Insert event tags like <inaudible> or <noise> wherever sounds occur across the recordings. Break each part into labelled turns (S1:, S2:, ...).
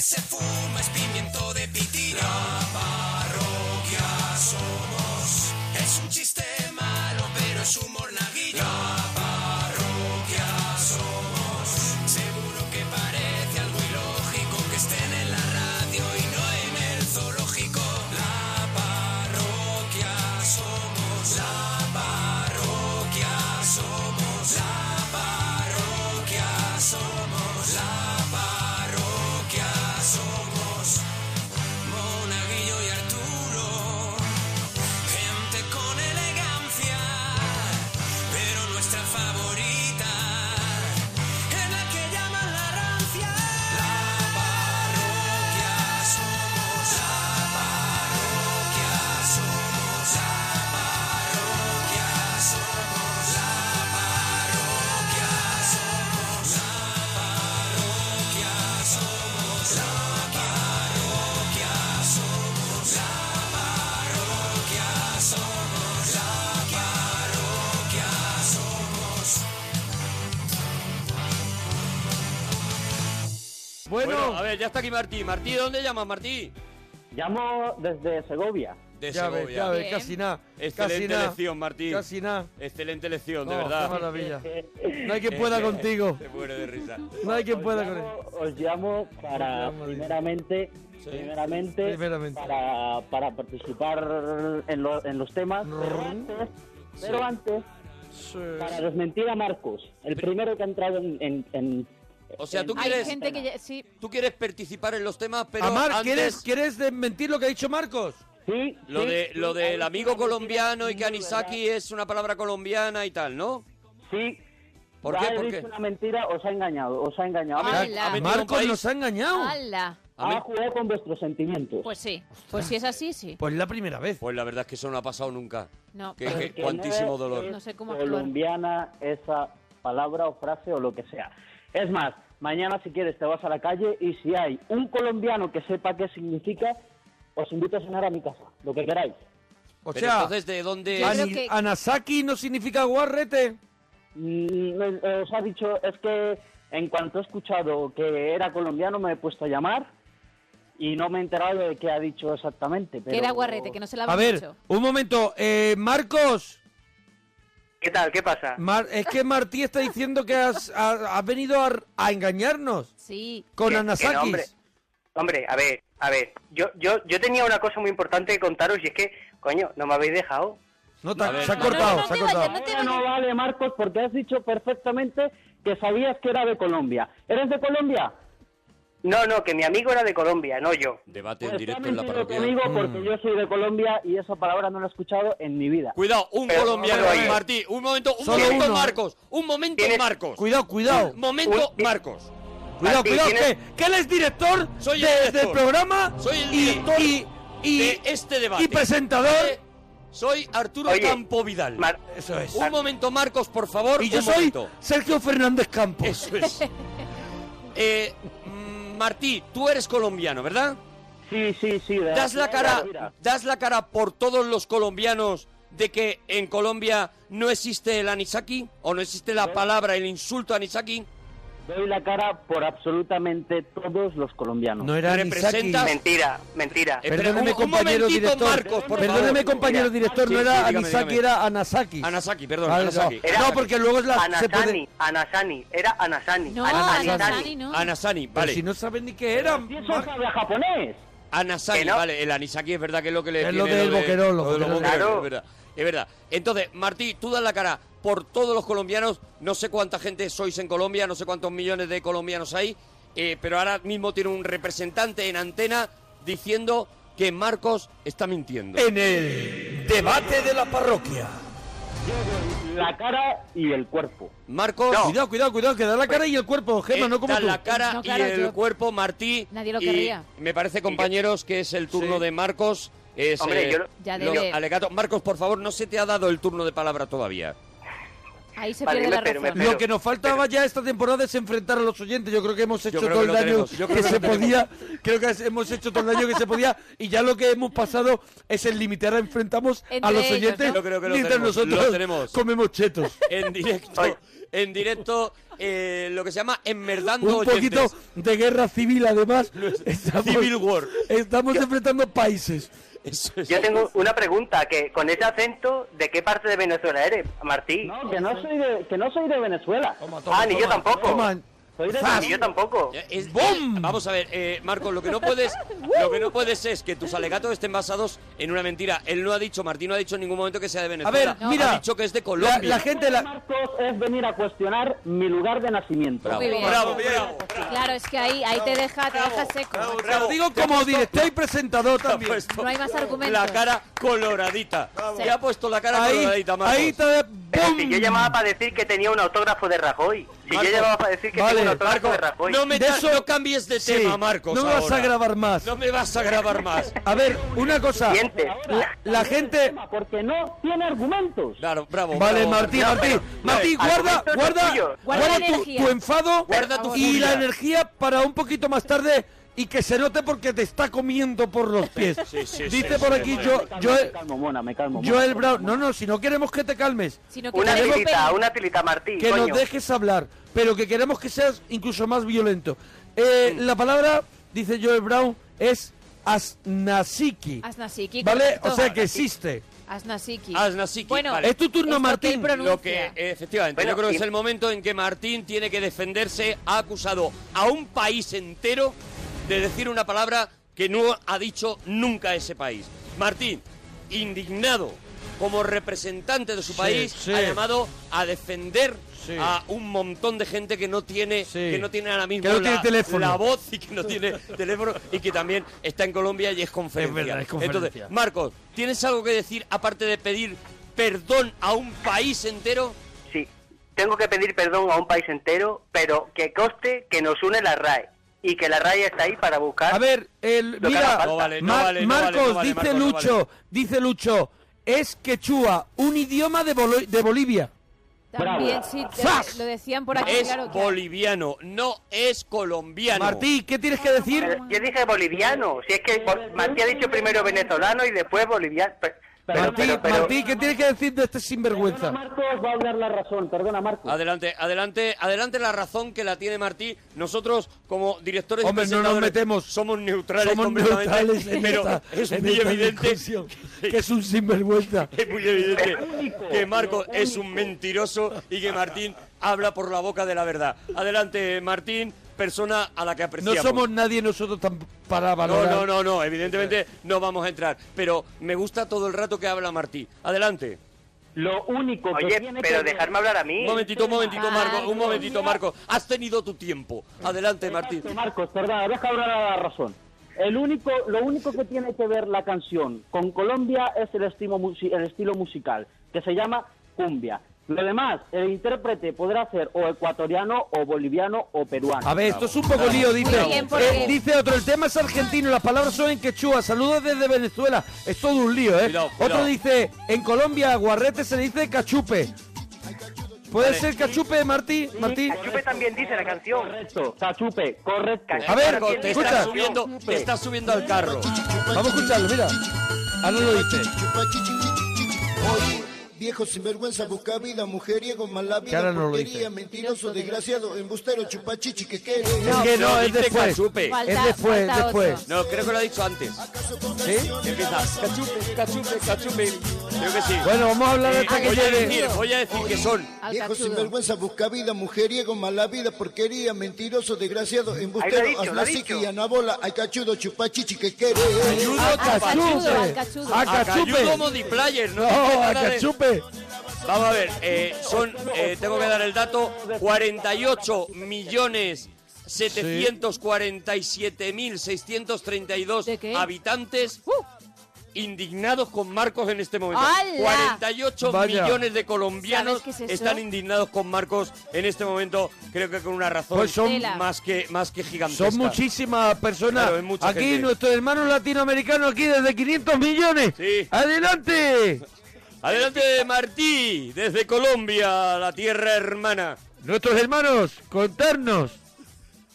S1: se fuma es pimiento de pitina. La parroquia somos. Es un chiste malo, pero es humor naguillo. La parroquia somos. Seguro que parece algo ilógico que estén en la radio y no en el zoológico. La parroquia somos. La parroquia somos. La parroquia somos. La parroquia somos. Monaguillo y Arturo. Gente con elegancia. Pero nuestra favorita es la que llaman la rancia. La parroquia somos. La parroquia somos. La parroquia somos. La parroquia somos. La parroquia somos. La parroquia somos. La parroquia somos. La parroquia somos.
S2: Bueno,
S3: a ver, ya está aquí Martí. Martí, ¿dónde llamas, Martí?
S4: Llamo desde Segovia.
S3: De
S2: ya ves,
S3: Segovia.
S2: ya ves,
S5: Bien.
S2: casi nada. Casi
S3: Excelente
S2: nada.
S3: elección, Martí.
S2: Casi nada.
S3: Excelente elección, de
S2: Oh,
S3: verdad.
S2: Qué maravilla. No hay quien pueda contigo.
S3: Te muero de risa.
S2: No hay quien
S4: Os
S2: pueda con él.
S4: llamo- Os llamo para,
S2: llamo, dice.
S4: primeramente, primeramente,
S2: Primeramente.
S4: Para, para participar en, lo- en los temas. Pero
S2: Rrrr.
S4: antes, pero antes, para desmentir a Marcos, el primero que ha entrado en. en- en-
S3: O sea, ¿tú
S4: en-
S5: Hay
S3: quieres,
S5: gente que ya- sí.
S3: tú quieres participar en los temas, pero
S2: Amar,
S3: antes
S2: ¿quieres, ¿quieres desmentir lo que ha dicho Marcos?
S4: Sí,
S3: lo,
S4: sí,
S3: de,
S4: sí,
S3: lo
S4: hay
S3: del
S4: una
S3: amigo
S4: mentira
S3: colombiano y
S4: muy
S3: que Anisaki es una palabra colombiana y tal, ¿no?
S4: verdad. Sí.
S3: ¿Por
S4: Ya
S3: qué?
S4: he
S3: ¿Por
S4: dicho
S3: qué?
S4: una mentira, os ha engañado, os ha engañado.
S5: Ah,
S2: Mar-
S5: Ala.
S3: metido
S2: Marcos
S3: un
S2: nos
S3: país.
S2: ha engañado.
S5: ¡Hala! Ah,
S3: A mí-
S4: Ha jugado con vuestros sentimientos.
S5: Pues sí. Pues si es así, sí.
S2: Pues la primera vez.
S3: Pues la verdad es que eso no ha pasado nunca.
S5: No.
S3: Que- que-
S4: Que
S3: cuantísimo
S4: no
S3: dolor.
S4: es
S5: No sé cómo actuar.
S4: colombiana esa palabra o frase o lo que sea. Es más, mañana si quieres te vas a la calle y si hay un colombiano que sepa qué significa, os invito a cenar a mi casa, lo que queráis.
S2: O
S3: Pero
S2: sea,
S3: entonces, ¿de dónde
S5: Yo
S3: es?
S5: creo
S2: Ani-
S5: que-
S2: Anasaki no significa guarrete.
S4: Mm, eh, eh, os ha dicho, es que en cuanto he escuchado que era colombiano me he puesto a llamar y no me he enterado de qué ha dicho exactamente. Pero...
S5: Que era guarrete, que no se la
S2: A
S5: habían
S2: ver,
S5: dicho.
S2: un momento. eh, Marcos,
S6: ¿Qué tal? ¿Qué pasa?
S2: Mar- es que Martí está diciendo que has, ha- has venido a, a engañarnos
S5: Sí.
S2: con
S6: Que- que no,
S2: Anasakis.
S6: hombre. Hombre, a ver, a ver. Yo, yo, yo tenía una cosa muy importante que contaros y es que, coño, no me habéis dejado.
S2: No, ta-
S3: A ver,
S2: se ha
S3: no,
S2: cortado,
S5: no, no
S2: se ha
S5: te
S2: cortado.
S5: vayas, no te
S4: Ahora no vale, Marcos, porque has dicho perfectamente que sabías que era de Colombia. ¿Eres de Colombia?
S6: No, no, que mi amigo era de Colombia, no yo.
S3: Debate en
S4: Pues
S3: directo
S4: está
S3: en la
S4: mintiendo
S3: parroquia.
S4: conmigo
S6: Mm.
S4: porque yo soy de Colombia y esa palabra no la he escuchado en mi vida.
S3: Cuidado, un
S6: Pero
S3: colombiano,
S6: solo hay-
S3: Martí. Un momento, un
S2: Solo
S3: momento,
S2: uno. ¿eh?
S3: Marcos. Un momento,
S6: Tienes-
S3: Marcos.
S2: Cuidado, cuidado.
S3: Un momento,
S6: Un-
S3: Marcos.
S2: Cuidado,
S6: eh, Martí,
S2: cuidado,
S6: tienes-
S2: que, que él es director,
S3: Soy
S2: de-
S3: el director.
S2: del programa
S3: Soy el
S2: y-
S3: director
S2: y, y-
S3: de este debate.
S2: y presentador.
S3: Eh, Soy Arturo
S6: Oye,
S3: Campo Vidal.
S6: Mar-
S2: Eso es.
S3: Un momento, Marcos, por favor.
S2: Y yo
S3: un
S2: soy
S3: momento.
S2: Sergio Fernández Campos.
S3: Eso
S2: <laughs>
S3: es. Eh, mm, Martí, tú eres colombiano, ¿verdad?
S4: Sí, sí, sí. de-
S3: Das la
S4: de-
S3: cara,
S4: mira,
S3: das la cara por todos los colombianos de que en Colombia no existe el anisaki o no existe la palabra, el insulto anisaki.
S4: Doy la cara por absolutamente todos los colombianos.
S2: No era Anisaki.
S3: Representas-
S6: Mentira, mentira.
S3: Eh, Espera,
S2: Perdóneme,
S3: un- un
S2: compañero
S3: momentito,
S2: director.
S3: Marcos, por
S2: Perdóneme,
S3: favor.
S2: compañero
S6: Mira,
S2: director, no
S3: sí,
S2: era
S3: sí, dígame,
S2: Anisaki,
S3: dígame.
S2: era Anasaki.
S3: Anasaki, perdón,
S2: Vale,
S3: Anasaki.
S2: Mm. No, no, porque luego es la. se puede-
S6: Anasani, Anasani, era Anasani.
S5: No,
S6: Anasani,
S5: Anasani no.
S3: Anasani,
S2: Pero
S3: vale.
S2: si no saben ni qué era.
S4: Si eso
S2: Mar-
S4: sabe a japonés.
S3: Anasaki,
S6: Que no.
S3: vale, el anisaki es verdad que es lo que le
S2: Es lo
S3: tiene
S2: del boquerón, lo
S3: de los
S2: boquerón.
S3: boquerones,
S6: Claro.
S3: es verdad. Es verdad. Entonces, Martí, tú das la cara por todos los colombianos, no sé cuánta gente sois en Colombia, no sé cuántos millones de colombianos hay, eh, pero ahora mismo tiene un representante en antena diciendo que Marcos está mintiendo.
S2: En el debate de la parroquia.
S4: La cara y el cuerpo.
S3: Marcos,
S2: Cuidado, cuidado, cuidado, que da la cara y el cuerpo, Gemma,
S3: eh,
S2: no como
S3: da
S2: tú.
S3: la cara
S5: No, claro,
S3: y el
S5: yo-
S3: cuerpo, Martí.
S5: Nadie lo
S3: y
S5: querría.
S3: Me parece, compañeros, que es el turno
S2: Sí.
S3: de Marcos. Es,
S6: Hombre,
S3: eh,
S6: yo lo-
S5: Ya
S3: los
S5: debe.
S3: alegatos. Marcos, por favor, no se te ha dado el turno de palabra todavía.
S5: Ahí se
S6: Vale,
S5: pierde
S6: me
S5: la
S6: espero, me
S5: razón.
S6: espero.
S2: lo que nos faltaba ya esta temporada es enfrentar a los oyentes. Yo creo que hemos hecho
S3: creo
S2: todo
S3: que
S2: el
S3: lo
S2: daño
S3: tenemos. Yo creo
S2: que,
S3: que
S2: se
S3: lo tenemos.
S2: podía. Creo que hemos hecho todo el daño que se podía. Y ya lo que hemos pasado es el límite. Ahora enfrentamos a
S5: Entre
S2: los
S5: ellos,
S2: oyentes
S5: ¿no?
S3: Yo creo que lo
S2: mientras
S3: tenemos, lo
S2: nosotros
S3: tenemos.
S2: comemos chetos.
S3: En directo,
S6: Ay.
S3: en directo, eh, lo que se llama enmerdando
S2: Un poquito
S3: oyentes.
S2: de guerra civil, además. Estamos,
S3: Civil War.
S2: Estamos enfrentando países.
S3: Eso es.
S6: Yo tengo una pregunta, que con ese acento, ¿de qué parte de Venezuela eres, Martí?
S4: No, que no soy de, que no soy de Venezuela.
S6: ah, ni yo tampoco.
S2: Toma,
S4: Soy de
S2: Zas.
S6: Ni yo tampoco.
S3: Eh, Es-
S2: ¡Bum!
S3: Vamos a ver, eh, Marcos, lo que no
S2: <laughs>
S3: puedes, lo que no puedes es que tus alegatos estén basados en una mentira. Él no ha dicho, Martín no ha dicho en ningún momento que sea de
S2: A
S3: Venezuela.
S2: ver, mira.
S3: ha dicho que es de
S2: La,
S3: Colombia.
S2: la gente. La,
S4: Marcos es venir a cuestionar mi lugar de nacimiento.
S3: Bravo,
S5: Muy bien.
S3: bravo, bravo.
S5: Claro, es que ahí, ahí te deja, te deja seco.
S3: bravo,
S5: macho.
S2: te lo digo como director y presentador
S3: Ha
S2: también.
S3: puesto
S5: No hay más argumentos.
S3: La cara coloradita.
S5: Bravo.
S3: Te ha puesto la cara
S2: Ahí,
S3: coloradita, Marcos.
S2: ahí te.
S6: Pero
S2: ¡Bum!
S6: si yo llamaba para decir que tenía un autógrafo de Rajoy. Si
S3: Marco,
S6: yo llamaba para decir que
S2: vale,
S6: tenía un autógrafo
S3: Marco,
S6: de Rajoy.
S3: no me
S2: De eso-
S3: no cambies de
S2: Sí,
S3: tema, Marcos.
S2: No me vas
S3: ahora.
S2: a grabar más.
S3: No me vas a grabar más.
S2: A ver, una cosa.
S6: Dientes.
S2: La, la gente.
S4: Porque no tiene argumentos.
S3: Claro, bravo.
S2: Vale,
S3: bravo,
S2: Martín,
S3: bravo.
S2: Martín. Martín,
S6: Al
S2: guarda,
S6: momento es
S2: guarda,
S6: tuyo.
S5: Guarda
S2: guarda
S5: la
S2: tu,
S5: energía.
S2: tu enfado
S3: Guarda tu
S2: y la
S3: furia.
S2: energía para un poquito más tarde y que se note porque te está comiendo por los pies.
S3: Sí, sí, sí,
S2: Dice
S3: sí,
S2: por
S3: sí,
S2: aquí
S3: sí.
S2: yo,
S4: me calmo,
S2: yo,
S4: me calmo, Mona, me calmo. Mona.
S2: Joel Brown. No, no, si no queremos que te calmes,
S5: Sino que
S6: Una
S5: te deja
S6: tilita,
S5: pena.
S6: una tilita, Martí,
S2: que
S6: coño.
S2: nos dejes hablar, pero que queremos que seas incluso más violento.
S6: Mm.
S2: Eh, La palabra, dice Joel Brown, es asnasiki.
S5: Asnasiki.
S2: ¿Vale?
S5: correcto.
S2: O sea que existe.
S5: Asnasiki.
S3: Asnasiki,
S5: Bueno,
S3: vale.
S2: Es tu turno,
S5: esto que él
S2: Martín.
S5: pronuncia.
S3: Lo que, eh, efectivamente,
S6: Bueno,
S3: yo creo que
S6: y-
S3: es el momento en que Martín tiene que defenderse. Ha acusado a un país entero de decir una palabra que no ha dicho nunca ese país. Martín, indignado como representante de su
S2: Sí,
S3: país,
S2: sí.
S3: ha llamado a defender
S2: Sí.
S3: a un montón de gente que no tiene
S2: Sí.
S3: que no tiene ahora mismo
S2: Que no tiene
S3: la,
S2: teléfono.
S3: la voz y que no
S2: <laughs>
S3: tiene teléfono y que también está en Colombia y es conferencia.
S2: Es verdad, es conferencia.
S3: Entonces, Marcos, ¿tienes algo que decir aparte de pedir perdón a un país entero?
S6: Sí, tengo que pedir perdón a un país entero, pero que coste que nos une la RAE. Y que la RAE está ahí para buscar...
S2: A ver, el,
S6: Lo que haga
S2: mira,
S6: falta. No
S3: vale, no
S2: Mar-
S3: vale, no vale,
S2: Marcos,
S3: no vale,
S2: dice
S3: Marcos, no
S2: Lucho,
S3: vale.
S2: dice Lucho, es quechua, un idioma de, Bolo- de Bolivia.
S5: También,
S4: Bravo.
S5: sí, te-
S2: ¡Zas!
S5: lo decían por aquí,
S3: es
S5: claro. que-
S3: boliviano, no es colombiano.
S2: Martí, ¿qué tienes que decir?
S6: Pero Eh, Yo dije boliviano, si es que bo- Martí ha dicho primero venezolano y después boliviano. Pero, pero,
S2: Martí,
S6: pero, pero-
S2: Martí, ¿qué tienes que decir de este
S4: Perdona,
S2: sinvergüenza?
S4: Marcos va a dar la razón, perdona Marcos.
S3: Adelante, adelante, adelante la razón que la tiene Martí. Nosotros, como directores y
S2: Hombre, no nos
S3: presentadores,
S2: metemos.
S3: somos neutrales
S2: Somos
S3: completamente,
S2: neutrales en
S3: pero
S2: esta-
S3: es
S2: en
S3: muy
S2: esta
S3: evidente
S2: discusión, que es un sinvergüenza.
S3: <laughs> Es muy
S2: <laughs>
S3: evidente que Marcos es un mentiroso y que Martín habla por la boca de la verdad. Adelante, Martín, persona a la que
S2: No
S3: apreciamos.
S2: somos nadie nosotros tan para
S3: No,
S2: valorar.
S3: no, no, no, evidentemente no vamos a entrar, pero me gusta todo el rato que habla Martí. Adelante.
S4: Lo único que
S6: oye,
S4: tiene
S6: pero
S4: que
S6: dejarme hablar a mí.
S3: Un momentito, un momentito, Marco,
S5: Marco,
S3: un momentito, Marco. Has tenido tu tiempo. Adelante, Martín.
S4: Exacto, Marcos, perdona, deja hablar a la razón. El único, lo único que tiene que ver la canción con Colombia es el estilo, musi- el estilo musical, que se llama cumbia. Lo demás, el intérprete podrá ser o ecuatoriano, o boliviano, o peruano.
S2: A ver, esto es un poco lío, dice.
S5: Muy bien, porque-
S2: Eh, dice otro, el tema es argentino, las palabras son en quechua, saludos desde Venezuela. Es todo un lío, ¿eh?
S3: Cuidado, cuidado.
S2: Otro dice, en Colombia a guarrete se le dice cachupe. ¿Puede
S3: Vale.
S2: ser cachupe, Martí? Martí.
S6: Cachupe también dice la canción.
S4: Correcto, Cachupe, correcto.
S6: Cachupe
S2: A ver,
S6: también
S3: te
S6: dice la
S2: escucha.
S3: estás
S6: canción.
S3: subiendo, te estás subiendo al carro.
S2: Vamos a escucharlo, mira. Ahora lo dice.
S7: Oye, viejo sinvergüenza, busca vida, mujeriego, mala
S2: Que ahora
S7: vida,
S2: no lo dice.
S7: porquería, mentiroso, desgraciado, embustero, chupachichi, que quiere.
S2: es que no,
S3: no,
S2: es
S3: dice
S2: después.
S3: cachupe.
S5: Falta-
S2: es después,
S5: falta
S2: es después.
S5: otro.
S3: No, creo que lo ha dicho antes.
S2: ¿Sí?
S3: Empieza. Cachupe, cachupe, cachupe. Creo que sí.
S2: Bueno, vamos a hablar
S3: Eh,
S2: hasta que
S3: voy a decir,
S2: llegue.
S3: voy a decir que son.
S5: Al
S7: Viejo
S5: cachudo.
S7: sinvergüenza, busca vida, mujeriego, mala vida, porquería, mentiroso, desgraciado,
S6: Ahí lo
S7: embustero,
S6: ha dicho, lo ha
S7: aznaciqui,
S6: dicho.
S7: anabola, aycachudo, chupachichi, que quiere.
S2: ¡A
S5: cachudo, al
S2: cachupe!
S5: cachudo.
S2: ¡A
S3: Acayudo
S2: cachupe!
S3: Modiplayer, ¿no?
S2: ¡No, a
S3: Nada de-
S2: cachupe!
S3: Vamos a ver, eh, son, eh, tengo que dar el dato, 48 millones 747 mil
S5: ¿De qué? Uh.
S3: 632 habitantes indignados con Marcos en este momento.
S5: ¡Hala!
S3: 48
S2: Vaya.
S3: millones de colombianos
S5: ¿Sabes qué es eso?
S3: están indignados con Marcos en este momento, creo que con una razón
S2: Pues son-
S5: Tela.
S3: más que más que gigantesca.
S2: Son muchísimas personas.
S3: Claro, es mucha
S2: aquí
S3: gente.
S2: nuestros hermanos latinoamericanos aquí desde 500 millones.
S3: Sí.
S2: Adelante.
S3: Adelante, Martí, desde Colombia, la tierra hermana.
S2: Nuestros hermanos, contarnos.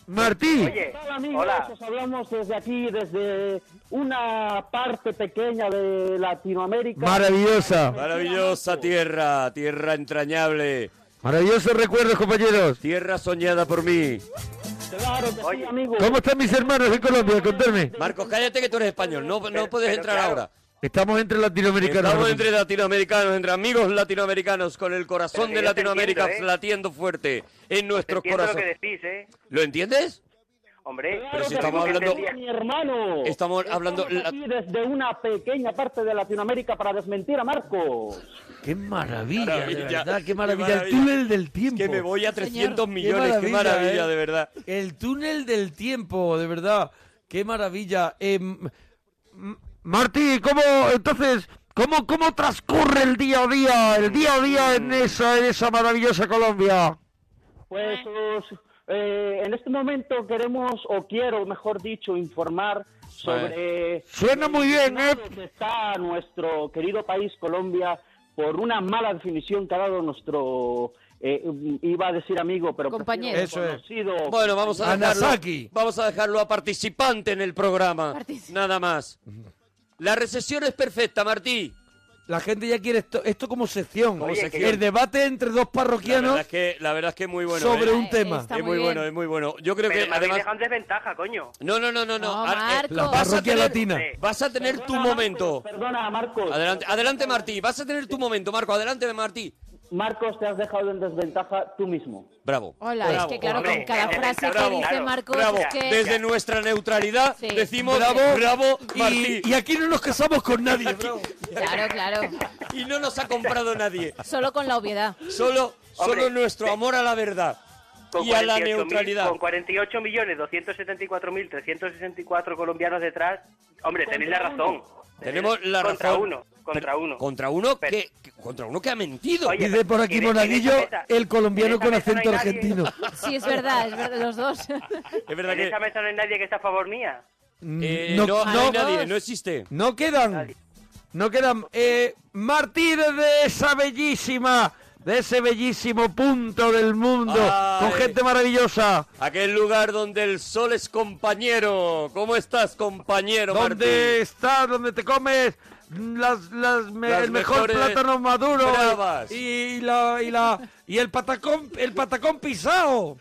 S2: Martí.
S4: ¿Qué tal, amigos? Os hablamos desde aquí, desde una parte pequeña de Latinoamérica.
S2: Maravillosa.
S3: Maravillosa tierra, tierra entrañable,
S2: Maravillosos recuerdos, compañeros.
S3: tierra soñada por mí.
S4: Claro que sí, amigos.
S2: ¿Cómo están mis hermanos en Colombia? Contadme.
S3: Marcos, cállate que tú eres español, no, no puedes entrar ahora.
S2: Estamos entre latinoamericanos.
S3: Estamos entre latinoamericanos, entre amigos latinoamericanos, con el corazón
S6: Pero que
S3: de
S6: yo te
S3: Latinoamérica
S6: entiendo, ¿eh?
S3: latiendo fuerte en
S6: Entiendo
S3: nuestros
S6: lo que
S3: corazones.
S6: decís, ¿eh?
S3: ¿Lo entiendes?
S6: Hombre,
S4: Claro
S3: si
S4: que
S3: estamos
S4: sí,
S3: hablando-
S4: mi hermano.
S3: Estamos hablando la-
S4: aquí desde una pequeña parte de Latinoamérica para desmentir a Marcos.
S2: Qué maravilla,
S3: Maravilla,
S2: de verdad,
S3: qué
S2: qué maravilla.
S3: maravilla.
S2: El túnel del tiempo.
S3: Que me voy a 300 millones,
S2: Qué
S3: qué maravilla,
S2: maravilla, ¿eh?
S3: de verdad.
S2: El túnel del tiempo, de verdad. Qué maravilla. Eh, m- m- Martí, ¿cómo, entonces, cómo, cómo transcurre el día a día, el día a día
S3: Mm.
S2: en esa, en esa maravillosa Colombia?
S4: Pues os- eh, en este momento queremos, o quiero, mejor dicho, informar sobre...
S2: Suena muy bien, ¿eh?
S4: que está nuestro querido país Colombia por una mala definición que ha dado nuestro... eh, iba a decir amigo, pero...
S5: Compañero.
S4: prefiero
S2: Eso es.
S4: conocido.
S3: Bueno, vamos a dejarlo.
S2: Anasaki.
S3: Vamos a dejarlo a participante en el programa.
S5: Partici-
S3: Nada más. La recesión es perfecta, Martí.
S2: La gente ya quiere esto, esto como sección.
S3: Como
S6: Oye, sección.
S2: El debate entre dos
S3: La verdad
S2: parroquianos
S3: es que, la verdad es que es muy bueno.
S2: sobre
S3: ¿eh?
S2: un
S5: Eh,
S2: tema.
S5: está-
S3: es muy
S5: muy
S3: bueno,
S5: bien.
S3: es muy bueno. Yo creo
S6: pero
S3: que
S6: me habéis
S3: además.
S6: dejado en desventaja, coño.
S3: No, no, no, no, no.
S5: No,
S3: Ahora, eh,
S5: Marco.
S2: La
S3: vas a
S2: parroquia
S3: tener-
S2: latina.
S3: Vas a tener tu
S4: Perdona, Marcos,
S3: momento.
S4: Perdona, Marcos.
S3: Adelante, adelante Martí, vas a tener tu momento, Marco, adelante Martí.
S4: Marcos, te has dejado en desventaja tú mismo.
S3: Bravo.
S5: Hola,
S3: bravo,
S5: es que claro,
S6: hombre,
S5: con cada
S6: eh,
S5: frase que
S3: bravo,
S5: dice
S6: claro,
S5: Marcos
S3: bravo.
S5: es que...
S3: Desde nuestra neutralidad
S5: Sí.
S3: decimos bravo, bravo
S2: Bravo. Y-
S3: Martí.
S2: Y, aquí no nos casamos con nadie, bro.
S5: Claro, claro.
S3: Y, no nos ha comprado nadie.
S5: <laughs> Solo con la obviedad.
S3: Solo,
S6: Hombre,
S3: solo nuestro
S6: eh,
S3: amor a la verdad
S6: Con
S3: y a la
S6: 48.000
S3: neutralidad.
S6: Con 48 millones 274.364 colombianos detrás, hombre, tenéis la razón.
S3: Tenemos la
S6: contra
S3: razón.
S6: uno, contra
S3: Pero-
S6: uno.
S3: Contra uno
S6: Pero-
S3: que, que- contra uno que ha mentido.
S6: Oye,
S2: Dice por aquí
S6: en- en
S2: Monaguillo,
S6: esa mesa-
S2: el
S6: en
S2: colombiano
S6: esa
S2: con
S6: mesa no
S2: acento
S6: hay nadie.
S2: argentino.
S5: Sí, es verdad, es verdad, los dos.
S3: <laughs> es verdad
S6: En
S3: que
S6: esa mesa no hay nadie que está a favor mía.
S3: eh, no,
S2: mm,
S3: no,
S2: no, no-
S3: hay nadie, no existe.
S2: no quedan. No quedan. Eh, Martí de esa bellísima, de ese bellísimo punto del mundo,
S3: Ay.
S2: con gente maravillosa,
S3: Aquel lugar donde el sol es compañero. ¿Cómo estás, compañero
S2: donde
S3: Martí?
S2: estás, donde te comes las, las me-
S3: Las
S2: el mejor
S3: mejores
S2: plátano maduro
S3: bravas.
S2: y la y la y el patacón el patacón pisado.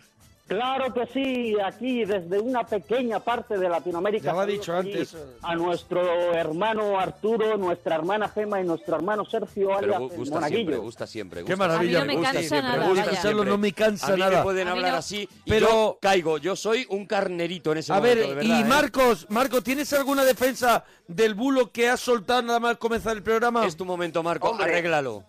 S4: Claro que sí, aquí desde una pequeña parte de Latinoamérica.
S2: Ya lo ha
S4: saludos
S2: dicho
S4: aquí
S2: antes. eh.
S4: A nuestro hermano Arturo, nuestra hermana Gema y nuestro hermano Sergio
S3: Pero
S4: alias
S3: gu-
S4: el
S3: gusta siempre,
S4: Monaguillo.
S3: gusta siempre.
S2: Qué
S3: gusta
S2: maravilla,
S5: A mí no me
S2: me gusta
S5: cansa
S2: siempre,
S5: nada,
S2: me gusta
S5: vaya.
S2: hacerlo, no me
S3: a
S2: cansa
S3: mí
S2: nada.
S3: me pueden
S5: A mí
S3: hablar
S5: no.
S3: así y
S2: Pero-
S3: yo caigo. Yo soy un carnerito en ese
S2: A ver,
S3: momento, de verdad,
S2: y
S3: ¿eh?
S2: Marcos, Marcos, ¿tienes alguna defensa del bulo que has soltado nada más comenzar el programa?
S3: Es tu momento, Marco.
S6: Hombre.
S3: Arréglalo.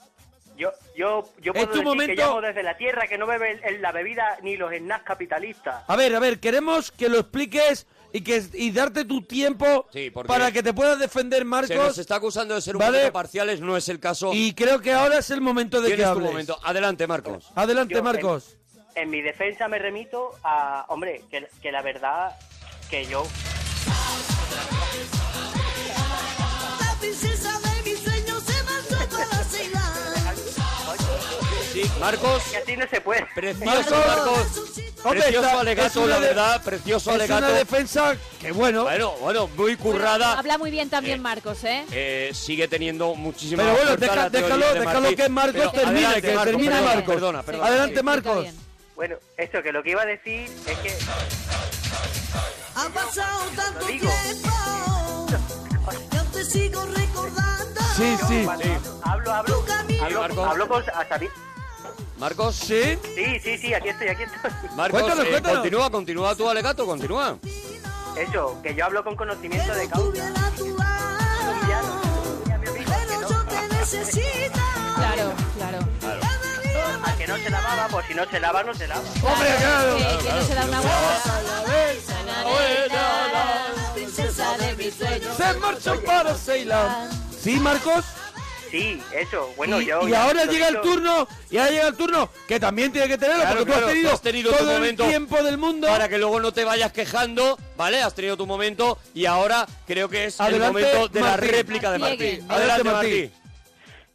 S6: Yo, yo, yo
S2: Es
S6: puedo
S2: tu
S6: decir
S2: momento.
S6: que llamo desde la tierra que no bebe el- el- la bebida ni los snacks capitalistas.
S2: A ver, a ver, queremos que lo expliques y que y darte tu tiempo
S3: Sí, porque-
S2: para que te puedas defender,
S3: Se nos
S2: Marcos.
S3: está acusando de ser un
S2: Vale.
S3: poquito parciales, no es el caso.
S2: Y creo que ahora es el momento de que
S3: Tienes tu
S2: hables.
S3: momento. Adelante, Marcos.
S2: Adelante,
S6: Yo,
S2: Marcos.
S6: En, en mi defensa me remito a, hombre, que, que la verdad que yo...
S8: La princesa de mis sueños se marchó para Ceilán.
S3: Sí, Marcos.
S6: Que así no se puede.
S3: Precioso,
S2: Marcos.
S3: Marcos.
S2: Hombre,
S3: precioso
S2: está- es
S3: alegato,
S2: una
S3: la
S2: de-
S3: verdad. Precioso
S2: Es una
S3: alegato.
S2: defensa que bueno,
S3: Bueno, bueno, muy currada.
S5: Habla muy bien también Marcos, ¿eh?
S3: Eh, sigue teniendo muchísima
S2: Pero bueno,
S3: fuerza
S2: deja-
S3: la teoría
S2: déjalo-
S3: de
S2: déjalo
S3: Martí.
S2: que Marcos
S3: Pero
S2: termine,
S3: adelante,
S2: que
S3: Marcos,
S2: termine
S3: perdona,
S2: Marcos.
S3: Perdona, perdona.
S2: Adelante,
S5: Sí,
S2: Marcos.
S5: está bien.
S6: Bueno, esto que lo que iba a decir es que...
S8: Ha pasado tanto
S6: digo.
S8: tiempo. que aún te sigo recordando.
S2: Sí, sí.
S6: cuando Hablo, hablo,
S8: Tu camino.
S6: hablo,
S3: Marco.
S6: hablo con... hasta di-
S3: Marcos.
S2: Sí.
S6: Sí, sí, sí, aquí estoy, aquí estoy.
S3: Marcos,
S2: Cuéntanos,
S3: eh,
S2: cuéntanos.
S3: continúa, continúa tu alegato, continúa.
S6: Eso, que yo hablo con conocimiento de
S8: Que no
S6: causa.
S8: tuviera tu lado. Pero yo te necesito.
S5: Claro, claro.
S8: Cada día
S6: A Ah, que no se lavaba, pues si no se lava, no se lava.
S2: Hombre, claro.
S5: Que, que no se da una vuelta.
S8: la princesa de mis sueños.
S2: Se marchó para Ceilán. Sí, Marcos.
S6: Sí, eso, bueno,
S2: y,
S6: yo...
S2: y
S6: ya
S2: ahora
S6: lo
S2: llega el
S6: digo.
S2: turno, y ahora llega el turno, que también tiene que tenerlo,
S3: Claro,
S2: porque
S3: claro,
S2: tú has tenido,
S3: tú has tenido tu
S2: todo el
S3: momento
S2: tiempo del mundo.
S3: Para que luego no te vayas quejando, ¿vale? Has tenido tu momento y ahora creo que es
S2: Adelante,
S3: el momento de la
S2: Martí.
S3: réplica de
S5: Martí
S3: Martí.
S5: Eguen.
S3: Adelante,
S2: Adelante,
S3: Martí.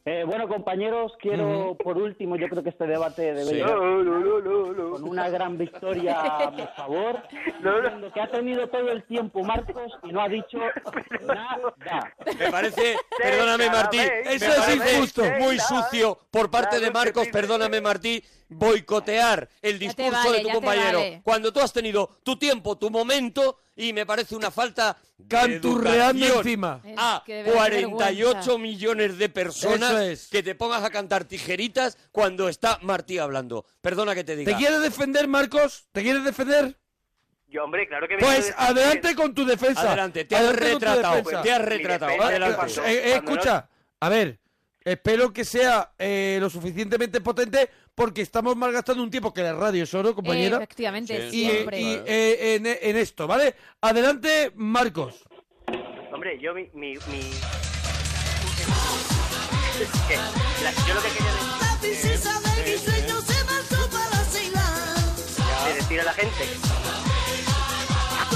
S4: Eh, bueno, compañeros, quiero por último, yo creo que este debate debe
S3: Sí.
S4: llegar con una gran victoria a mi favor, diciendo que ha tenido todo el tiempo Marcos y no ha dicho nada.
S3: Me parece, perdóname Martí,
S6: vez,
S3: eso
S2: me
S3: es
S2: parece
S3: injusto, muy
S6: cada vez,
S3: sucio por parte
S6: cada
S3: de
S6: vez
S3: Marcos,
S6: que pides.
S3: perdóname Martí, boicotear el
S5: Ya te
S3: discurso
S5: vale,
S3: de tu
S5: ya te
S3: compañero
S5: vale.
S3: cuando tú has tenido tu tiempo, tu momento y me parece una falta de
S2: Canturreando
S3: educación
S2: encima.
S5: Es
S3: a
S5: que de verdad, qué
S3: 48
S5: vergüenza.
S3: millones de personas
S2: Eso es.
S3: que te pongas a cantar tijeritas cuando está Martí hablando. Perdona que te diga.
S2: ¿Te quieres defender, Marcos? ¿Te quieres defender?
S6: Yo, hombre, claro que me
S2: Pues
S6: quiero defender.
S2: adelante con tu defensa.
S3: Adelante, te has
S2: Adelante con tu
S3: retratado,
S2: defensa.
S3: te has
S6: Mi
S3: retratado.
S6: defensa
S3: Adelante.
S6: cuando-
S2: Eh, eh,
S6: cuando no-
S2: escucha, a ver, espero que sea eh, lo suficientemente potente porque estamos malgastando un tiempo que la radio es oro, compañera.
S5: Efectivamente,
S3: Sí,
S2: y eh,
S5: siempre.
S2: y, eh, en, en esto, ¿vale? Adelante, Marcos.
S6: Hombre, yo mi... mi, mi- ¿Qué? La- yo lo que quería decir-
S8: La princesa de mis sueños se marchó para Ceilán.
S6: de decir a la gente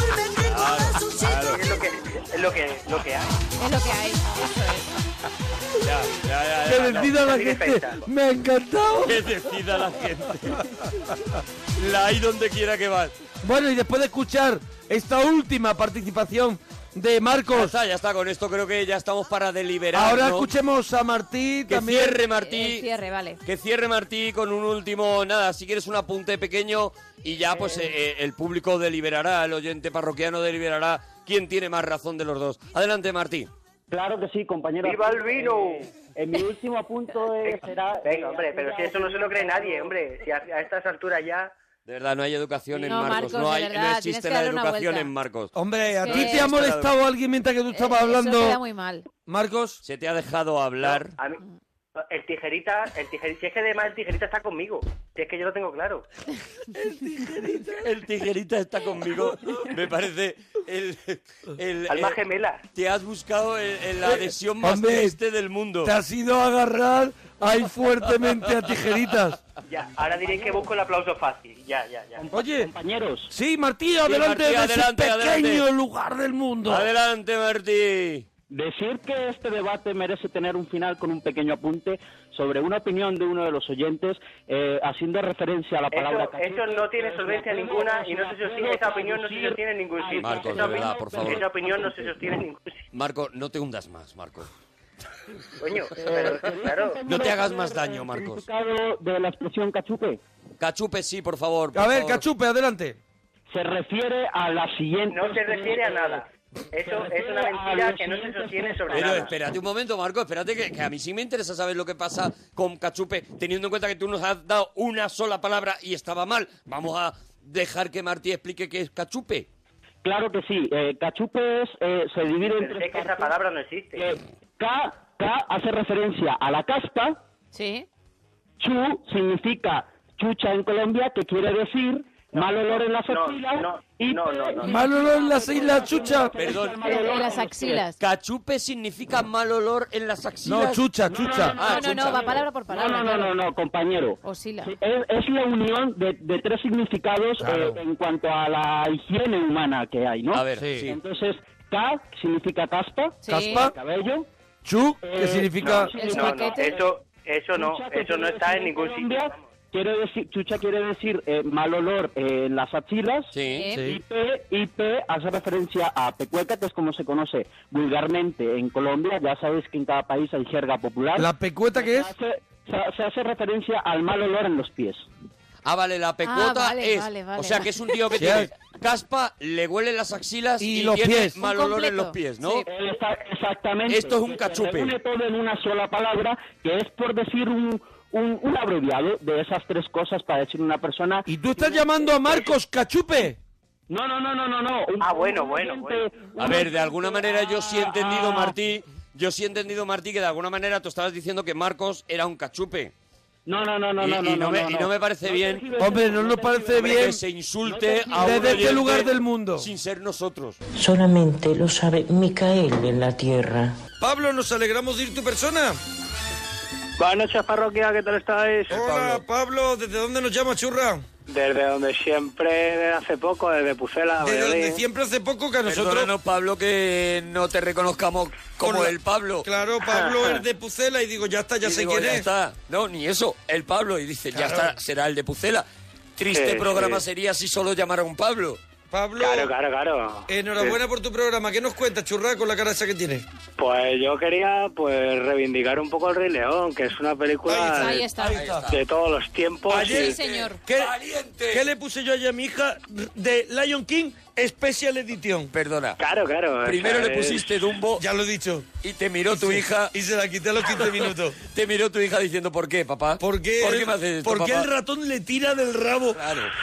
S8: Hoy me tengo a las un chico
S6: es lo que, es lo que, lo que hay.
S5: Es lo que hay. Eso es.
S3: Ya, ya, ya, ya.
S2: Que decida la
S6: mi
S2: gente.
S6: defensa.
S2: Me ha encantado.
S3: Que decida la gente. La hay donde quiera que vas.
S2: Bueno, y después de escuchar esta última participación de
S3: Ya
S2: Marcos,
S3: está, ya está. Con esto creo que ya estamos para deliberar.
S2: ahora
S3: ¿no?
S2: escuchemos a Martí
S3: Que
S2: también.
S3: cierre
S5: El
S3: Martí.
S5: cierre, vale.
S3: Que cierre Martí con un último, nada, si quieres un apunte pequeño y ya pues eh, eh, el público deliberará, el oyente parroquiano deliberará quién tiene más razón de los dos. Adelante Martí.
S4: Claro que sí, compañero.
S6: ¡Viva el vino!
S4: Eh, en mi último punto eh, será...
S6: Venga, hombre, pero si eso no se lo cree nadie, hombre. Si a, a estas alturas ya...
S3: De verdad, no hay educación en
S5: No,
S3: Marcos,
S5: Marcos,
S3: no,
S5: de
S3: hay,
S5: verdad,
S3: no
S5: tienes
S3: existe
S5: que
S3: la
S5: darle una
S3: educación
S5: vuelta.
S3: en Marcos.
S2: Hombre, Eh, a
S5: Sí.
S2: ti te ha molestado alguien mientras que tú estabas
S5: Eh, Eso
S2: hablando,
S5: queda muy mal.
S2: Marcos.
S3: Se te ha dejado hablar.
S6: A mí, el tijerita, el tijerita, si es que además el tijerita está conmigo, si es que yo lo tengo claro.
S3: El tijerita está conmigo, me parece el... el-
S6: Alma
S3: el-
S6: gemela.
S3: Te has buscado el- el- la adhesión más
S2: Eh, Hombre,
S3: triste del mundo.
S2: Te has ido a agarrar ahí fuertemente a tijeritas.
S6: Ya, ahora diréis que busco el aplauso fácil. Ya, ya, ya.
S2: Oye,
S4: Compañeros,
S2: sí, Martí, adelante
S3: Martí,
S2: de ese
S3: adelante,
S2: pequeño
S3: adelante.
S2: lugar del mundo.
S3: Adelante, Martí.
S4: decir que este debate merece tener un final con un pequeño apunte sobre una opinión de uno de los oyentes eh, haciendo referencia a la palabra...
S6: Eso, eso no tiene solvencia ninguna y no se sostiene, esa opinión no se sostiene en ningún sitio.
S3: Marcos,
S6: Esa
S3: de verdad,
S6: opinión-
S3: por favor.
S6: Esa opinión no se sostiene en ningún sitio.
S3: Marco, no te hundas más, Marco.
S6: Coño,
S9: Eh,
S6: pero claro.
S3: No te hagas más daño, Marcos.
S4: significado de la expresión cachupe
S3: Cachupe sí, por favor. por
S2: A ver,
S3: favor.
S2: Cachupe, adelante.
S4: se refiere a la siguiente...
S6: No se refiere a nada. Eso es una mentira que no se sostiene sobre
S3: Pero
S6: nada.
S3: espérate un momento, Marco, espérate que, que a mí sí me interesa saber lo que pasa con Cachupe, teniendo en cuenta que tú nos has dado una sola palabra y estaba mal. Vamos a dejar que Martí explique qué es Cachupe.
S4: Claro que sí, eh, cachupe es, eh, se divide en
S6: Pero
S4: tres
S6: es que esa
S4: partes.
S6: palabra no existe.
S4: Eh, K, K hace referencia a la casta,
S5: Sí.
S4: chu significa chucha en Colombia, que quiere decir mal olor en las
S6: no,
S4: axilas,
S6: no,
S4: y
S6: no, no, no.
S2: Mal olor en las islas, chucha.
S3: Perdón.
S4: Mal olor
S5: En las
S4: en los pies.
S5: axilas.
S3: Cachupe significa mal olor en las axilas. Ah,
S2: No, chucha, chucha.
S5: No, no, no, va palabra por
S4: No,
S5: palabra.
S4: no, no, no, no, compañero.
S5: Oscila.
S4: Sí, Es, es la unión de, de tres significados
S2: Claro.
S4: eh, en cuanto a la higiene humana que hay, ¿no?
S3: A ver,
S2: Sí.
S3: sí.
S4: Entonces, K significa casta,
S5: Sí.
S2: Caspa.
S4: cabello,
S2: Chu,
S4: Eh,
S2: que significa...
S4: no,
S5: El
S6: No, no,
S5: paquete.
S6: eso, eso no,
S4: Chucha, que
S6: eso no
S4: quiere
S6: está en
S4: decir
S6: ningún sitio.
S4: Colombia, Quiere decir, chucha quiere decir eh, mal olor eh, en las axilas.
S3: Sí.
S5: Sí.
S2: Sí.
S4: IP, IP hace referencia a pecueca, que es como se conoce vulgarmente en Colombia. Ya sabéis que en cada país hay jerga popular.
S2: ¿La pecueta que es?
S4: Se hace- se- se hace referencia al mal olor en los pies.
S3: Ah, vale, la pecuota
S5: vale,
S3: es.
S5: vale, vale,
S3: o sea,
S5: vale.
S3: que es un tío que
S2: Sí,
S3: tiene
S2: es.
S3: caspa, le huelen las axilas y,
S2: Y los
S3: tiene
S2: pies.
S3: mal
S5: Un
S3: olor en los
S5: completo.
S3: pies, ¿no?
S5: Sí.
S4: Esa- Exactamente.
S3: Esto es un
S4: Que
S3: cachupe.
S4: Se reúne todo en una sola palabra, que es por decir un, un, un abreviado de esas tres cosas para decir una persona.
S2: ¿Y tú estás llamando a Marcos Cachupe?
S4: No, no, no, no, no, no. Un-
S6: Ah, bueno, bueno,
S4: un-
S6: bueno.
S4: un-
S3: A ver, de alguna manera yo sí he entendido,
S4: Ah,
S3: Martí, yo sí he entendido, Martí, que de alguna manera tú estabas diciendo que Marcos era un cachupe.
S4: No, no, no, no,
S3: Y-
S4: no,
S3: y no me- y no me parece bien.
S2: Hombre, no nos parece
S3: Hombre,
S2: bien.
S3: que se insulte a un
S2: Desde este
S3: oyente
S2: lugar del mundo.
S3: sin ser nosotros.
S10: Solamente lo sabe Micael en la tierra.
S2: Pablo, nos alegramos de ir tu persona.
S6: Buenas noches, parroquia, ¿qué tal estáis?
S2: Pablo, ¿desde dónde nos llama, churra?
S9: Desde donde siempre, desde hace poco, desde
S6: Ah,
S9: Pucela,
S3: Desde
S9: Valladolid.
S3: donde
S2: siempre hace poco que a
S9: nosotros-
S3: Perdónanos, Pablo, que no te reconozcamos como el Pablo.
S2: Claro, Pablo es de Pucela y digo, ya está, ya
S3: Y
S2: sé
S3: digo,
S2: quién
S3: ya
S2: es.
S3: está. No, ni eso, el Pablo. Y dice, ya
S2: Claro.
S3: está, será el de Pucela. Triste
S2: Sí,
S3: programa
S2: sí.
S3: sería si solo llamara un Pablo.
S2: Pablo. Enhorabuena por tu programa. ¿Qué nos cuentas, churraco, la cara esa que tienes?
S9: Pues yo quería pues reivindicar un poco El Rey León, que es una película
S2: Ahí
S9: de-
S2: está. Ahí está.
S9: de todos los tiempos. y-
S2: ¿Qué, qué le puse yo ayer a mi hija de Lion King Special Edition?
S3: Perdona.
S9: Claro, claro.
S3: Primero le pusiste Dumbo.
S2: Ya lo he dicho.
S3: Y te miró tu
S2: se-
S3: hija.
S2: Y se la quité a
S3: <laughs>
S2: los 15 minutos.
S3: te miró tu hija diciendo, ¿por qué, papá? ¿Por
S2: qué
S3: ¿Por
S2: el-
S3: qué me haces esto,
S2: por qué
S3: papá?
S2: el ratón le tira del rabo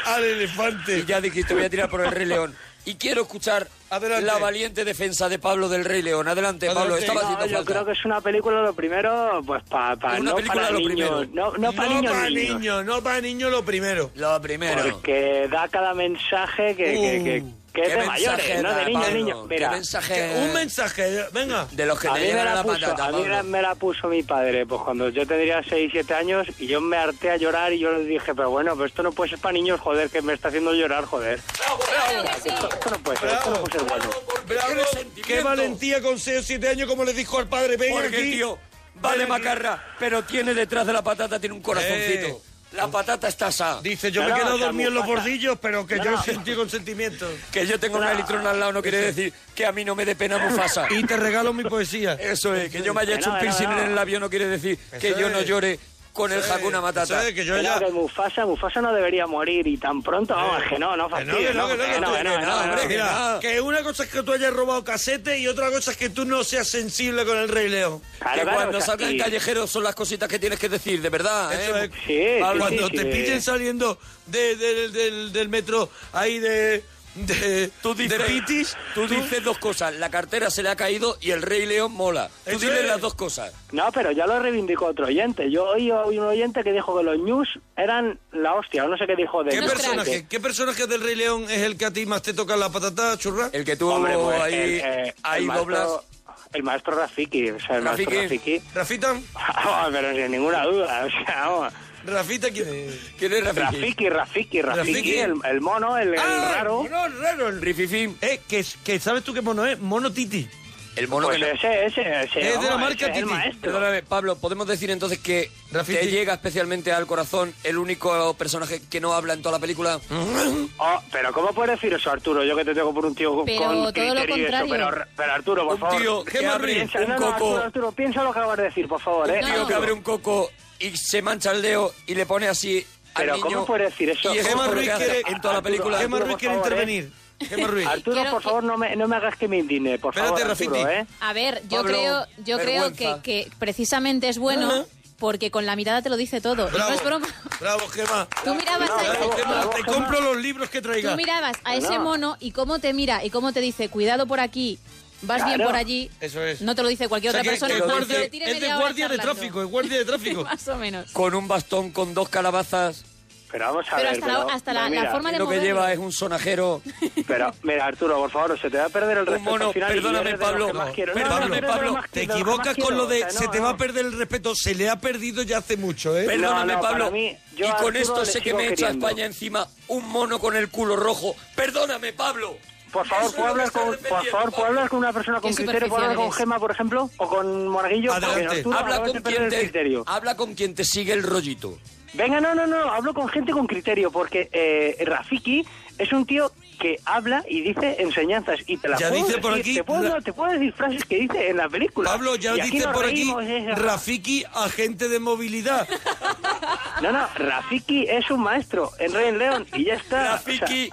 S2: al elefante?
S3: Y ya dijiste, voy a tirar por el Rey León. Y quiero escuchar
S2: Adelante. Ah,
S3: la valiente defensa de Pablo del Rey León. Adelante, Pablo.
S9: No,
S3: Estaba haciendo
S9: yo
S3: falta.
S9: creo que es una película lo primero, pues pa, pa-
S3: Una
S9: no
S3: película
S9: para
S3: lo
S9: niños,
S3: primero.
S9: no, no para niños,
S2: pa'
S9: niños.
S2: niños, no para niños lo primero.
S3: Lo primero.
S9: Porque da cada mensaje que, que-
S3: Uh,
S9: que- que es
S2: qué
S9: de mayores,
S2: mensaje
S9: no de
S2: da,
S9: niños,
S2: Pablo,
S9: niños.
S2: qué
S9: Mira,
S2: mensaje- Un mensaje, venga.
S3: De los que
S9: a
S3: te
S9: mí me
S3: llevan
S9: la
S3: la
S9: puso-
S3: patata,
S9: a mí
S3: Pablo.
S9: me la puso mi padre, pues cuando yo tendría 6, 7 años y yo me harté a llorar y yo le dije, pero bueno, pero esto no puede ser para niños, joder, que me está haciendo llorar, joder. <laughs> Pues, Esto, esto no puede ser, esto no puede ser bueno.
S2: Bravo, qué valentía con 6 o 7 años, como le dijo al padre. Venga
S3: Porque
S2: aquí.
S3: el tío va de macarra, pero tiene detrás de la patata tiene un corazoncito.
S2: Eh.
S3: La patata está sa.
S2: Dice, yo me he quedado dormido en los bordillos, pero que yo he sentido consentimiento.
S3: Que yo tengo una litrona al lado no quiere decir que a mí no me dé
S2: <laughs>
S9: <laughs>
S3: pena Mufasa.
S2: Y te regalo mi poesía.
S3: Eso es, que yo me haya
S2: Que
S3: hecho
S2: no,
S3: un
S2: que no,
S3: piercing
S2: no.
S3: en el labio no quiere decir que
S2: Eso
S3: yo no
S2: es.
S3: llore con el
S2: Eso es,
S3: Hakuna Matata.
S2: eso es, que yo Eh,
S9: Mira, que Mufasa, Mufasa no debería morir y tan pronto, vamos, que no, no
S2: Que no,
S9: fastidies,
S2: que no, que no, que
S9: que
S2: tú-
S9: no, que no, que no, que no.
S2: Mira, que una cosa es que tú hayas robado casete y otra cosa es que tú no seas sensible con el Rey León.
S3: que cuando salgan callejeros son las cositas que tienes que decir, de verdad.
S2: Eso
S3: ¿eh?
S2: es. Ah, cuando te pillen saliendo de- de- del, del metro ahí de, de,
S3: Tú dices,
S2: de Pitis,
S3: tú dices dos cosas. La cartera se le ha caído y el Rey León mola. Tú
S9: Eso
S3: diles
S9: es.
S3: las dos cosas.
S9: No, pero ya lo reivindicó otro oyente. Yo oí a un oyente que dijo que los news eran la hostia, o no sé qué dijo de
S2: ¿Qué
S9: ellos.
S2: personaje, ¿Qué personaje del Rey León es el que a ti más te toca la patata, churra?
S3: El que tú
S9: Hombre, pues, el, eh, el maestro, el maestro Rafiki, o sea, el maestro
S2: Rafiki.
S9: Rafiki.
S2: ¿Rafita?
S9: <laughs> Vamos, pero sin ninguna duda, o sea, vamos.
S2: ¿Rafita quién
S9: Eh,
S2: es?
S3: ¿Quién es
S9: Rafiki, Rafiki, Rafiki,
S2: Rafiki.
S9: El, el mono, el, el
S2: Ah,
S9: raro.
S2: el mono raro, el
S3: rififín.
S2: Eh, que, que sabes tú qué mono es, mono Titi.
S3: El mono
S9: Pues
S3: que no-
S9: ese, ese, ese.
S3: Es de la
S9: vamos, ese
S3: marca <laughs>
S9: es el
S3: Titi.
S9: maestro.
S3: Perdóname, Pablo, ¿podemos decir entonces que te llega especialmente al corazón el único personaje que no habla en toda la película?
S9: Oh, pero ¿cómo puedes decir eso, Arturo? Yo que te tengo por un tío con,
S3: Pero
S9: con
S3: todo lo
S9: criterio y eso.
S3: contrario.
S9: Pero, pero Arturo, por
S3: Un
S9: favor.
S3: tío que
S9: piensa-
S3: abre
S9: piensa-
S3: un
S9: no, no,
S3: coco.
S9: Arturo, Arturo, piensa lo que acabas de decir, por favor, ¿eh?
S3: Un tío que
S9: Arturo.
S3: abre un coco y se mancha el dedo y le pone así al
S9: Pero
S3: niño.
S9: ¿cómo puedes decir eso?
S3: Y eso
S9: Gemma
S3: es lo que
S9: Ruiz
S3: hace
S9: quiere-
S3: en toda la
S9: Arturo,
S3: película.
S9: Gemma Arturo, Ruiz por quiere favor, intervenir.
S3: ¿eh?
S9: Arturo,
S5: Quiero
S9: por favor, no me, no me hagas que me indigne, por
S2: Espérate,
S9: favor, Arturo,
S2: Rafiki.
S9: ¿eh?
S5: A ver, yo
S9: Pablo,
S5: creo, yo creo que,
S9: vergüenza.
S5: que precisamente es bueno porque con la mirada te lo dice todo. Y
S2: Bravo.
S5: no es broma.
S2: Bravo, Gemma.
S5: Tú mirabas a
S2: Bravo,
S5: ese-
S2: Gemma, Te compro los libros que traigas.
S5: Tú mirabas a ese mono y cómo te mira y cómo te dice, cuidado por aquí, vas bien
S2: Claro.
S5: por allí. <laughs>
S2: Eso es.
S5: No te lo dice cualquier
S2: O sea,
S5: otra
S2: que-
S5: persona.
S2: que
S5: aunque
S2: guardia-
S5: se tire
S2: es de
S5: media hora
S2: guardia de
S5: charlando.
S2: tráfico, es guardia de
S5: <laughs>
S2: tráfico.
S5: Más o menos.
S3: Con un bastón, con dos calabazas.
S9: Pero vamos
S5: a Pero ver, hasta la- pero- hasta la- pero la mira, forma de
S3: Lo que
S5: moverlo.
S3: lleva es un sonajero. <laughs> ¿Eh?
S9: Pero, mira, Arturo, por favor, se te va a perder el
S3: Un
S9: respeto
S3: mono,
S9: al final y
S3: perdóname,
S9: eres de los
S3: Pablo,
S9: que más quiero. No, no, no,
S2: Perdóname,
S9: eres de los
S2: Pablo,
S9: más
S2: te
S9: quiero, de los que
S2: equivocas
S9: más
S2: con lo de
S9: quiero, o sea,
S2: se
S9: no,
S2: te va a
S9: no.
S2: perder el respeto. Se le ha perdido ya hace mucho, ¿eh?
S3: Perdóname,
S9: No, no,
S3: Pablo.
S9: para mí, yo
S3: y
S9: a
S3: con
S9: Arturo
S3: esto
S9: le
S3: sé que
S9: sigo
S3: me echa
S9: queriendo.
S3: España encima un mono con el culo rojo. Perdóname, Pablo.
S9: Por favor, ¿puedo
S3: Eso es lo que
S9: hablar,
S3: estoy
S9: con, por
S3: defendiendo,
S9: favor, ¿puedo hablar con una persona con
S3: Qué
S9: criterio? ¿Puedo hablar con
S3: superficial
S9: Gema, por ejemplo? ¿O con Monaguillo? Porque
S3: Adelante.
S9: Arturo,
S3: habla,
S9: acabas de
S3: con
S9: perder
S3: quien
S9: el
S3: te,
S9: criterio.
S3: habla con quien te sigue el rollito.
S9: Venga, no, no, no, hablo con gente con criterio, porque eh, Rafiki es un tío que habla y dice enseñanzas y te las
S2: Ya
S9: puedo
S2: dice por
S9: decir,
S2: aquí-
S9: te puedo, te puedo decir frases que dice en la película.
S2: Pablo, ya
S9: Y aquí
S2: dice
S9: nos
S2: por aquí
S9: reímos, eh, eh.
S2: Rafiki, agente de movilidad.
S9: No, no, Rafiki es un maestro en Rey León y ya está.
S3: Rafiki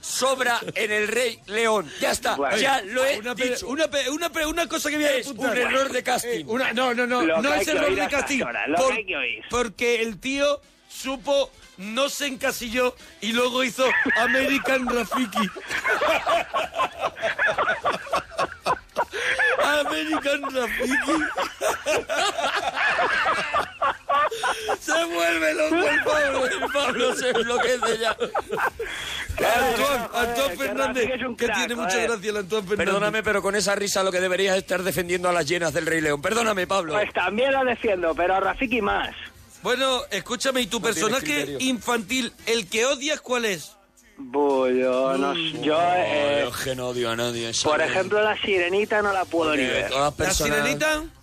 S3: sobra en el Rey León. Ya está,
S9: Bueno.
S3: ya lo he
S2: Una, pe-
S3: dicho.
S2: una, pe- una, pe- una cosa que voy a
S3: Es
S2: apuntar.
S3: un error de casting.
S2: Eh, una- no, no, no,
S3: Lo
S2: no
S3: que
S2: es
S3: hay que
S2: error
S3: oír a
S2: de
S3: estas
S2: casting.
S3: horas, lo que hay que oír.
S2: Porque el tío supo, no se encasilló y luego hizo
S3: <laughs>
S2: American Rafiki.
S3: <laughs>
S2: American Rafiki. se vuelve loco el Pablo. El Pablo se enloquece ya. Antoine, Antoine Fernández, que tiene mucha gracia el Antoine Fernández.
S3: Perdóname, pero con esa risa lo que deberías es estar defendiendo a las llenas del Rey León. Perdóname, Pablo.
S9: Pues también lo defiendo, pero a Rafiki más.
S2: Bueno, escúchame, ¿y tu personaje infantil, el que odias, cuál es?
S9: Bullo, no, yo, eh,
S3: Dios, que no odio a nadie.
S9: por
S3: ¿sabes?
S9: ejemplo, la sirenita no la puedo ni
S3: Porque
S9: ver.
S3: todas las personas-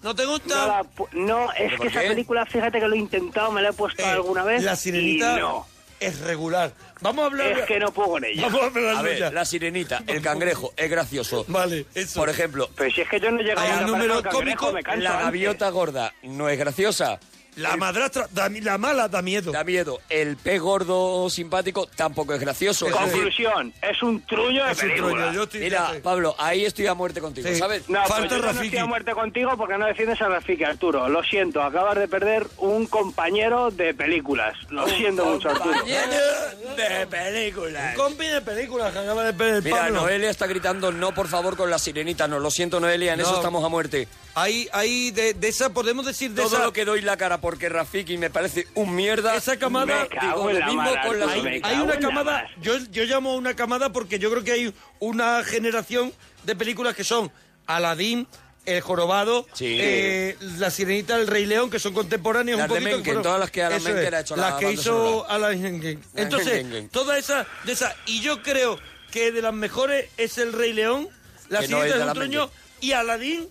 S2: ¿No te
S9: gusta? No, es
S2: ¿Pero
S9: que
S2: por
S9: esa
S2: qué? Eh,
S9: película, fíjate que lo he intentado, me la he puesto alguna vez.
S2: La sirenita
S9: ¿eh? y no.
S2: es regular. Vamos a hablar.
S9: Es que no puedo con ella.
S2: <laughs> Vamos a hablar
S3: A
S2: de
S3: ver,
S2: ella.
S3: la sirenita, el cangrejo, es gracioso.
S2: Vale, eso.
S3: Por ejemplo,
S9: Pero si es que yo no he llegado
S2: Hay
S9: a
S2: un
S9: la
S2: número
S9: persona del cangrejo,
S2: cómico,
S9: me canso
S3: la
S9: antes.
S3: gaviota gorda no es graciosa.
S2: La madrastra, da- la mala da miedo.
S3: Da miedo. El pez gordo simpático tampoco es gracioso. Es decir,
S9: Conclusión, es un truño de
S2: Es un
S9: película.
S2: truño, yo estoy-
S3: mira, Pablo, ahí estoy a muerte contigo,
S2: Sí.
S3: ¿sabes?
S9: No,
S2: Falta
S9: pues yo no
S2: Rafiki.
S9: estoy a muerte contigo porque no defiendes a Rafiki, Arturo. Lo siento, acabas de perder un compañero de películas. Lo siento mucho, Arturo.
S3: Lleno de películas.
S2: Compi de películas que acaba de ver el
S3: Mira,
S2: Pablo.
S3: Noelia está gritando no, por favor, con la sirenita. No, lo siento, Noelia, en
S2: No.
S3: eso estamos a muerte.
S2: Ahí, ahí, de, de esa, podemos decir de
S3: Todo
S2: esa.
S3: lo que doy la cara porque Rafiki me parece un mierda.
S2: Esa camada-
S3: me cago
S9: Digo,
S3: en
S9: lo
S3: la
S9: mismo
S3: mar,
S9: con la-
S3: Arturo,
S9: me
S3: me
S2: hay
S9: cago
S2: una
S9: en la
S2: camada,
S9: mar.
S2: yo, yo llamo una camada porque yo creo que hay una generación de películas que son Aladín, El Jorobado,
S3: Sí.
S2: eh, La Sirenita, El Rey León, que son contemporáneas
S3: Las
S2: un
S3: de
S2: poquito.
S3: Mencken,
S2: fueron-
S3: todas las que Alan
S2: Eso es,
S3: Menken ha hecho la
S2: Las que
S3: banda
S2: hizo
S3: sonora.
S2: Alan Menken.
S3: Alan
S2: Entonces,
S3: Menken.
S2: todas esas, de esas, y yo creo que de las mejores es El Rey León, La
S3: Que no es
S2: Sirenita
S3: de
S2: es un
S3: Alan
S2: truño y Aladín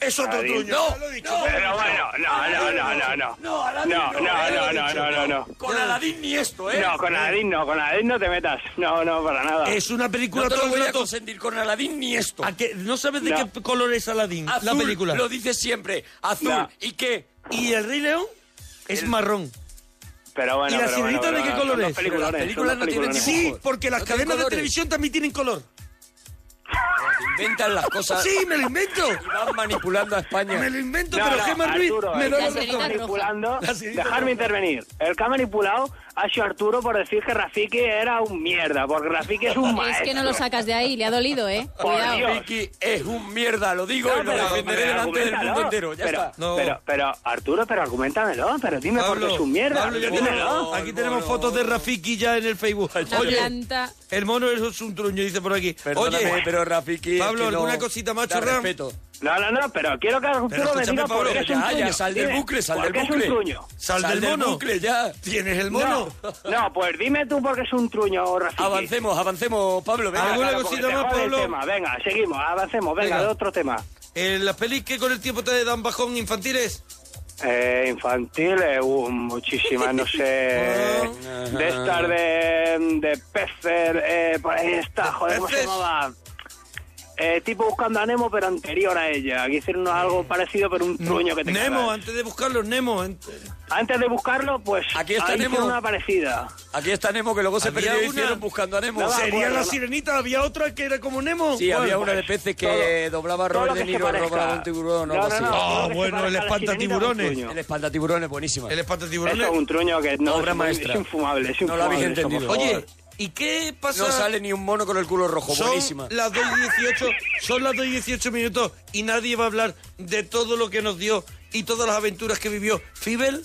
S2: es otro
S9: Aladín.
S2: truño.
S9: No,
S2: Ya lo he dicho, ya lo he
S9: Pero
S2: dicho.
S9: bueno, no, no, no, no, no. No, no, no, no, no, no, no.
S3: Con Aladín ni esto, ¿eh?
S9: No, con Aladín no, con Aladín no te metas. No, no, para nada.
S2: Es una película
S3: No te lo
S2: todo el
S3: voy a
S2: rato-
S3: consentir con Aladín ni esto.
S2: ¿A que ¿No sabes de
S9: No.
S2: qué color es Aladín?
S3: Azul,
S2: la película.
S3: Lo dices siempre. Azul.
S9: No.
S3: ¿Y qué?
S2: ¿Y el Rey León? Es marrón.
S9: Pero bueno,
S2: ¿Y la
S9: pero bueno,
S2: sirenita de
S9: pero
S2: qué
S9: bueno,
S2: color
S9: son dos
S2: es?
S9: películas,
S3: Pero las
S9: son
S3: películas
S9: dos
S3: no tienen
S9: películas.
S3: ni-
S2: Sí, porque las
S3: No tiene
S2: cadenas de
S3: colores.
S2: televisión también tienen color.
S3: Inventan las cosas.
S2: Sí, me lo invento.
S3: Y van manipulando a España.
S2: Me lo invento,
S9: No,
S2: pero
S9: no,
S2: Gemma Ruiz
S9: Arturo,
S2: me
S9: el
S2: da
S9: que
S2: la
S9: ha estado
S5: sirenita
S2: razón.
S5: roja.
S9: manipulando,
S2: La sirenita
S9: dejarme
S2: roja.
S9: intervenir. El que ha manipulado ha sido Arturo por decir que Rafiki era un mierda, porque Rafiki es un
S5: <laughs> Es
S9: maestro.
S5: que no lo sacas de ahí, le ha dolido, ¿eh?
S9: Por
S5: Cuidado.
S9: Dios.
S3: Vicky es un mierda, lo digo
S9: No,
S3: y lo defenderé delante del
S9: argumentalo.
S3: mundo entero. Ya
S9: pero,
S3: está.
S2: No.
S9: pero, pero, Arturo, pero argumentamelo, pero dime por qué es un mierda.
S2: Pablo, ya
S9: dímelo.
S2: tenemos- aquí tenemos fotos de Rafiki ya en el Facebook.
S5: Una
S2: Oye,
S5: planta.
S2: el mono es un truño, dice por aquí.
S3: Perdóname,
S2: Oye,
S3: pero Rafiki.
S2: Pablo,
S3: es que no-
S2: ¿alguna cosita más,
S3: da
S2: chorra?
S3: respeto.
S9: No, no, no, pero quiero que Arturo me
S2: escúchame,
S9: diga por
S2: Pablo,
S9: qué es un
S3: ya, ya,
S9: truño.
S3: sal del
S9: Dime,
S3: bucle, sal
S9: ¿por
S3: del
S9: qué es un
S3: bucle.
S9: truño?
S2: sal del mono.
S3: bucle ya.
S2: ¿Tienes el
S9: No,
S2: mono?
S9: no, pues dime tú por qué es un truño, Rafiki. Ah,
S3: Avancemos, avancemos, Pablo. Venga,
S2: ¿Alguna
S9: Claro, porque
S2: cosita
S9: te
S2: más,
S9: jode el
S2: Pablo?
S9: tema. Venga, seguimos, avancemos, venga,
S2: Venga.
S9: de otro tema.
S2: Eh, ¿Las pelis que con el tiempo te dan bajón infantiles?
S9: Eh, infantil, eh, uh, muchísimas, no
S2: <laughs>
S9: sé. de estas de, de Pecer, eh, por ahí está, joder, ¿cómo se
S2: peces?
S9: llamaba? Eh, tipo buscando a Nemo, pero anterior a ella. Que hicieron algo parecido, pero un truño que te
S2: Mm. Nemo,
S9: cagas.
S2: antes de buscarlo, Nemo. ent-
S9: Antes de buscarlo, pues
S3: Aquí está
S9: ahí
S3: Nemo.
S9: hicieron una parecida.
S3: Aquí está Nemo, que luego se
S2: Había
S3: perdió y
S2: una- pues,
S3: hicieron buscando a Nemo.
S9: Nada,
S3: Sí,
S9: bueno,
S2: ¿Sería la
S9: no.
S2: sirenita? ¿Había otra que era como Nemo?
S3: Sí, había
S2: ¿Cuál?
S3: una de peces que Eh, doblaba a
S9: Todo lo
S3: Robert
S9: que
S3: De
S9: se
S3: Niro,
S9: parezca.
S3: doblaba a un tiburón o
S9: No,
S3: algo
S9: no,
S3: así.
S9: no, todo lo
S2: Ah,
S9: que se parezca a
S2: bueno, el
S9: la sirenita es un
S2: espantatiburones.
S9: truño.
S3: El espantatiburón es buenísima.
S2: El espantatiburones.
S9: Eso es un truño que no,
S3: Obra
S9: es, muy-
S3: maestra.
S9: es infumable, es
S3: No
S9: infumable.
S3: lo habéis
S9: somos
S3: entendido.
S9: todos.
S2: Oye, ¿y qué pasa?
S3: No sale ni un mono con el culo rojo,
S2: son
S3: buenísima.
S2: las 2 y 18, son las 2 y 18 minutos y nadie va a hablar de todo lo que nos dio y todas las aventuras que vivió Fibel.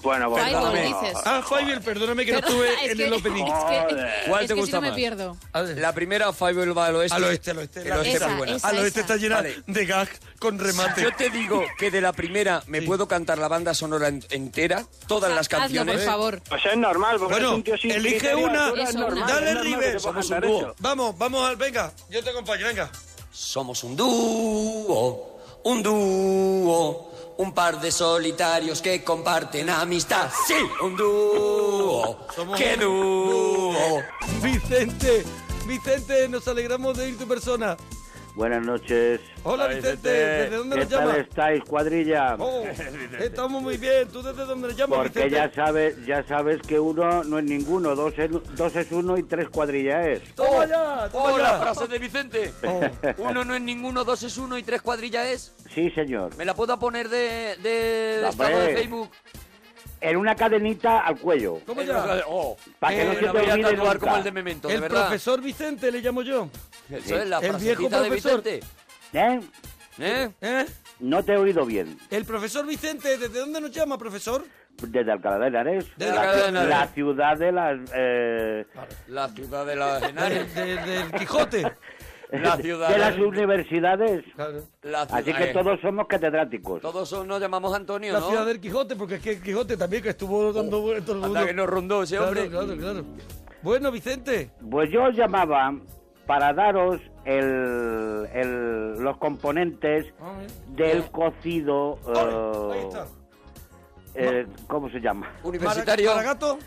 S9: Bueno, bueno,
S5: Fireball,
S9: bueno.
S5: dices.
S2: Ah, Fibel, perdóname que no
S5: Pero-
S2: estuve
S5: es
S2: en
S5: que-
S2: el opening.
S5: Es que,
S9: Joder.
S3: ¿Cuál
S5: es
S3: te
S5: que si
S3: gusta
S5: no me
S3: más?
S5: pierdo.
S2: A ver,
S3: La primera, Five va al oeste.
S2: Al oeste, al oeste.
S3: El
S2: La-
S3: oeste es
S5: Esa,
S3: muy buena.
S5: esa.
S2: Al oeste está llena
S3: Vale.
S2: de gag con remate.
S3: Yo te digo que de la primera me puedo cantar la banda sonora en- entera, todas las
S5: Hazlo,
S3: canciones.
S5: por favor.
S9: Pues es normal, porque
S2: Bueno,
S9: es un tío sin
S2: elige
S9: criterio,
S2: una,
S9: Arturo, es
S5: Eso,
S9: normal,
S5: una.
S9: es
S2: Dale,
S9: normal que
S2: River.
S9: te puedas
S3: Somos un
S9: cantar
S3: dúo.
S9: eso.
S2: Vamos, vamos al. Venga, yo te acompaño, venga.
S3: Somos un dúo, un dúo, un par de solitarios que comparten amistad. Sí, un dúo,
S2: Somos
S3: qué
S2: un
S3: dúo.
S2: Vicente, Vicente, nos alegramos de ir tu persona.
S11: Buenas noches.
S2: Hola Vicente, ¿desde dónde
S11: ¿Qué
S2: nos
S11: tal
S2: llamas?
S11: estáis, cuadrilla? <laughs>
S2: Oh, estamos muy bien, ¿tú desde dónde nos llamas
S11: Porque
S2: Vicente?
S11: ya sabes, ya sabes que uno no es ninguno, dos es, dos es uno y tres cuadrilla es.
S2: ¡Toma ya! ¡Toma
S3: Oh, la
S2: ya! Oh.
S3: frase de Vicente. Uno no es ninguno, dos es uno y tres cuadrillas es.
S11: Sí, señor.
S3: ¿Me la puedo poner de, de
S11: Hombre.
S3: estado de Facebook?
S11: En una cadenita al cuello,
S2: ¡Toma ya!
S3: Oh,
S11: para que
S2: Eh,
S11: no
S3: me
S11: se
S3: la
S11: te
S3: voy a
S11: olvide
S3: tatuar
S11: nunca.
S3: como el de Memento, de
S2: El
S3: verdad.
S2: profesor Vicente le llamo yo.
S3: Eso es la
S2: El viejo
S3: frasecita de
S2: profesor.
S3: Vicente.
S11: ¿Eh?
S3: ¿Eh?
S2: ¿Eh?
S11: No te he oído bien.
S2: El profesor Vicente, ¿desde dónde nos llama, profesor?
S11: Desde Alcalá de Henares.
S2: Desde
S11: la,
S3: Alcalá de Henares.
S11: la ciudad de las... eh,
S3: La ciudad de las
S2: De-
S11: <laughs>
S3: Henares.
S2: de- del Quijote.
S3: La ciudad.
S11: de las universidades.
S3: La
S11: Así
S3: ciudad-
S11: que todos somos catedráticos.
S3: Todos son- nos llamamos Antonio,
S2: La
S3: ¿no? Oh,
S2: ciudad del Quijote, porque es que el Quijote también que estuvo dando vueltas al
S3: anda
S2: mundo.
S3: que nos rondó ese
S2: Claro,
S3: hombre.
S2: Claro, claro. Bueno, Vicente.
S11: Pues yo os llamaba para daros el, el- los componentes
S2: Ah,
S3: Ah.
S11: del cocido. eh, eh, ¿Cómo se llama?
S3: Universitario. ¿Para- para
S2: gato?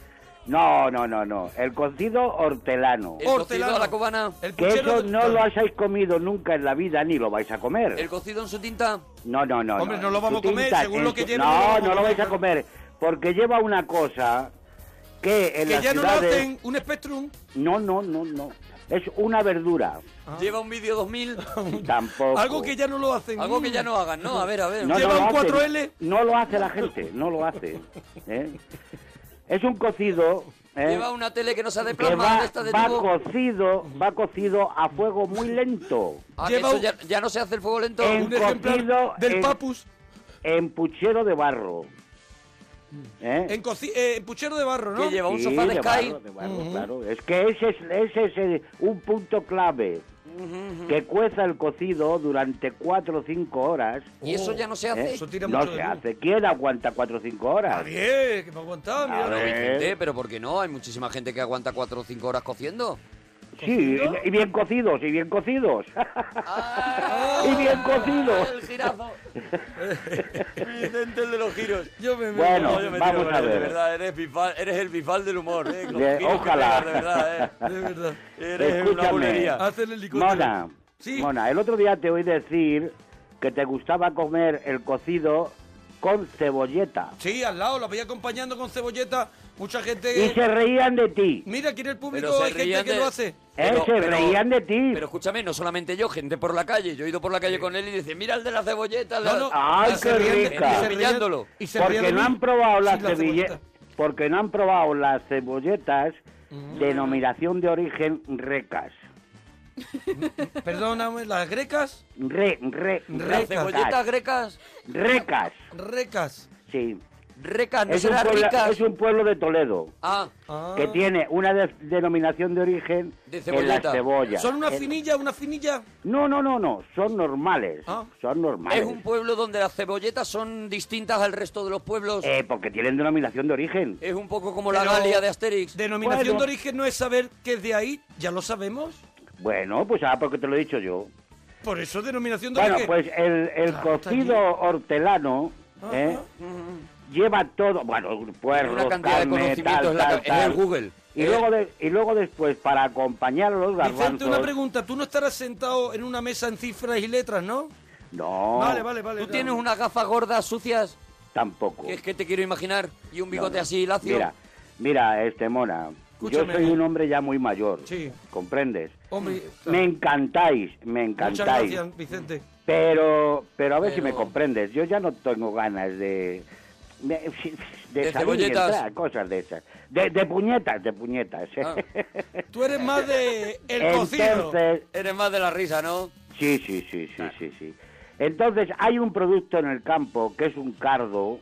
S11: No, no, no, no. El cocido hortelano.
S3: El cocido a la cubana. El
S11: Que eso no lo hayáis comido nunca en la vida ni lo vais a comer.
S3: El cocido en su tinta.
S11: No, no, no.
S3: Hombre, no
S11: en
S3: lo vamos
S11: su
S3: a comer,
S11: tinta,
S3: según
S11: en
S3: lo que
S11: su-
S3: lleve, no lo
S11: No,
S3: vamos a
S11: no lo vais a comer. Porque lleva una cosa que en
S2: Que
S11: las
S2: ya no lo
S11: ciudades-
S2: hacen un Spectrum.
S11: No, no, no, no. Es una verdura.
S3: Lleva un vídeo 2000.
S11: <laughs> Tampoco.
S2: Ah. Algo que ya no lo hacen.
S3: Algo que ya no hagan, ¿no? A ver, a ver.
S11: No, ¿Eh? no
S3: Lleva
S11: lo
S3: un
S11: hacen.
S3: 4L.
S11: No lo hace la gente, no lo
S3: <laughs>
S11: hace. ¿eh? Es un cocido. ¿eh?
S3: Lleva una tele que no sea de
S11: que
S3: plasma,
S11: va,
S3: de esta de
S11: va
S3: tubo.
S11: cocido, va cocido a fuego muy lento.
S3: Ah, que eso ya, ya no se hace el fuego lento.
S11: en cocido en- En puchero de barro. ¿eh?
S2: En, coci- eh, en puchero de barro, ¿no?
S11: Sí, barro, de barro, claro. Es que ese es, ese es el- un punto clave. Que cueza el cocido durante 4 o 5 horas. ¿Eh?
S3: Y eso ya no se hace. Eso tira
S11: no
S3: mucho
S11: se
S3: de luz.
S11: hace. ¿Quién aguanta 4 o 5 horas?
S2: Bien, que me ha aguantado. mira.
S11: ver.
S3: Vicente, pero ¿por qué no? Hay muchísima gente que aguanta 4 o 5 horas cociendo.
S11: Sí, y bien cocidos, y bien cocidos.
S3: Ah.
S11: <laughs> y bien cocidos.
S3: El girazo. Vicente, <laughs> el de los giros.
S2: Yo me
S11: Bueno,
S3: yo me
S11: vamos
S3: tiro con
S11: a
S3: él, De
S11: ver.
S3: verdad, eres, bifal- eres el bifal del humor. eh, con
S11: Eh,
S3: los giros que
S11: ojalá.
S3: pegas, de verdad,
S11: <laughs>
S3: eh.
S2: De verdad.
S3: Eres una
S11: Escúchame,
S3: bulería.
S11: Mona, Mona, el otro día te oí decir que te gustaba comer el cocido con cebolleta.
S2: Sí, al lado, la veía acompañando con cebolleta. Mucha gente.
S11: Y se reían de ti.
S2: Mira, aquí en el público
S3: Pero se
S2: hay gente
S3: reían
S2: que
S3: de-
S2: lo hace.
S11: Eh, se reían de ti.
S3: Pero escúchame, no solamente yo, gente por la calle. Yo he ido por la calle con él y dice, mira el de la cebolleta. la-
S11: ¡Ay,
S3: la-
S11: qué rica!
S3: Humillándolo.
S11: Porque no han probado las cebolletas. Porque no han probado las cebolletas denominación de origen recas.
S2: Perdóname, las grecas.
S11: Re, re,
S2: Las cebolletas
S3: grecas.
S11: Recas.
S2: Recas.
S11: Sí.
S3: Recas,
S11: Es un, pueblo, es un pueblo de Toledo
S3: Ah.
S11: que tiene una de- denominación de origen en las cebollas.
S2: ¿Son una
S11: En-
S2: finilla, una finilla?
S11: No, no, no, no. Son normales.
S2: Ah.
S11: Son normales.
S3: Es un pueblo donde las cebolletas son distintas al resto de los pueblos.
S11: Eh, porque tienen denominación de origen.
S3: es un poco como la
S2: Pero-
S3: Galia de Asterix.
S2: Denominación
S11: Bueno.
S2: de origen no es saber que es de ahí, ya lo sabemos.
S11: Bueno, pues ahora porque te lo he dicho yo.
S2: Por eso denominación de
S11: Bueno,
S2: origen.
S11: pues el, el
S2: Claro, Ah, está Ah,
S11: cocido hortelano ¿eh? lleva todo, bueno, puerros,
S3: Una cantidad de
S11: carne,
S3: conocimientos
S11: tal,
S3: en la
S11: tal,
S3: ca- en el
S11: tal.
S3: Google.
S11: Y,
S3: Eh.
S11: luego de- y luego después, para acompañar a los
S2: Vicente,
S11: garbanzos...
S2: una pregunta. Tú no estarás sentado en una mesa en cifras y letras, ¿no?
S11: No,
S2: Vale, vale, vale.
S3: Tú tienes unas gafas gordas, sucias,
S11: tampoco.
S3: que es que te quiero imaginar, y un bigote
S11: No, no.
S3: así lacio.
S11: Mira, mira, este Mona,
S3: Escúchame.
S11: yo soy un hombre ya muy mayor, ¿comprendes?
S2: Hombre,
S11: Me encantáis, me
S2: muchas
S11: encantáis.
S2: gracias, Vicente.
S11: Pero, pero a ver si me
S2: Pero-
S11: comprendes. Yo ya no tengo ganas de. eh, De, de
S2: De
S11: salir y
S2: cebolletas.
S11: entrar, cosas de esas. De, de puñetas, de puñetas. ¿eh?
S3: Ah.
S11: <laughs>
S2: Tú eres más de el cocido.
S11: Entonces,
S3: Eres más de la risa, ¿no?
S11: sí, sí, sí, sí, sí, sí. Entonces, hay un producto en el campo que es un cardo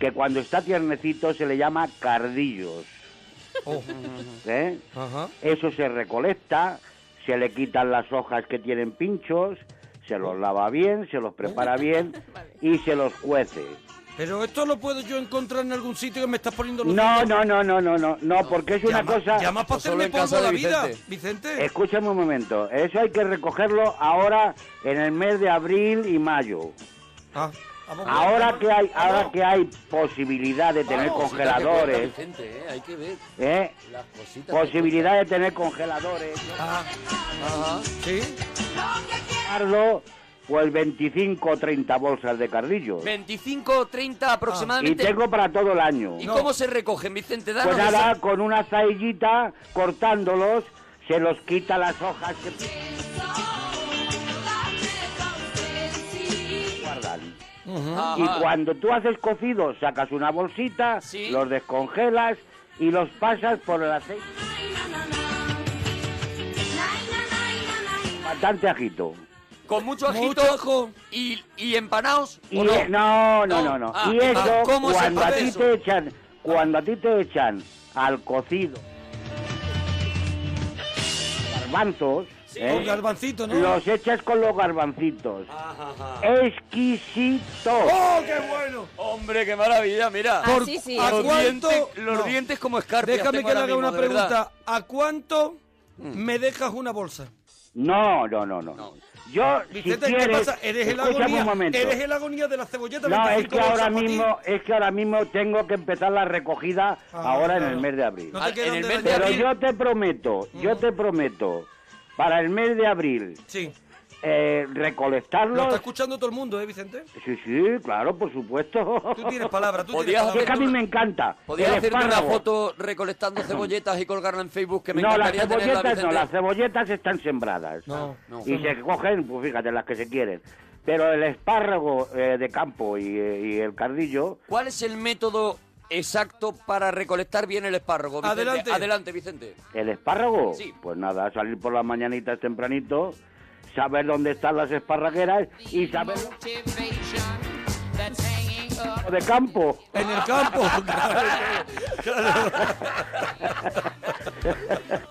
S11: que cuando está tiernecito se le llama cardillos.
S2: Oh.
S3: Oh.
S11: ¿eh? Eso se recolecta, se le quitan las hojas que tienen pinchos, se los lava bien, se los
S2: <laughs>
S11: prepara bien y se los cuece.
S2: Pero esto lo puedo yo encontrar en algún sitio que me estás poniendo los
S11: No,
S2: dientes.
S11: no, no, no, no, no, no, porque es una
S2: Llama-
S11: cosa. Eh,
S2: Llamas
S3: Pues
S2: para hacerme polvo la vida, Vicente.
S11: Escúchame un momento, eso hay que recogerlo ahora en el mes de abril y mayo. Ahora que hay, ahora que hay posibilidad de tener
S3: Cositas que cuenta
S11: congeladores,
S3: Vicente, ¿eh? Hay que ver
S11: ¿eh?
S3: las cositas. que Ah,
S11: posibilidad de tener congeladores.
S3: Ajá.
S2: Sí.
S11: Cardo, pues 25 o 30 bolsas de cardillos.
S3: 25 o
S2: Ah.
S3: 30
S11: Pues. Y
S3: aproximadamente.
S11: tengo para todo el año.
S3: ¿Y cómo se recogen, Vicente? Danos
S11: Pues nada,
S3: eso.
S11: con una zaillita, cortándolos, se los quita las hojas que guardan.
S3: Ajá.
S11: Y cuando tú haces cocido, sacas una bolsita, los descongelas y los pasas por el aceite. Bastante ajito.
S3: Con mucho ajito Y, y empanaos.
S11: Y,
S3: ¿o no?
S11: eh, no, no, no, no.
S3: Ah,
S11: y eso,
S3: ah, ¿cómo se
S11: cuando a
S3: hace
S11: ti
S3: eso?
S11: te echan, cuando a ti te echan al cocido garbanzos, ¿eh?
S2: Con garbancito, ¿no? Ah.
S11: Los echas con los garbancitos. Eh, Exquisito.
S2: ¡Oh, qué bueno!
S3: Hombre, qué maravilla, mira.
S2: Por- Así Ah, sí. ¿a
S3: Los,
S2: cuánto-
S3: dientes, los
S2: no.
S3: dientes como escarpias.
S2: Déjame
S3: tengo
S2: que le
S3: ahora
S2: haga
S3: mismo,
S2: una
S3: de verdad. Mm.
S2: pregunta. ¿A cuánto me dejas una bolsa?
S11: No, no, no, no. Yo, si
S2: Ah, Vicente,
S11: quieres,
S2: ¿qué pasa? Eres el
S11: escúchame un
S2: agonía.
S11: momento.
S2: Eres el agonía de la cebolleta.
S11: No, es
S2: 25
S11: que ahora
S2: bolsas para ti.
S11: mismo, es que ahora mismo tengo que empezar la recogida
S2: Ah,
S11: ahora en
S2: claro.
S11: el mes de abril.
S2: No te Ah, queda en el donde Mm. mes de
S11: Pero
S2: abril.
S11: yo te prometo, yo te prometo, para el mes de abril, eh,
S2: Lo está
S11: recolectarlos.
S2: escuchando todo el mundo, ¿eh, Vicente?
S11: Sí, sí, claro, por supuesto.
S2: Tú tienes palabra, tú tienes
S3: Podías palabra.
S11: Es que a mí me encanta.
S3: ¿Podrías
S11: el
S3: hacerme una
S11: espárrago.
S3: foto recolectando cebolletas y colgarla en Facebook? Que me
S11: no, las
S3: encantaría tenerla,
S11: cebolletas no,
S3: Vicente.
S11: las cebolletas están sembradas.
S3: No, no.
S11: Y se cogen, pues fíjate, las que se quieren. Pero el espárrago eh, de campo y, eh, y el cardillo,
S3: ¿Cuál es el método exacto para recolectar bien el espárrago, Vicente?
S2: Adelante.
S3: Adelante, Vicente.
S11: el espárrago,
S3: Sí.
S11: pues nada, salir por las mañanitas tempranito, saber dónde están las esparragueras y saber lo de campo.
S2: En el
S3: <laughs>
S2: campo. <laughs>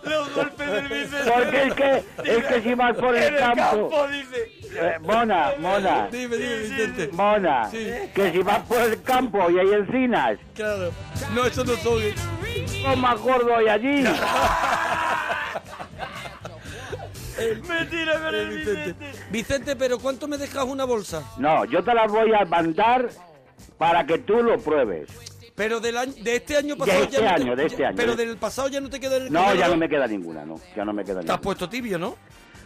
S3: Los golpes del Vicente.
S11: Porque es que, es que si vas por el campo... Eh, mona, mona.
S2: Dime, dime, Vicente.
S11: Mona,
S2: Sí.
S11: que si vas por el campo y hay encinas,
S2: Claro. No, eso no soy. Oh,
S11: lo más gordo hay allí.
S2: Me tira con el Vicente. Vicente, pero ¿cuánto me dejas una bolsa?
S11: No, yo te las voy a mandar para que tú lo pruebes.
S2: Pero del año, de este año pasado
S11: este
S2: ya no
S11: año,
S2: te,
S11: de este
S2: ya-
S11: año.
S2: Pero del pasado ya no te queda en el
S11: No, ya
S2: congelador.
S11: no me queda ninguna, no, ya no me queda
S2: Te has
S11: ninguna.
S2: puesto tibio, ¿no?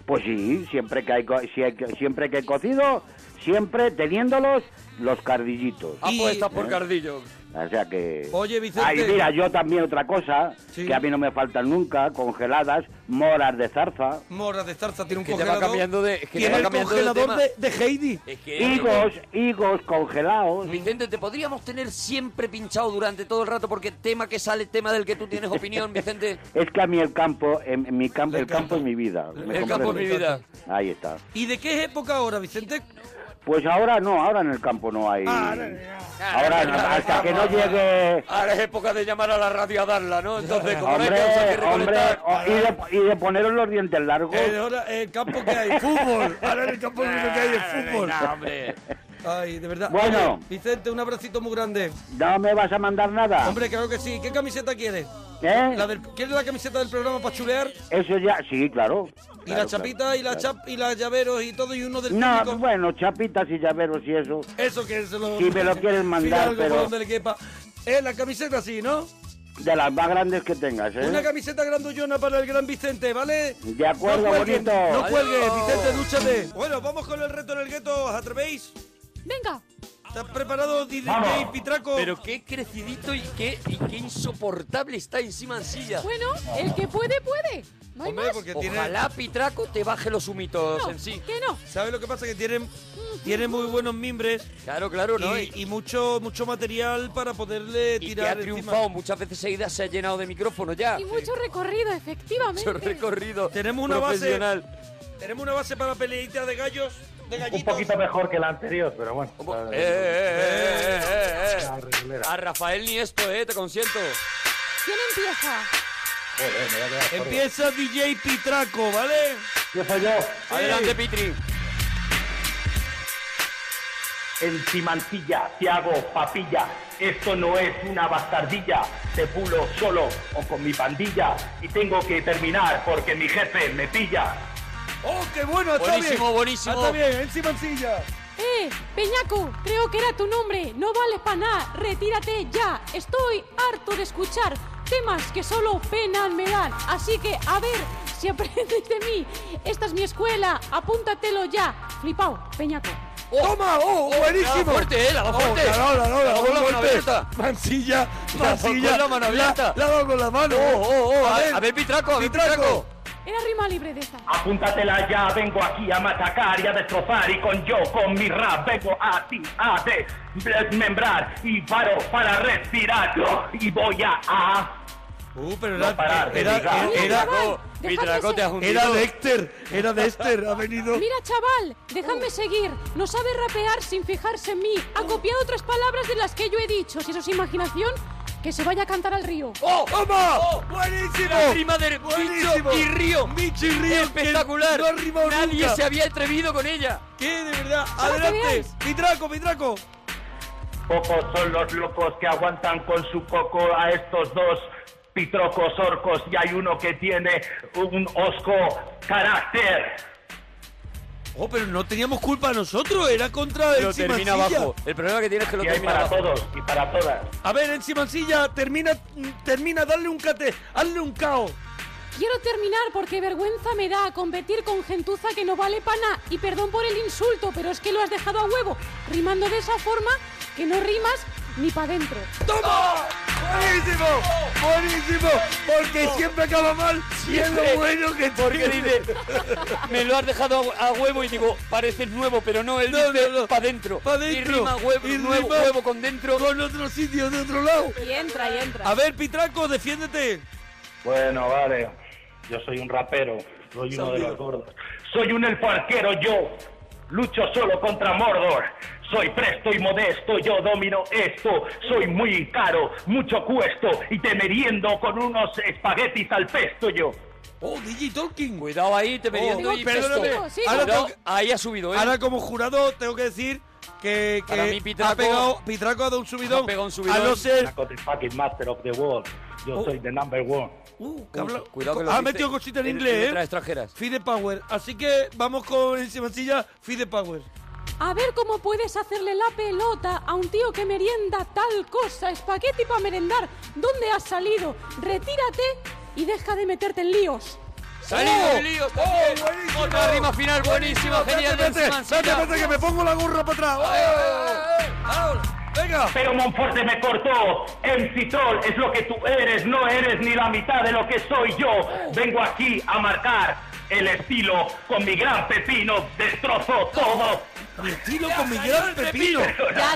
S11: Pues sí, siempre que hay, co- si hay que- siempre que he cocido, siempre teniéndolos los cardillitos.
S3: Apuestas Ah, pues por
S11: ¿Eh?
S3: cardillo.
S11: O sea que.
S2: Oye, Vicente.
S11: Ay, mira, yo también otra cosa que a mí no me faltan nunca, congeladas, moras de zarza,
S2: Mora de zarza tiene un
S3: que ya va
S2: congelador.
S3: cambiando de- es que
S2: tiene
S3: ya va
S2: el
S3: cambiando de tema.
S2: congelador de, de Heidi.
S3: Es que-
S11: higos, higos congelados.
S3: Vicente, te podríamos tener siempre pinchado durante todo el rato porque tema que sale, tema del que tú tienes opinión, Vicente.
S11: Es que a mí el campo, en, en mi campo, el campo es mi vida. ¿me
S3: El campo es mi
S11: comprendes?
S3: vida.
S11: Ahí está.
S2: ¿Y de qué es época ahora, Vicente?
S11: Pues ahora no, ahora en el campo no hay.
S2: Ah,
S11: Ahora, hasta que no llegue.
S3: Ahora es época de llamar a la radio a darla, ¿no? Entonces, como no hay
S11: Hombre,
S3: causa que
S11: hombre,
S3: recolectar...
S11: o- oh, y de, y de poneros los dientes largos.
S2: Eh, ahora, el campo que hay, fútbol. Ahora en el campo lo único que hay es fútbol.
S3: No, hombre.
S2: Ay, de verdad.
S11: Bueno.
S2: Oye, Vicente, un abracito muy grande.
S11: No me vas a mandar nada.
S2: Hombre, claro que sí. ¿Qué camiseta quieres?
S11: ¿Eh?
S2: La del, ¿Quieres la camiseta del programa para chulear?
S11: Eso ya, sí, claro.
S2: Y
S11: Eh, Claro,
S2: la chapita
S11: claro,
S2: y la
S11: claro.
S2: chap y las llaveros y todo y uno del público.
S11: No, bueno, chapitas y llaveros y eso.
S2: Eso que se lo...
S11: Si me lo quieren mandar,
S2: Fidalgo, por
S11: pero-
S2: donde le quepa. Eh, la camiseta sí, ¿no?
S11: De las más grandes que tengas, ¿eh?
S2: Una camiseta grandullona para el gran Vicente, ¿vale?
S11: De acuerdo,
S2: no cuelgues,
S11: bonito.
S2: No cuelgues,
S11: Adiós.
S2: Vicente, dúchate. Bueno, vamos con el reto en el gueto, ¿os atrevéis?
S5: Venga.
S2: ¿Estás preparado, DJ
S3: Vamos.
S2: Pitraco?
S3: Pero qué crecidito y qué, y qué insoportable está encima en silla.
S5: Bueno, el que puede, puede. No hay
S2: Hombre,
S5: más.
S2: porque tiene-
S3: Ojalá Pitraco te baje los humitos
S5: No,
S3: en sí.
S5: que no.
S2: ¿Sabes lo que pasa? Que tienen, tienen muy buenos mimbres
S3: Claro, claro, ¿no?
S2: y, y mucho, mucho material para poderle
S3: Y que ha
S2: tirar
S3: triunfado
S2: encima.
S3: muchas veces seguidas, se ha llenado de micrófono ya.
S5: Y mucho recorrido, efectivamente.
S3: Mucho recorrido.
S2: Tenemos una base,
S3: profesional.
S2: tenemos una base para peleita de gallos, de gallitos.
S12: Un poquito mejor que la anterior, pero bueno.
S3: Eh, eh, eh, eh, eh. A Rafael ni esto, eh, te consiento.
S5: ¿Quién empieza?
S2: Empieza DJ Pitraco, ¿vale?
S12: Empiezo yo.
S3: Adelante, Pitri.
S12: En Cimantilla te hago papilla. Esto no es una bastardilla. Te pulo solo o con mi pandilla. Y tengo que terminar porque mi jefe me pilla.
S2: ¡Oh, qué bueno! Está
S3: Buenísimo,
S2: bien. Ah,
S3: buenísimo.
S2: Está bien, encima encilla.
S5: Eh, Peñaco, creo que era tu nombre. No vales para nada. Retírate ya. Estoy harto de escuchar temas que solo pena me dan. Así que, a ver si aprendes de mí. Esta es mi escuela. Apúntatelo ya. Flipao, Peñaco.
S2: ¡Toma! ¡Oh,
S3: La
S2: buenísimo!
S3: fuerte, eh, la fuerte.
S2: Oh, la no, la no, la
S3: La
S2: no,
S3: con la
S2: golpe.
S3: mano abierta.
S2: Mansilla,
S3: La
S2: mansilla.
S3: con la mano abierta.
S2: La, la hago con la mano.
S3: Oh, oh, oh, a- a ver, Pitraco, a ver, Pitraco.
S5: Era rima libre de esta.
S12: Apúntatela ya, vengo aquí a machacar y a destrozar y con yo, con mi rap, vengo a ti a desmembrar y paro para respirar y voy a... a-
S2: Uh, pero era...
S12: No parar de
S2: era,
S12: ligar.
S2: era, era,
S5: chaval, dejadme
S3: Pitraco, te has hundido.
S2: era Dexter, era Dexter, ha venido...
S5: Mira, chaval, déjame seguir. No sabe rapear sin fijarse en mí. Ha copiado otras palabras de las que yo he dicho. Si eso es imaginación, que se vaya a cantar al río.
S3: ¡Oh!
S2: ¡Toma!
S3: ¡Oh! ¡Buenísimo! La prima de
S2: Buenísimo.
S3: Micho y Río.
S2: Micho y Río,
S3: Espectacular.
S2: que no ha rimado
S3: Nadie
S2: nunca.
S3: se había atrevido con ella.
S2: ¿Qué? De verdad.
S3: Para que
S2: Adelante.
S3: veáis.
S2: Pitraco, Pitraco.
S12: Pocos son los locos que aguantan con su coco a estos dos pitrocos orcos y hay uno que tiene un osco carácter.
S2: Oh, pero no teníamos culpa nosotros, era contra
S3: Lo
S2: Encima
S3: termina
S2: Silla.
S3: abajo. El problema que tiene es que lo
S12: Y hay
S3: termina
S12: para
S3: abajo.
S12: todos y para todas.
S2: A ver, Encima Silla, termina, termina, dale un cate, hazle un cao.
S5: Quiero terminar porque vergüenza me da competir con gentuza que no vale pana y perdón por el insulto, pero es que lo has dejado a huevo, rimando de esa forma que no rimas ni pa' dentro.
S2: ¡Toma! ¡Buenísimo! ¡Buenísimo! Porque siempre acaba mal y es
S3: Siempre.
S2: lo bueno que
S3: Porque
S2: tiene.
S3: dice, me lo has dejado a a huevo y digo, pareces nuevo, pero no, él dice, pa' dentro.
S2: Pa'
S3: Y
S2: dentro.
S3: rima huevo,
S2: Y
S3: nuevo,
S2: rima
S3: huevo con dentro.
S2: Con otro sitio, de otro lado.
S5: Y entra, y entra.
S2: A ver, Pitraco, defiéndete.
S12: Bueno, vale. Yo soy un rapero. Soy uno de los gordos. Soy un elfo arquero yo. Lucho solo contra Mordor. Soy presto y modesto, yo domino esto. Soy muy caro, mucho cuesto y te meriendo con unos espaguetis al pesto yo.
S2: Oh, DJ Tolkien.
S3: Cuidado ahí, te meriendo
S2: Oh,
S3: y
S2: perdóname.
S3: pesto.
S5: sigo.
S2: Ahora,
S3: Cuidado,
S2: tengo que-
S3: ahí ha subido, ¿eh?
S2: ahora como jurado tengo que decir que, que
S3: Para mí Pitraco-
S2: ha pegado, Pitraco ha dado un subidón.
S3: Ha pegado un subidón.
S2: A no ser...
S12: Naco, the fucking master of the world. Yo
S2: Oh.
S12: soy the number one.
S2: Uh, que habla-
S3: Cuidado que lo
S2: ha
S3: dice
S2: metido cosita en
S3: en- en
S2: inglés,
S3: letras
S2: ¿eh?
S3: extranjeras.
S2: Fide Power. Así que vamos con encima silla, Fide Power.
S5: A ver cómo puedes hacerle la pelota a un tío que merienda tal cosa, espagueti para merendar. ¿Dónde has salido? Retírate y deja de meterte en líos.
S3: Salido de líos también.
S2: ¡Oh! buenísimo.
S3: Otra rima final buenísima, genial. de
S2: Vete,
S3: Encima
S2: vete, vete,
S3: Silla.
S2: vete, que me pongo la gorra para atrás. ¡Oh! Ahora, Venga.
S12: Pero Monforte me cortó. El Citrol es lo que tú eres, no eres ni la mitad de lo que soy yo. Vengo aquí a marcar el estilo con mi gran pepino. Destrozo todo.
S2: Mi estilo con mi gran pepino.
S5: Ya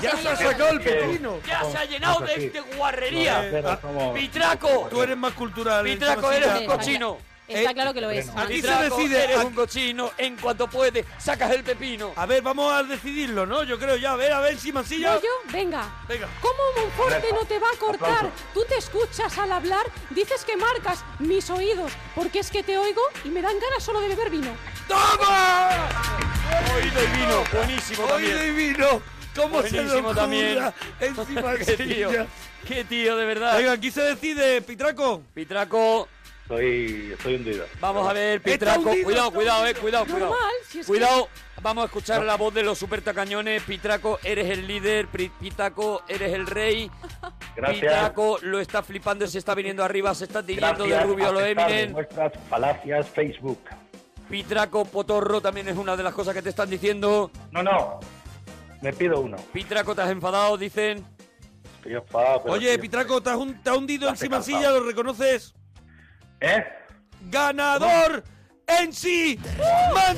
S2: Ya
S5: te
S2: se ha
S5: digo.
S2: sacado el pepino.
S3: Ya se ha llenado de, de guarrería.
S2: Eh, ah,
S3: Pitraco.
S2: Tú eres más cultural.
S3: Pitraco,
S2: encima
S3: eres
S2: silla.
S3: un cochino.
S5: Está
S2: Eh,
S5: claro que lo es.
S2: aquí
S5: Manolo.
S2: se
S3: Pitraco,
S2: decide,
S3: Eres
S2: aquí-
S3: un cochino. En cuanto puedes, sacas el pepino.
S2: A ver, vamos a decidirlo, ¿no? Yo creo ya. A ver, a ver, encima silla.
S5: ¿Voy yo? Venga.
S2: Venga.
S5: ¿Cómo Monforte no te va a cortar? Tú te escuchas al hablar, dices que marcas mis oídos, porque es que te oigo y me dan ganas solo de beber vino.
S2: ¡Toma!
S3: Oído y vino. Buenísimo también.
S2: Oído y vino. ¿Cómo se lo
S3: Buenísimo
S2: ocurra?
S3: también.
S2: Encima
S3: <laughs> Qué tío.
S2: silla.
S3: Qué tío, de verdad.
S2: Venga, aquí se decide, Pitraco.
S3: Pitraco,
S12: Soy, estoy hundido.
S3: vamos a ver,
S2: Está
S3: Pitraco.
S2: hundido,
S3: cuidado,
S2: está
S3: cuidado, eh,
S2: hundido.
S3: cuidado, cuidado.
S5: Normal, si es que-
S3: cuidado, vamos a escuchar la voz de los super tacañones. Pitraco, eres el líder. Pri- Pitaco, eres el rey.
S12: <laughs> Gracias.
S3: Pitaco lo está flipando, se está viniendo arriba, se está tirando de
S12: Gracias
S3: rubio a lo
S12: aceptar de
S3: Eminem.
S12: Vuestras falacias Facebook.
S3: Pitraco, potorro, también es una de las cosas que te están diciendo.
S12: No, no. Me pido uno.
S3: Pitraco, te has enfadado, dicen.
S12: Estoy enfadado, pero
S2: Oye,
S12: estoy-
S2: Pitraco, te has, hun- te has hundido
S12: Estás
S2: encima
S12: descansado.
S2: silla, ¿lo reconoces?
S12: ¿Eh?
S2: ¡Ganador! ¡En sí!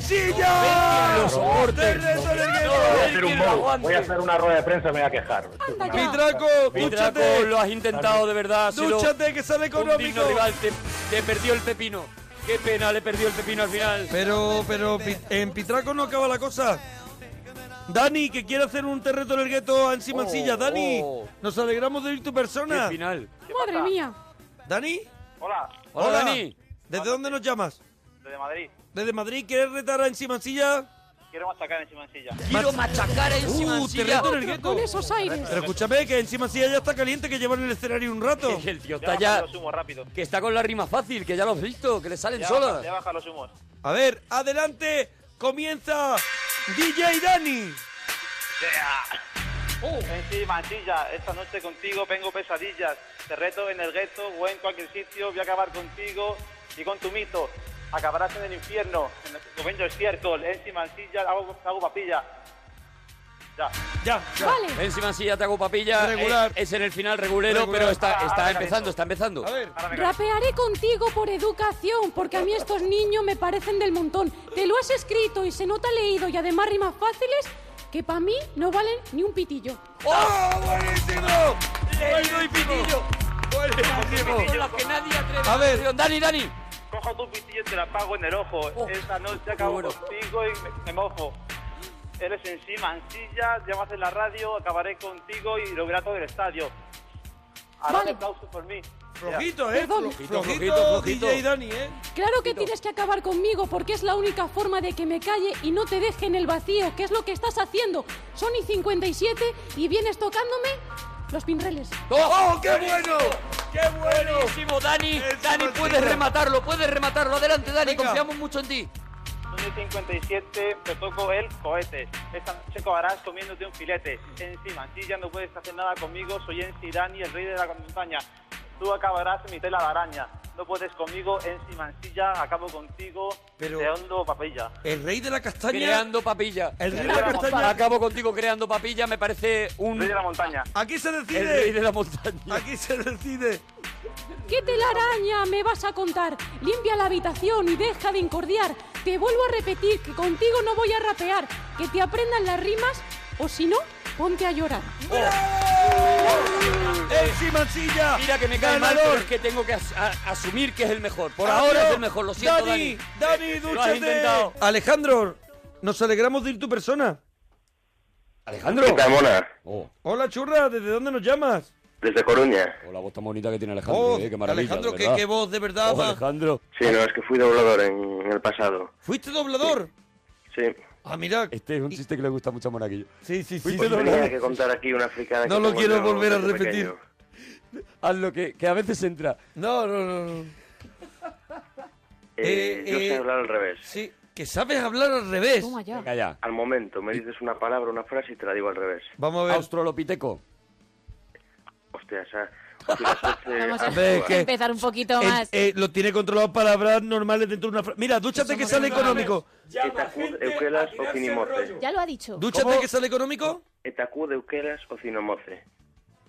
S2: ¡Mansilla!
S3: Los soportes.
S2: ¡De reto del guerrero!
S3: Él
S12: Voy a hacer un
S3: que lo
S12: bowl,
S3: aguante.
S12: Voy a hacer una rueda de prensa y me voy a quejar.
S5: Anda ya.
S2: Pitraco,
S3: Pitraco,
S2: dúchate.
S3: lo has intentado, de verdad. ha sido-
S2: Dúchate, que sale
S3: Un digno
S2: económico.
S3: rival, te, te perdió el pepino. Qué pena, le perdió el pepino al final.
S2: Pero, pero, Pi- en Pitraco no acaba la cosa. Dani, que quiere hacer un terreto en el gueto a encima
S3: Oh,
S2: silla. Dani,
S3: oh.
S2: nos alegramos de ir tu
S3: Qué
S2: persona.
S3: final.
S5: Madre mía.
S2: ¿Dani?
S13: Hola,
S3: Hola, Dani.
S2: ¿Desde dónde nos llamas?
S13: desde Madrid.
S2: ¿Desde Madrid? ¿Quieres retar a encima silla?
S13: Quiero machacar encima en silla.
S3: Quiero machacar a encima
S2: Uh,
S3: silla.
S2: terreto en el
S5: Otro
S2: gueto.
S5: Con esos aires.
S2: Pero escúchame, que encima sí ya está caliente, que llevan el escenario un rato.
S3: Que <laughs> El tío está
S13: Ya
S3: ya.
S13: baja los humos rápido.
S3: Que está con la rima fácil, que ya lo has visto, que le salen
S13: Ya baja,
S3: solas.
S13: ya baja los humos.
S2: A ver, adelante, comienza DJ Dani.
S3: Uh.
S13: Encima en silla, esta noche contigo vengo pesadillas. Te reto en el gueto o en cualquier sitio. Voy a acabar contigo y con tu mito. Acabarás en el infierno. En el convenio estiércol. Encima en silla, hago, hago papilla. Ya.
S2: Ya, ya.
S5: Vale.
S3: Encima silla te hago papilla.
S2: Regular.
S3: Eh, Es, en el final regulero,
S2: Regular.
S3: pero está,
S13: Ah,
S3: está
S13: ah,
S3: empezando,
S13: calentó.
S3: está empezando.
S2: A ver,
S13: Ahora me callo.
S5: Rapearé contigo por educación, porque a mí estos niños me parecen del montón. Te lo has escrito y se nota leído y además rimas fáciles que para mí no valen ni un pitillo.
S2: ¡Oh, buenísimo!
S3: Leído y pitillo. Con
S2: Buenísimo.
S3: las que nadie atreve.
S2: A ver.
S3: Atención, Dani, Dani.
S13: Cojo tu pitillo y te la pago en el ojo.
S3: Oh,
S13: Esta noche acabo
S3: bueno.
S13: contigo y me, me mojo. Eres encima, en silla, llamas en la radio, acabaré contigo y lo verá todo el estadio. Ahora
S5: Vale.
S13: aplausos por mí.
S2: Flojito,
S13: Ya.
S2: ¿eh? Flo- Flojito, DJ Dani, ¿eh?
S5: Claro que tienes que acabar conmigo porque es la única forma de que me calle y no te deje en el vacío, que es lo que estás haciendo. Sony 57 y vienes tocándome los pinreles.
S3: ¡Oh,
S2: qué bueno! ¡Qué bueno!
S3: Buenísimo, Dani. Dani, puedes rematarlo, puedes rematarlo. Adelante, Dani, confiamos mucho en ti.
S13: Sony 57 empezó con el cohete. Esta noche cobarás comiéndote un filete. Encima, si ya no puedes hacer nada conmigo, soy Ensi Dani, el rey de la montaña. Tú acabarás en mi tela de araña. No puedes conmigo, Ensi Mansilla, acabo contigo,
S2: Pero-
S13: creando papilla.
S2: El rey de la castaña.
S3: Creando papilla.
S2: El rey de la castaña.
S3: Acabo contigo creando papilla, me parece un.
S13: Rey de la montaña.
S2: Aquí se decide.
S3: El rey de la montaña.
S2: Aquí se decide.
S5: ¿Qué telaraña me vas a contar? Limpia la habitación y deja de incordiar. Te vuelvo a repetir que contigo no voy a rapear. Que te aprendan las rimas o si no, ponte a llorar.
S2: ¡Ensi Mansilla!
S3: Mira que me cae mal,
S2: ganador.
S3: pero es que tengo que as- a- asumir que es el mejor. Por
S2: Adiós.
S3: ahora es el mejor, lo siento, Dani. Eh,
S2: Dani,
S3: Lo has
S2: dúchate.
S3: intentado.
S2: Alejandro, nos alegramos de ir tu persona.
S3: Alejandro.
S14: ¿Qué tal, mona?
S2: Hola, churra, ¿desde dónde nos llamas?
S14: Desde Coruña.
S3: Oh, la voz tan bonita que tiene Alejandro.
S2: Oh,
S3: eh, qué maravilla,
S2: Alejandro,
S3: de
S2: qué-
S3: verdad.
S2: qué voz, de verdad,
S3: Oh,
S2: va.
S3: Alejandro.
S14: Sí, no, es que fui doblador en, en el pasado.
S2: ¿Fuiste doblador?
S14: Sí.
S2: Ah, mira.
S3: Este es un chiste que le gusta mucho a Monaguillo.
S2: Sí, sí,
S14: Pues tenía que contar aquí una fricada.
S3: No
S14: que
S3: lo
S14: tengo
S3: quiero
S14: yo
S3: volver a
S14: desde
S3: repetir.
S14: pequeño.
S3: Hazlo, que, que a veces entra.
S2: No, no, no. no.
S14: Eh,
S2: Eh,
S14: yo
S2: eh,
S14: sé hablar al revés.
S2: Sí, que sabes hablar al revés.
S14: Venga,
S3: ya.
S14: Al momento, me dices una palabra, una frase y te la digo al revés.
S2: Vamos a ver.
S3: Australopiteco.
S14: Hostia, o sea... hostia, las veces-
S15: Vamos a
S2: A ver, ¿qué?
S15: empezar un poquito
S2: Eh,
S15: más.
S2: eh, lo tiene controlado palabras normales dentro de una frase. Mira, dúchate que sale económico.
S14: Etacud, eukelas o cinimoce.
S15: ya lo ha dicho.
S2: Dúchate que sale económico.
S14: Etacud, eukelas o cinomoce.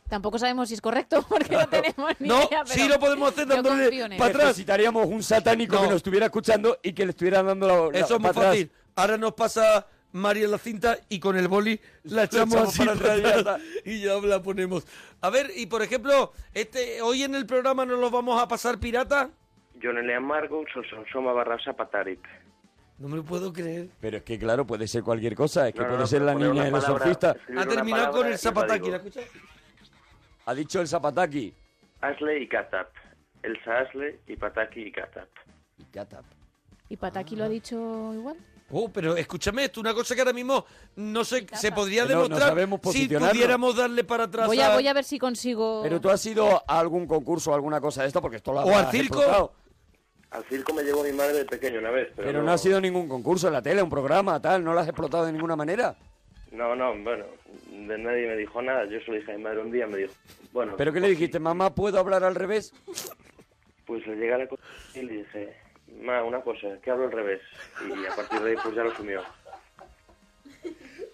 S15: Tampoco sabemos si
S5: <laughs>
S15: es correcto porque no tenemos ni idea. pero yo confío en él.
S3: Necesitaríamos un satánico que nos estuviera escuchando y que le estuviera dando la. la-
S2: Eso
S3: para
S2: es muy
S3: atrás.
S2: fácil. Ahora nos pasa María la cinta y con el boli la echamos,
S3: echamos
S2: así
S3: para atrás y ya
S2: para atrás y ya la ponemos. A ver, y por ejemplo, este hoy en el programa nos los vamos a pasar pirata.
S14: Jonelea Margo, sonsoma barra zapatarit.
S2: No me lo puedo creer.
S3: Pero es que, claro, puede ser cualquier cosa. Es que
S14: No, no,
S3: puede
S14: no,
S3: ser
S14: pero
S3: la
S14: poner
S3: niña
S14: una
S3: de los
S14: palabra,
S3: surfistas.
S14: escribir Ha una terminado con palabra el y la zapataki, digo. ¿la
S2: escuchas?
S3: Ha dicho el zapataki.
S14: Asle y Katap. Elsa Asle y Pataki y Katap.
S3: Y Katap.
S15: ¿Y Pataki lo ha dicho igual?
S2: Oh, pero escúchame, esto es una cosa que ahora mismo no se, se podría
S3: Que no- no
S2: demostrar
S3: sabemos
S2: si
S3: posicionarnos.
S2: pudiéramos darle para atrás
S15: Voy
S2: a-
S15: a, voy a ver si consigo.
S3: Pero tú has ido a algún concurso o alguna cosa de esto, porque esto lo
S2: O al
S3: habrás
S2: circo.
S3: explotado.
S14: Al circo me llevó mi madre de pequeño una vez, pero,
S3: Pero no ha sido ningún concurso en la tele, un programa, tal. No lo has explotado de ninguna manera.
S14: No, no, bueno, de nadie me dijo nada. Yo solo dije a mi madre un día, me dijo, bueno,
S3: ¿Pero qué le dijiste? Mamá, ¿puedo hablar al revés?
S14: pues le llegué a la cosa y le dije, ma, una cosa, que hablo al revés. Y a partir de ahí pues ya lo asumió.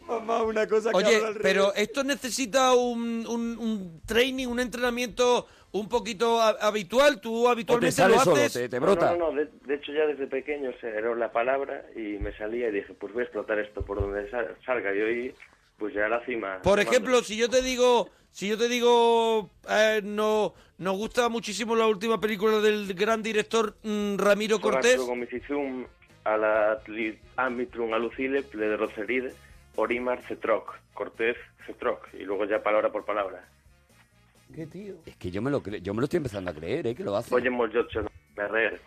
S3: Mamá, una cosa
S2: Oye, pero esto necesita un, un- un training, un entrenamiento un poquito ha- habitual. Tú habitualmente lo haces.
S14: No, no, no, de, de hecho ya desde pequeño o sea, era la palabra y me salía y dije, pues voy a explotar esto por donde sal- salga. Y hoy, pues ya a la cima.
S2: Por
S14: Mando.
S2: ejemplo, si yo te digo, si yo te digo, eh, no, nos gusta muchísimo la última película del gran director mm, Ramiro Cortés.
S14: Con Misizum, a la li- Amitrum, a Lucile, Plederoceride, Orimar, Cetroc, Cortés, Cetroc, y luego ya palabra por palabra.
S2: ¿Qué tío?
S3: Es que yo me lo, cre- yo me lo estoy empezando a creer, ¿eh? Que lo hace.
S14: Oye, Moljotson, Merrerk.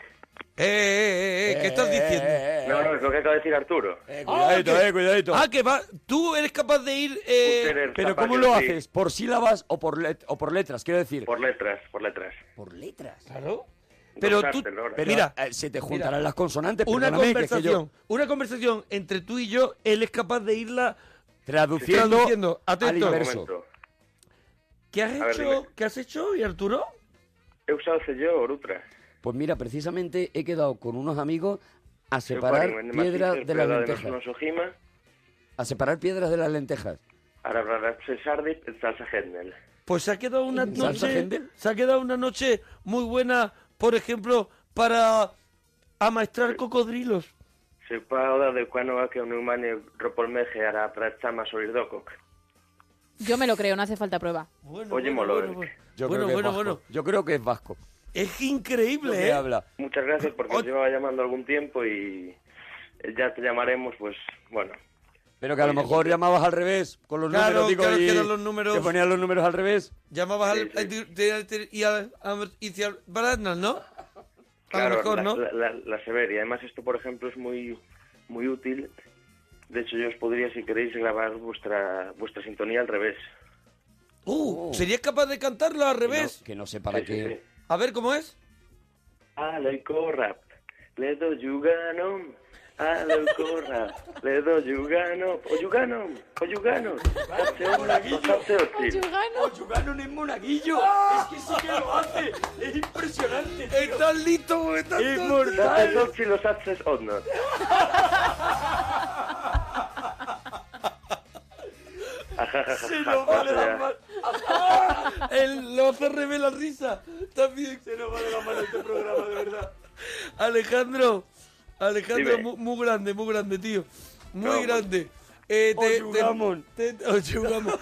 S2: Eh, eh, eh, eh, ¿qué estás diciendo?
S14: No, no, es lo que acaba de decir Arturo.
S3: cuidadito,
S2: Ah, que-
S3: eh, cuidadito.
S2: Ah, que va, tú eres capaz de ir. eh,
S3: Pero ¿cómo lo haces? ¿Por sílabas o por, let- o por letras? Quiero decir.
S14: Por letras, por letras.
S3: Por letras.
S2: Claro. Pero tú,
S3: Pero,
S2: mira,
S3: eh, se te juntarán las consonantes.
S2: una
S3: perdóname, que es que yo-
S2: conversación, una conversación entre tú y yo, él es capaz de irla
S3: Traduciendo al
S2: Atento.
S3: inverso.
S2: ¿Qué has
S3: A ver,
S2: hecho? ¿Qué has hecho hoy, Arturo?
S14: He usado yo, Orutra.
S3: Pues mira, precisamente he quedado con unos amigos a separar piedras de las lentejas.
S14: Nos ojima,
S3: A separar piedras de las lentejas.
S14: ahora hablará Cesardi, Salsa Hetnel.
S2: Pues se ha quedado una
S3: ¿Salsa
S2: noche,
S3: Händel?
S2: se ha quedado una noche muy buena, por ejemplo, para amaestrar cocodrilos.
S14: Se pauda de cuanoa que un humano ropolmeje hará trachama sobre docok.
S15: Yo me lo creo, no hace falta prueba.
S14: Oye, Moloer.
S3: Yo
S2: Bueno,
S3: creo que
S2: bueno,
S3: es vasco.
S2: bueno.
S3: Yo creo que es vasco.
S2: Es increíble,
S3: Lo que
S2: ¿eh?
S3: habla.
S14: Muchas gracias porque os llevaba llamando algún tiempo y ya te llamaremos, pues bueno.
S3: Pero que a lo mejor llamabas al revés con los
S2: Claro,
S3: números. digo,
S2: claro,
S3: y
S2: que eran los números.
S3: Te ponían los números al revés.
S2: Llamabas al. te- te- Y al. a- y al- Bradner, ¿no?
S14: Claro,
S2: a lo mejor,
S14: la,
S2: ¿no?
S14: La, la, la Severia. Además, esto, por ejemplo, es muy, muy útil. De hecho, yo os podría, si queréis, grabar vuestra, vuestra sintonía al revés.
S2: Uh,
S1: Oh.
S2: ¿serías capaz de cantarla al revés?
S3: Que no sé para
S14: Sí, sí,
S3: qué.
S14: sí.
S2: A ver cómo es.
S14: Al
S2: <laughs>
S14: corrap, le do yuganom. Al corrap, le do yuganom. O yuganom, o yuganom. Hazte una cosa, hazte hostil.
S2: Oh,
S15: ¡Yugano!
S1: ¡Yugano ni monaguillo!
S3: Ah.
S1: ¡Es que sí que lo hace! ¡Es impresionante!
S2: ¡Estás listo! ¡Estás
S1: ¡Es
S14: Hazte
S1: mortal!
S14: hostil, los haces oh, odnor.
S1: ¡Se <laughs> nos va de las manos!
S2: ¡Ah! El, lo hace revela risa. También. Se nos va de la mano este programa, de verdad. Alejandro, Alejandro,
S1: Dime.
S2: mu- muy, grande, muy grande, tío. Muy
S1: Vamos.
S2: grande. Eh, te, te-
S1: Oyugamon.
S2: te- te- oyugamon.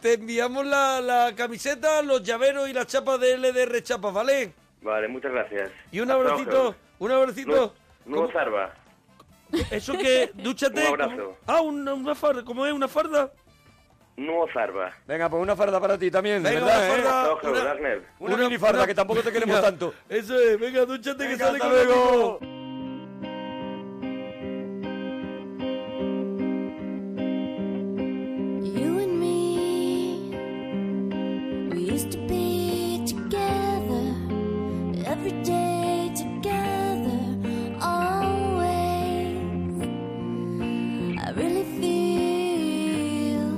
S2: Te enviamos la, la camiseta, los llaveros y las chapas de LDR chapas, ¿vale?
S14: Vale, muchas gracias.
S2: Y un
S14: Hasta
S2: abracito,
S14: otra.
S2: un abracito.
S14: Nu- Nuevo zarba.
S2: Eso que, dúchate.
S14: Un abrazo.
S2: Ah, una, una farda, ¿cómo es? ¿Una farda?
S14: Nuevo zarba.
S3: Venga, pues una farda para ti también, de
S2: Venga,
S3: verdad,
S2: una
S3: ¿eh?
S2: farda,
S14: Ojo, Wagner.
S3: Una, minifarda, que tampoco te queremos tanto.
S2: Eso es, venga, dúchate que
S3: Venga,
S2: sale
S3: hasta
S2: con el
S3: luego.
S2: equipo.
S8: You and me, we used to be together every day, together, always. I really feel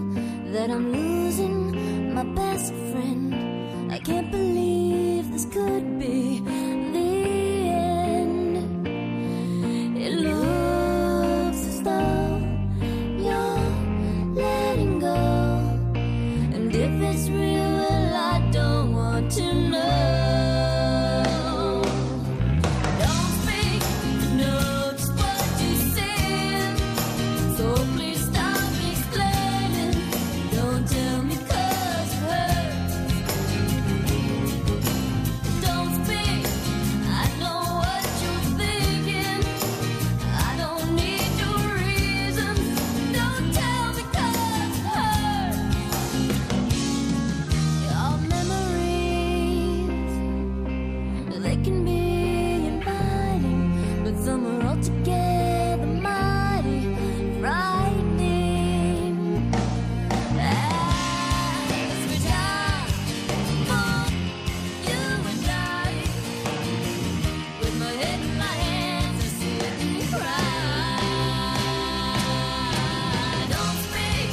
S8: that I'm losing my best friend. I can't believe this could be the end. It looks as though you're letting go. And if it's real, well, I don't want to know. Don't speak, know just what you said. So please stop explaining. Don't tell me 'cause it hurts. Don't speak, I know what you're thinking. I don't need your reasons. Don't tell me 'cause it hurts. All memories, they can be inviting, but some are altogether mighty, frightening. As we die, both you and I, with my head in my hands, I sit and cry. Don't speak,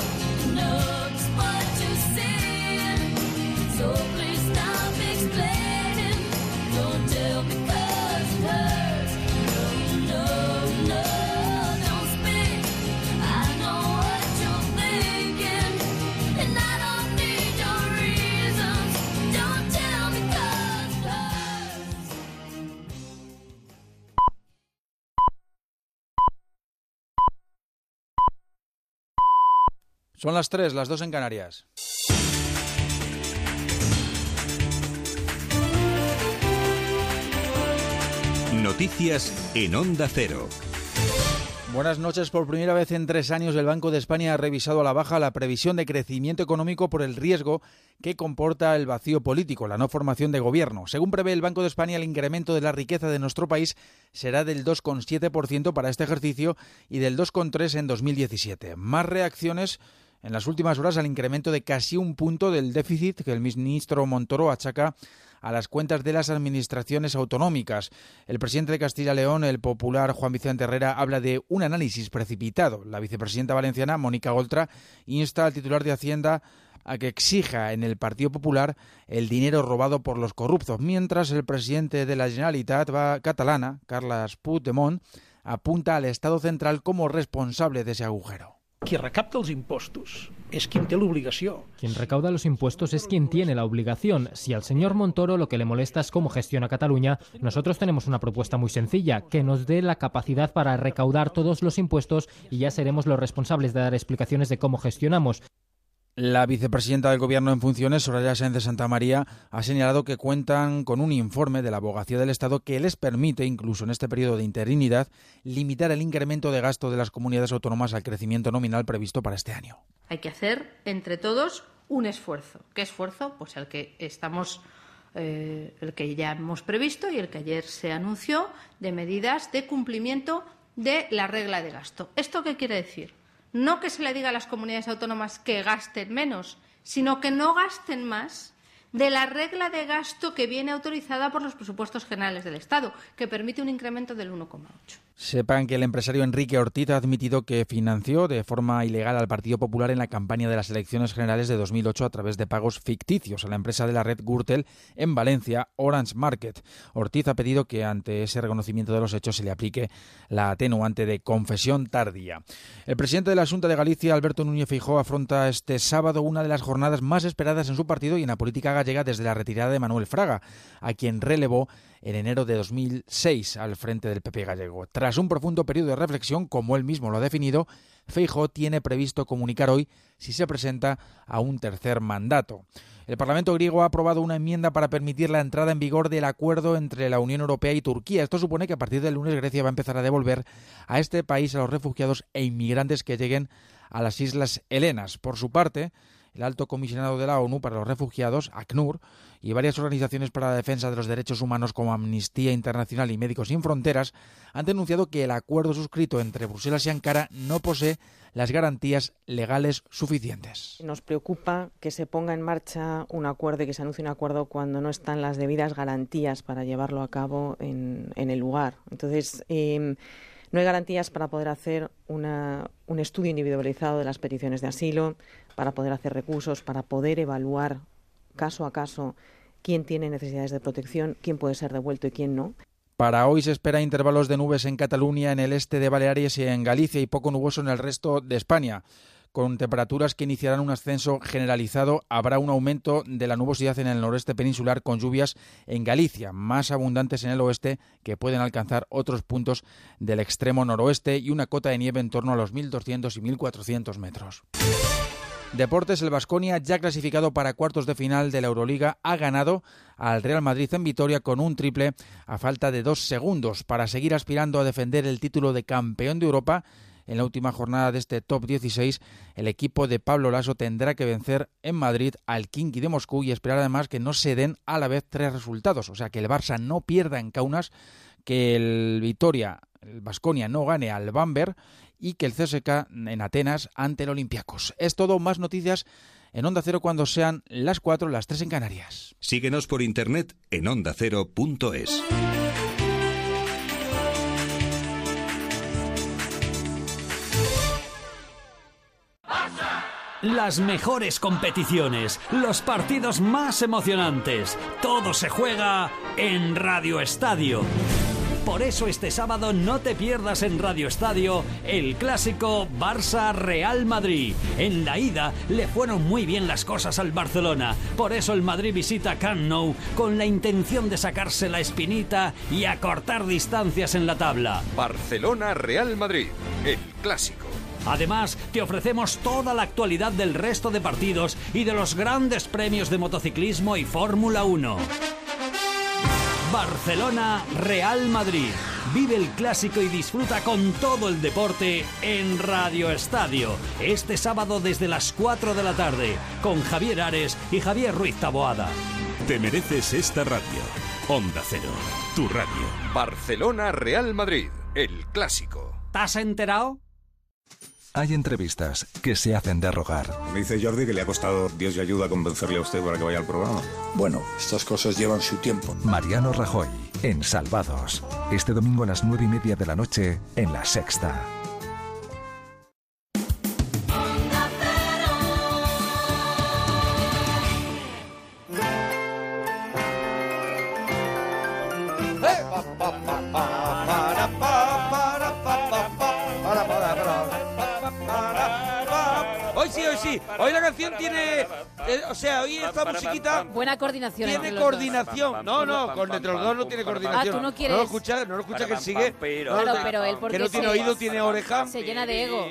S8: know just what you said. So please stop explaining. Don't tell me 'cause it hurts. No, no, no, oh, don't speak. I know what you're thinking, and I don't need your reasons. Don't tell me 'cause it hurts.
S16: Son las 3, las 2 en Canarias.
S17: Noticias en Onda Cero.
S16: Buenas noches. Por primera vez en tres años, el Banco de España ha revisado a la baja la previsión de crecimiento económico por el riesgo que comporta el vacío político, la no formación de gobierno. Según prevé el Banco de España, el incremento de la riqueza de nuestro país será del 2,7% para este ejercicio y del 2,3% en 2017. Más reacciones en las últimas horas al incremento de casi un punto del déficit que el ministro Montoro achaca a las cuentas de las administraciones autonómicas. El presidente de Castilla y León, el popular Juan Vicente Herrera, habla de un análisis precipitado. La vicepresidenta valenciana, Mónica Oltra, insta al titular de Hacienda a que exija en el Partido Popular el dinero robado por los corruptos, mientras el presidente de la Generalitat va- catalana, Carles Puigdemont, apunta al Estado central como responsable de ese agujero.
S18: Qui recapta els impostos és qui en té l'obligació.
S19: Quien recauda los impuestos es quien tiene la obligación. Si al señor Montoro lo que le molesta es cómo gestiona Cataluña, nosotros tenemos una propuesta muy sencilla, que nos dé la capacidad para recaudar todos los impuestos y ya seremos los responsables de dar explicaciones de cómo gestionamos.
S16: La vicepresidenta del Gobierno en funciones, Soraya Sáenz de Santa María, ha señalado que cuentan con un informe de la Abogacía del Estado que les permite, incluso en este periodo de interinidad, limitar el incremento de gasto de las comunidades autónomas al crecimiento nominal previsto para este año.
S20: Hay que hacer entre todos un esfuerzo. ¿Qué esfuerzo? Pues el que estamos, eh, el que ya hemos previsto y el que ayer se anunció de medidas de cumplimiento de la regla de gasto. ¿Esto qué quiere decir? No que se le diga a las comunidades autónomas que gasten menos, sino que no gasten más de la regla de gasto que viene autorizada por los presupuestos generales del Estado, que permite un incremento del 1,1.
S16: Sepan que el empresario Enrique Ortiz ha admitido que financió de forma ilegal al Partido Popular en la campaña de las elecciones generales de 2008 a través de pagos ficticios a la empresa de la red Gürtel en Valencia, Orange Market. Ortiz ha pedido que ante ese reconocimiento de los hechos se le aplique la atenuante de confesión tardía. El presidente de la Junta de Galicia, Alberto Núñez Feijóo, afronta este sábado una de las jornadas más esperadas en su partido y en la política gallega desde la retirada de Manuel Fraga, a quien relevó en enero de 2006 al frente del PP gallego. Tras un profundo periodo de reflexión, como él mismo lo ha definido, Feijo tiene previsto comunicar hoy si se presenta a un tercer mandato. El Parlamento griego ha aprobado una enmienda para permitir la entrada en vigor del acuerdo entre la Unión Europea y Turquía. Esto supone que a partir del lunes Grecia va a empezar a devolver a este país a los refugiados e inmigrantes que lleguen a las Islas Helenas. Por su parte, el alto comisionado de la ONU para los refugiados, ACNUR, y varias organizaciones para la defensa de los derechos humanos como Amnistía Internacional y Médicos Sin Fronteras han denunciado que el acuerdo suscrito entre Bruselas y Ankara no posee las garantías legales suficientes.
S21: Nos preocupa que se ponga en marcha un acuerdo y que se anuncie un acuerdo cuando no están las debidas garantías para llevarlo a cabo en, en el lugar. Entonces, eh, no hay garantías para poder hacer una- un estudio individualizado de las peticiones de asilo, para poder hacer recursos, para poder evaluar caso a caso quién tiene necesidades de protección, quién puede ser devuelto y quién no.
S16: Para hoy se espera intervalos de nubes en Cataluña, en el este de Baleares y en Galicia y poco nuboso en el resto de España, con temperaturas que iniciarán un ascenso generalizado. Habrá un aumento de la nubosidad en el noreste peninsular con lluvias en Galicia, más abundantes en el oeste que pueden alcanzar otros puntos del extremo noroeste y una cota de nieve en torno a los 1.200 y 1.400 metros. Deportes, el Vasconia, ya clasificado para cuartos de final de la Euroliga, ha ganado al Real Madrid en Vitoria con un triple a falta de dos segundos para seguir aspirando a defender el título de campeón de Europa. En la última jornada de este top 16, el equipo de Pablo Lasso tendrá que vencer en Madrid al Kinky de Moscú y esperar además que no se den a la vez tres resultados, o sea que el Barça no pierda en Kaunas, que el Vitoria, el Vasconia no gane al Bamber y que el CSK en Atenas ante el Olympiacos. Es todo, más noticias en Onda Cero cuando sean las 4, las 3 en Canarias.
S22: Síguenos por internet en ondacero.es.
S3: Las mejores competiciones, los partidos más emocionantes, todo se juega en Radio Estadio. Por eso este sábado no te pierdas en Radio Estadio el clásico Barça-Real Madrid. En la ida le fueron muy bien las cosas al Barcelona, por eso el Madrid visita Camp Nou con la intención de sacarse la espinita y acortar distancias en la tabla.
S10: Barcelona-Real Madrid,
S23: Eh.
S10: el clásico.
S3: Además, te ofrecemos toda la actualidad del resto de partidos y de los grandes premios de motociclismo y Fórmula 1. Barcelona, Real Madrid. Vive el clásico y disfruta con todo el deporte en Radio Estadio. Este sábado desde las 4 de la tarde, con Javier Ares y Javier Ruiz Taboada.
S22: Te mereces esta radio. Onda Cero, tu radio.
S10: Barcelona-Real Madrid, el clásico.
S3: ¿Te has enterado?
S24: Hay entrevistas que se hacen de rogar.
S23: Me dice Jordi que le ha costado Dios y ayuda a convencerle a usted para que vaya al programa.
S24: Bueno, estas cosas llevan su tiempo. Mariano Rajoy, en Salvados. Este domingo a las nueve y media de la noche, en La Sexta.
S2: Hoy sí, hoy sí. Hoy la canción tiene. eh, o sea, hoy esta musiquita.
S15: Buena coordinación. entre
S2: Tiene
S15: los dos.
S2: coordinación. No, no, con entre los dos no tiene coordinación.
S15: Ah, tú no quieres.
S2: No lo escucha, no lo escucha que sigue. No,
S15: Claro,
S2: no-
S15: pero él porque
S2: Que no tiene
S15: se-
S2: oído, tiene oreja.
S15: Se llena de ego.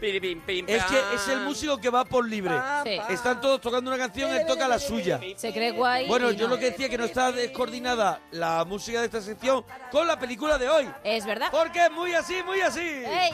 S2: Es que es el músico que va por libre.
S15: Sí.
S2: Están todos tocando una canción, él toca la suya.
S15: Se cree guay.
S2: Bueno,
S15: y
S2: yo
S15: no.
S2: lo que decía que no está descoordinada la música de esta sección con la película de hoy.
S15: Es verdad.
S2: Porque es muy así, muy así.
S15: ¡Ey!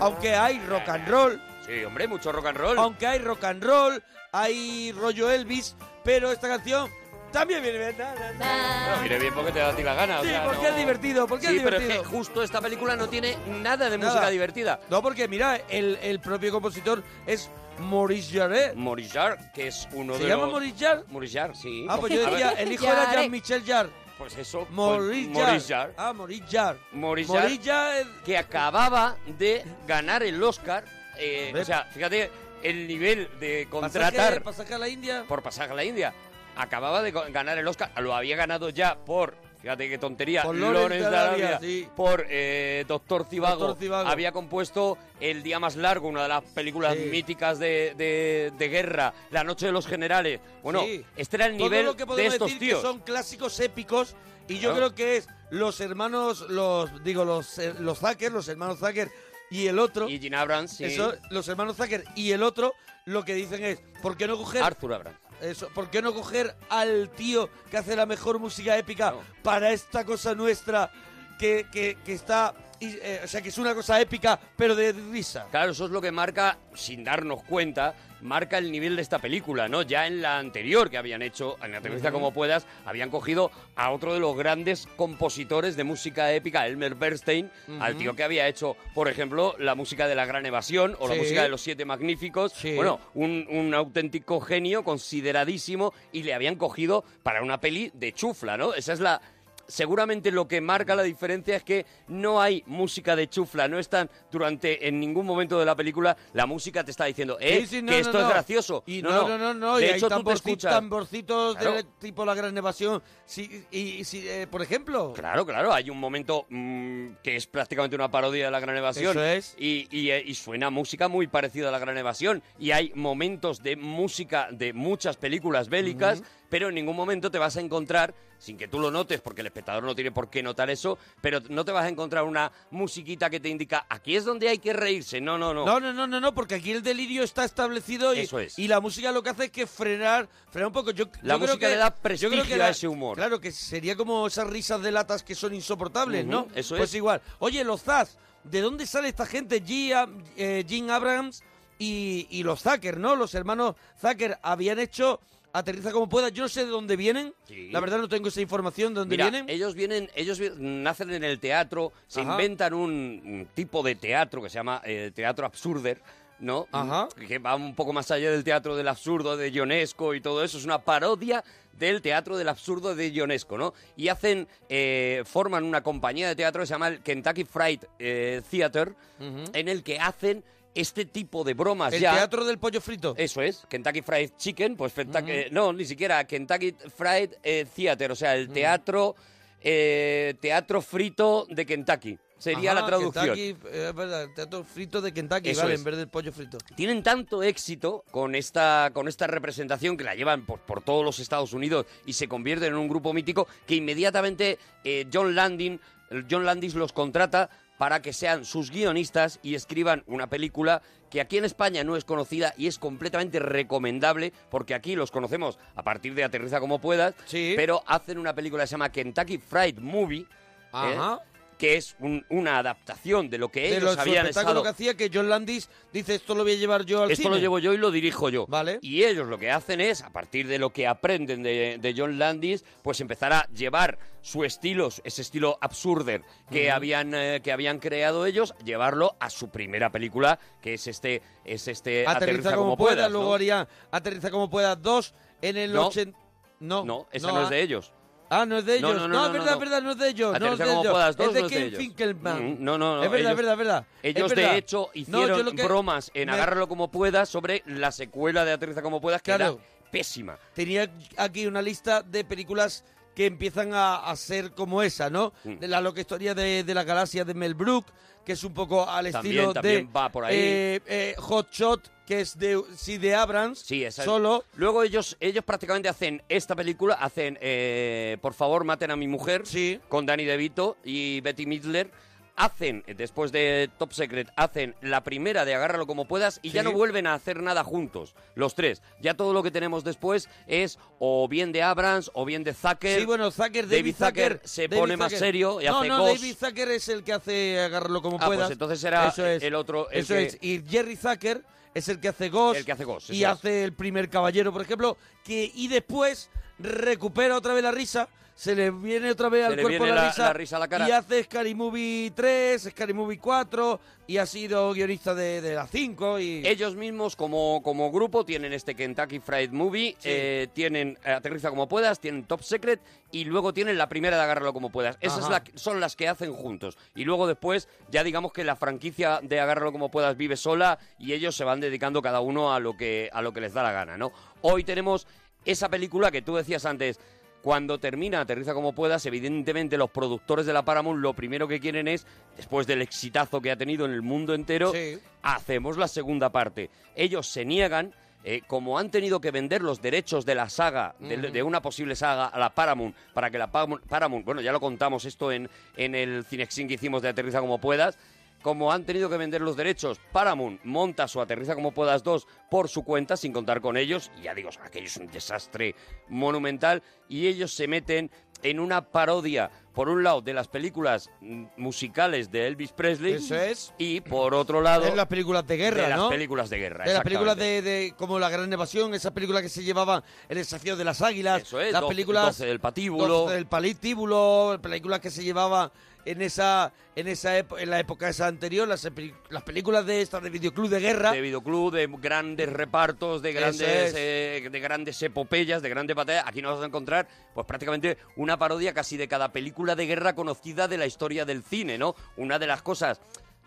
S2: Aunque hay rock and roll.
S3: Sí, hombre, mucho rock and roll.
S2: Aunque hay rock and roll, hay rollo Elvis, pero esta canción también viene bien. Na, na, na.
S3: No, mire bien porque te da a ti la gana. o
S2: Sí,
S3: sea,
S2: porque
S3: no-
S2: es divertido, porque
S3: Sí,
S2: es divertido.
S3: pero es que justo esta película no tiene nada de música divertida.
S2: No, porque mira, el, el propio compositor es Maurice Jarre.
S3: Maurice Jarre, que es uno
S2: ¿Se
S3: de
S2: llama
S3: los...
S2: Maurice Jarre?
S3: Maurice Jarre, sí.
S2: Ah, pues yo
S3: A ver,
S2: decía, el hijo era
S3: Jarre.
S2: Jean-Michel Jarre.
S3: Pues eso,
S2: Maurice
S3: Mo- Maurice
S2: Jarre.
S3: Jarre.
S2: Ah, Maurice Jarre.
S3: Maurice
S2: Maurice
S3: Jarre, que acababa de ganar el Oscar. eh,
S2: Hombre.
S3: o sea, fíjate el nivel de
S2: Pasaje-
S3: contratar
S2: pasaje a la India.
S3: por pasaje a la India. Acababa de go- ganar el Oscar, lo había ganado ya por, fíjate qué tontería,
S2: Por
S3: Lawrence, de Arabia,
S2: sí.
S3: por eh, Doctor, Zivago.
S2: Doctor Zivago.
S3: Había compuesto El Día Más Largo, una de las películas
S2: Sí.
S3: míticas de, de- de guerra, La Noche de los Generales. Bueno,
S2: Sí.
S3: este era el
S2: Todo
S3: nivel
S2: lo que
S3: de
S2: podemos
S3: estos
S2: decir
S3: tíos.
S2: Que son clásicos épicos y yo
S3: Claro.
S2: creo que es los hermanos, los digo, los, eh, los Zucker, los hermanos Zucker y el otro.
S3: Y Gene Abrams, sí.
S2: Eso, los hermanos Zucker y el otro lo que dicen es, ¿por qué no coger...
S3: Arthur Abrams.
S2: Eso, ¿Por qué no coger al tío que hace la mejor música épica para esta cosa nuestra que, que- que está... y, eh, o sea, que es una cosa épica, pero de risa.
S3: Claro, eso es lo que marca, sin darnos cuenta, marca el nivel de esta película, ¿no? Ya en la anterior que habían hecho, en la entrevista
S2: Ujú.
S3: como puedas, habían cogido a otro de los grandes compositores de música épica, Elmer Bernstein,
S2: Ujú.
S3: al tío que había hecho, por ejemplo, la música de La Gran Evasión o la
S2: Sí.
S3: música de Los Siete Magníficos. Bueno, un, un auténtico genio, consideradísimo, y le habían cogido para una peli de chufla, ¿no? Esa es la... Seguramente lo que marca la diferencia es que no hay música de chufla, no están durante en ningún momento de la película la música te está diciendo, eh,
S2: Sí, sí, no,
S3: que
S2: no,
S3: esto
S2: no.
S3: es gracioso.
S2: Y no, no, no, no,
S3: de
S2: y
S3: hecho
S2: hay
S3: tú te
S2: tamborci-
S3: escuchas.
S2: tamborcitos
S3: Claro.
S2: de tipo la gran evasión. Sí, y, y sí, eh, por ejemplo.
S3: Claro, claro, hay un momento mm, que es prácticamente una parodia de La Gran Evasión.
S2: Eso es.
S3: Y, y, eh, y suena música muy parecida a La Gran Evasión. Y hay momentos de música de muchas películas bélicas, pero en ningún momento te vas a encontrar, sin que tú lo notes, porque el espectador no tiene por qué notar eso, pero no te vas a encontrar una musiquita que te indica aquí es donde hay que reírse. No, no, no.
S2: No, no, no, no, no, porque aquí el delirio está establecido y,
S3: Eso es.
S2: y la música lo que hace es que frenar, frenar un poco. Yo,
S3: La
S2: yo creo
S3: música
S2: que,
S3: le da
S2: yo creo
S3: prestigio
S2: que
S3: a
S2: la-
S3: ese humor.
S2: Claro, que sería como esas risas de latas que son insoportables,
S3: Ujú,
S2: ¿no?
S3: eso
S2: Pues
S3: es.
S2: igual. Oye, los Zaz, ¿de dónde sale esta gente? G, Ab- eh, Jim Abrams y, y los Zucker, ¿no? Los hermanos Zucker habían hecho Aterriza como pueda. Yo no sé de dónde vienen.
S3: Sí.
S2: La verdad no tengo esa información de dónde
S3: Mira,
S2: vienen.
S3: Ellos vienen, ellos vi- nacen en el teatro, se
S2: Ajá.
S3: inventan un, un tipo de teatro que se llama eh, teatro absurder. ¿No?
S2: Ajá.
S3: Que va un poco más allá del teatro del absurdo de Ionesco y todo eso. Es una parodia del teatro del absurdo de Ionesco, ¿no? Y hacen, eh, forman una compañía de teatro que se llama el Kentucky Fried eh, Theater,
S2: Ujú.
S3: en el que hacen este tipo de bromas
S2: El
S3: ya.
S2: teatro del pollo frito.
S3: Eso es, Kentucky Fried Chicken, pues Kentucky- eh, no, ni siquiera Kentucky Fried eh, Theater, o
S2: Mm.
S3: sea, el teatro eh, teatro frito de Kentucky. Sería
S2: Ajá,
S3: la traducción.
S2: Kentucky, eh, es verdad, el teatro frito de Kentucky,
S3: Eso
S2: vale,
S3: es.
S2: en vez del pollo frito.
S3: tienen tanto éxito con esta, con esta representación que la llevan por, por todos los Estados Unidos y se convierten en un grupo mítico que inmediatamente eh, John Landing, John Landis los contrata para que sean sus guionistas y escriban una película que aquí en España no es conocida y es completamente recomendable porque aquí los conocemos a partir de Aterriza como puedas, pero hacen una película que se llama Kentucky Fried Movie, ¿eh?
S2: Ajá.
S3: que es un- una adaptación de lo que
S2: de
S3: ellos
S2: los
S3: habían
S2: espectáculos
S3: estado
S2: que hacía que John Landis dice esto lo voy a llevar yo al
S3: esto
S2: cine.
S3: lo llevo yo y lo dirijo yo. Y ellos lo que hacen es, a partir de lo que aprenden de, de John Landis, pues empezar a llevar su estilo, ese estilo absurder que,
S2: Ujú.
S3: habían, eh, que habían creado ellos, llevarlo a su primera película, que es este, es este
S2: Aterriza, como, pueda,
S3: puedas, ¿no?
S2: luego haría Aterriza como pueda 2 en el
S3: No.
S2: 80 No. No,
S3: Esa no, es de ellos.
S2: Ah, no es de
S3: No,
S2: ellos.
S3: no,
S2: No,
S3: no, no,
S2: es verdad,
S3: no.
S2: verdad, no es de ellos. no es
S3: Aterriza
S2: de
S3: como
S2: ellos.
S3: puedas dos,
S2: es de
S3: no es de
S2: Ken
S3: ellos.
S2: Finkelman.
S3: Mm, No, no, no.
S2: Es verdad,
S3: ellos-
S2: es verdad, es verdad. Es
S3: Ellos, de
S2: verdad.
S3: hecho,
S2: No, yo
S3: hicieron
S2: lo que-
S3: bromas en
S2: me-
S3: Agárralo como puedas sobre la secuela de Aterriza como puedas, que
S2: Claro.
S3: era pésima.
S2: tenía aquí una lista de películas que empiezan a, a ser como esa, ¿no?
S3: Mm.
S2: De la locustoría de, de la galaxia de Mel Brook, que es un poco al
S3: También-
S2: estilo
S3: también
S2: de
S3: va por ahí.
S2: eh, eh, Hot Shot, que es de sí de Abrams,
S3: Sí, esa-
S2: solo
S3: Luego ellos, ellos prácticamente hacen esta película, hacen eh, Por favor maten a mi mujer con Danny DeVito y Betty Midler. hacen, después de Top Secret, hacen la primera de agárralo como puedas y ya
S2: Sí.
S3: no vuelven a hacer nada juntos, los tres. Ya todo lo que tenemos después es o bien de Abrams o bien de Zucker.
S2: Sí, bueno, Zucker,
S3: David
S2: David,
S3: Zucker, se pone más serio y hace Ghost.
S2: David Zucker es el que hace agarrarlo como
S3: Ah, pues
S2: puedas.
S3: entonces era
S2: Eso es.
S3: el otro, el
S2: Eso
S3: que-
S2: es. Y Jerry Zucker es el que hace Ghost.
S3: El que hace Ghost,
S2: Y
S3: eso es.
S2: hace el primer caballero, por ejemplo. Que, y después recupera otra vez la risa. Se le viene otra vez
S3: Se
S2: al
S3: le
S2: cuerpo
S3: viene
S2: la,
S3: la-
S2: risa,
S3: la risa a la cara.
S2: Y hace Scary Movie 3, Scary Movie 4. Y ha sido guionista de, de la 5. Y...
S3: Ellos mismos como, como grupo tienen este Kentucky Fried Movie, eh, tienen eh, Aterriza como puedas, tienen Top Secret y luego tienen la primera de Agárralo como puedas. Esas
S2: Ajá.
S3: es la que- son las que hacen juntos. Y luego después ya digamos que la franquicia de Agárralo como puedas vive sola y ellos se van dedicando cada uno a lo que, a lo que les da la gana, ¿no? Hoy tenemos esa película que tú decías antes, cuando termina Aterriza como puedas, evidentemente los productores de la Paramount lo primero que quieren es, después del exitazo que ha tenido en el mundo entero, hacemos la segunda parte. Ellos se niegan, eh, como han tenido que vender los derechos de la saga, de,
S2: Ujú.
S3: de una posible saga a la Paramount, para que la Paramount, Paramount- bueno, ya lo contamos esto en, en el Cinexin que hicimos de Aterriza como puedas, como han tenido que vender los derechos, Paramount monta su Aterriza como puedas 2 por su cuenta sin contar con ellos. Y ya digo, aquello es un desastre monumental. Y ellos se meten en una parodia, por un lado, de las películas mm, musicales de Elvis Presley.
S2: Eso es.
S3: Y por otro lado...
S2: En las películas de guerra,
S3: de las
S2: ¿no?
S3: películas de guerra,
S2: De las películas
S3: exactamente.
S2: de, de- como La Gran Evasión, esas películas que se llevaban El desafío de las águilas,
S3: Eso es,
S2: las
S3: doce-
S2: películas
S3: doce del patíbulo.
S2: doce del patíbulo, películas que se llevaban en esa en esa epo- en la época esa anterior, las, epi- las películas de estas de videoclub de guerra.
S3: De videoclub, de grandes repartos, de
S2: Eso
S3: grandes,
S2: es.
S3: eh, de grandes epopeyas, de grandes batallas. Aquí nos vas a encontrar, pues prácticamente una parodia casi de cada película de guerra conocida de la historia del cine, ¿no? Una de las cosas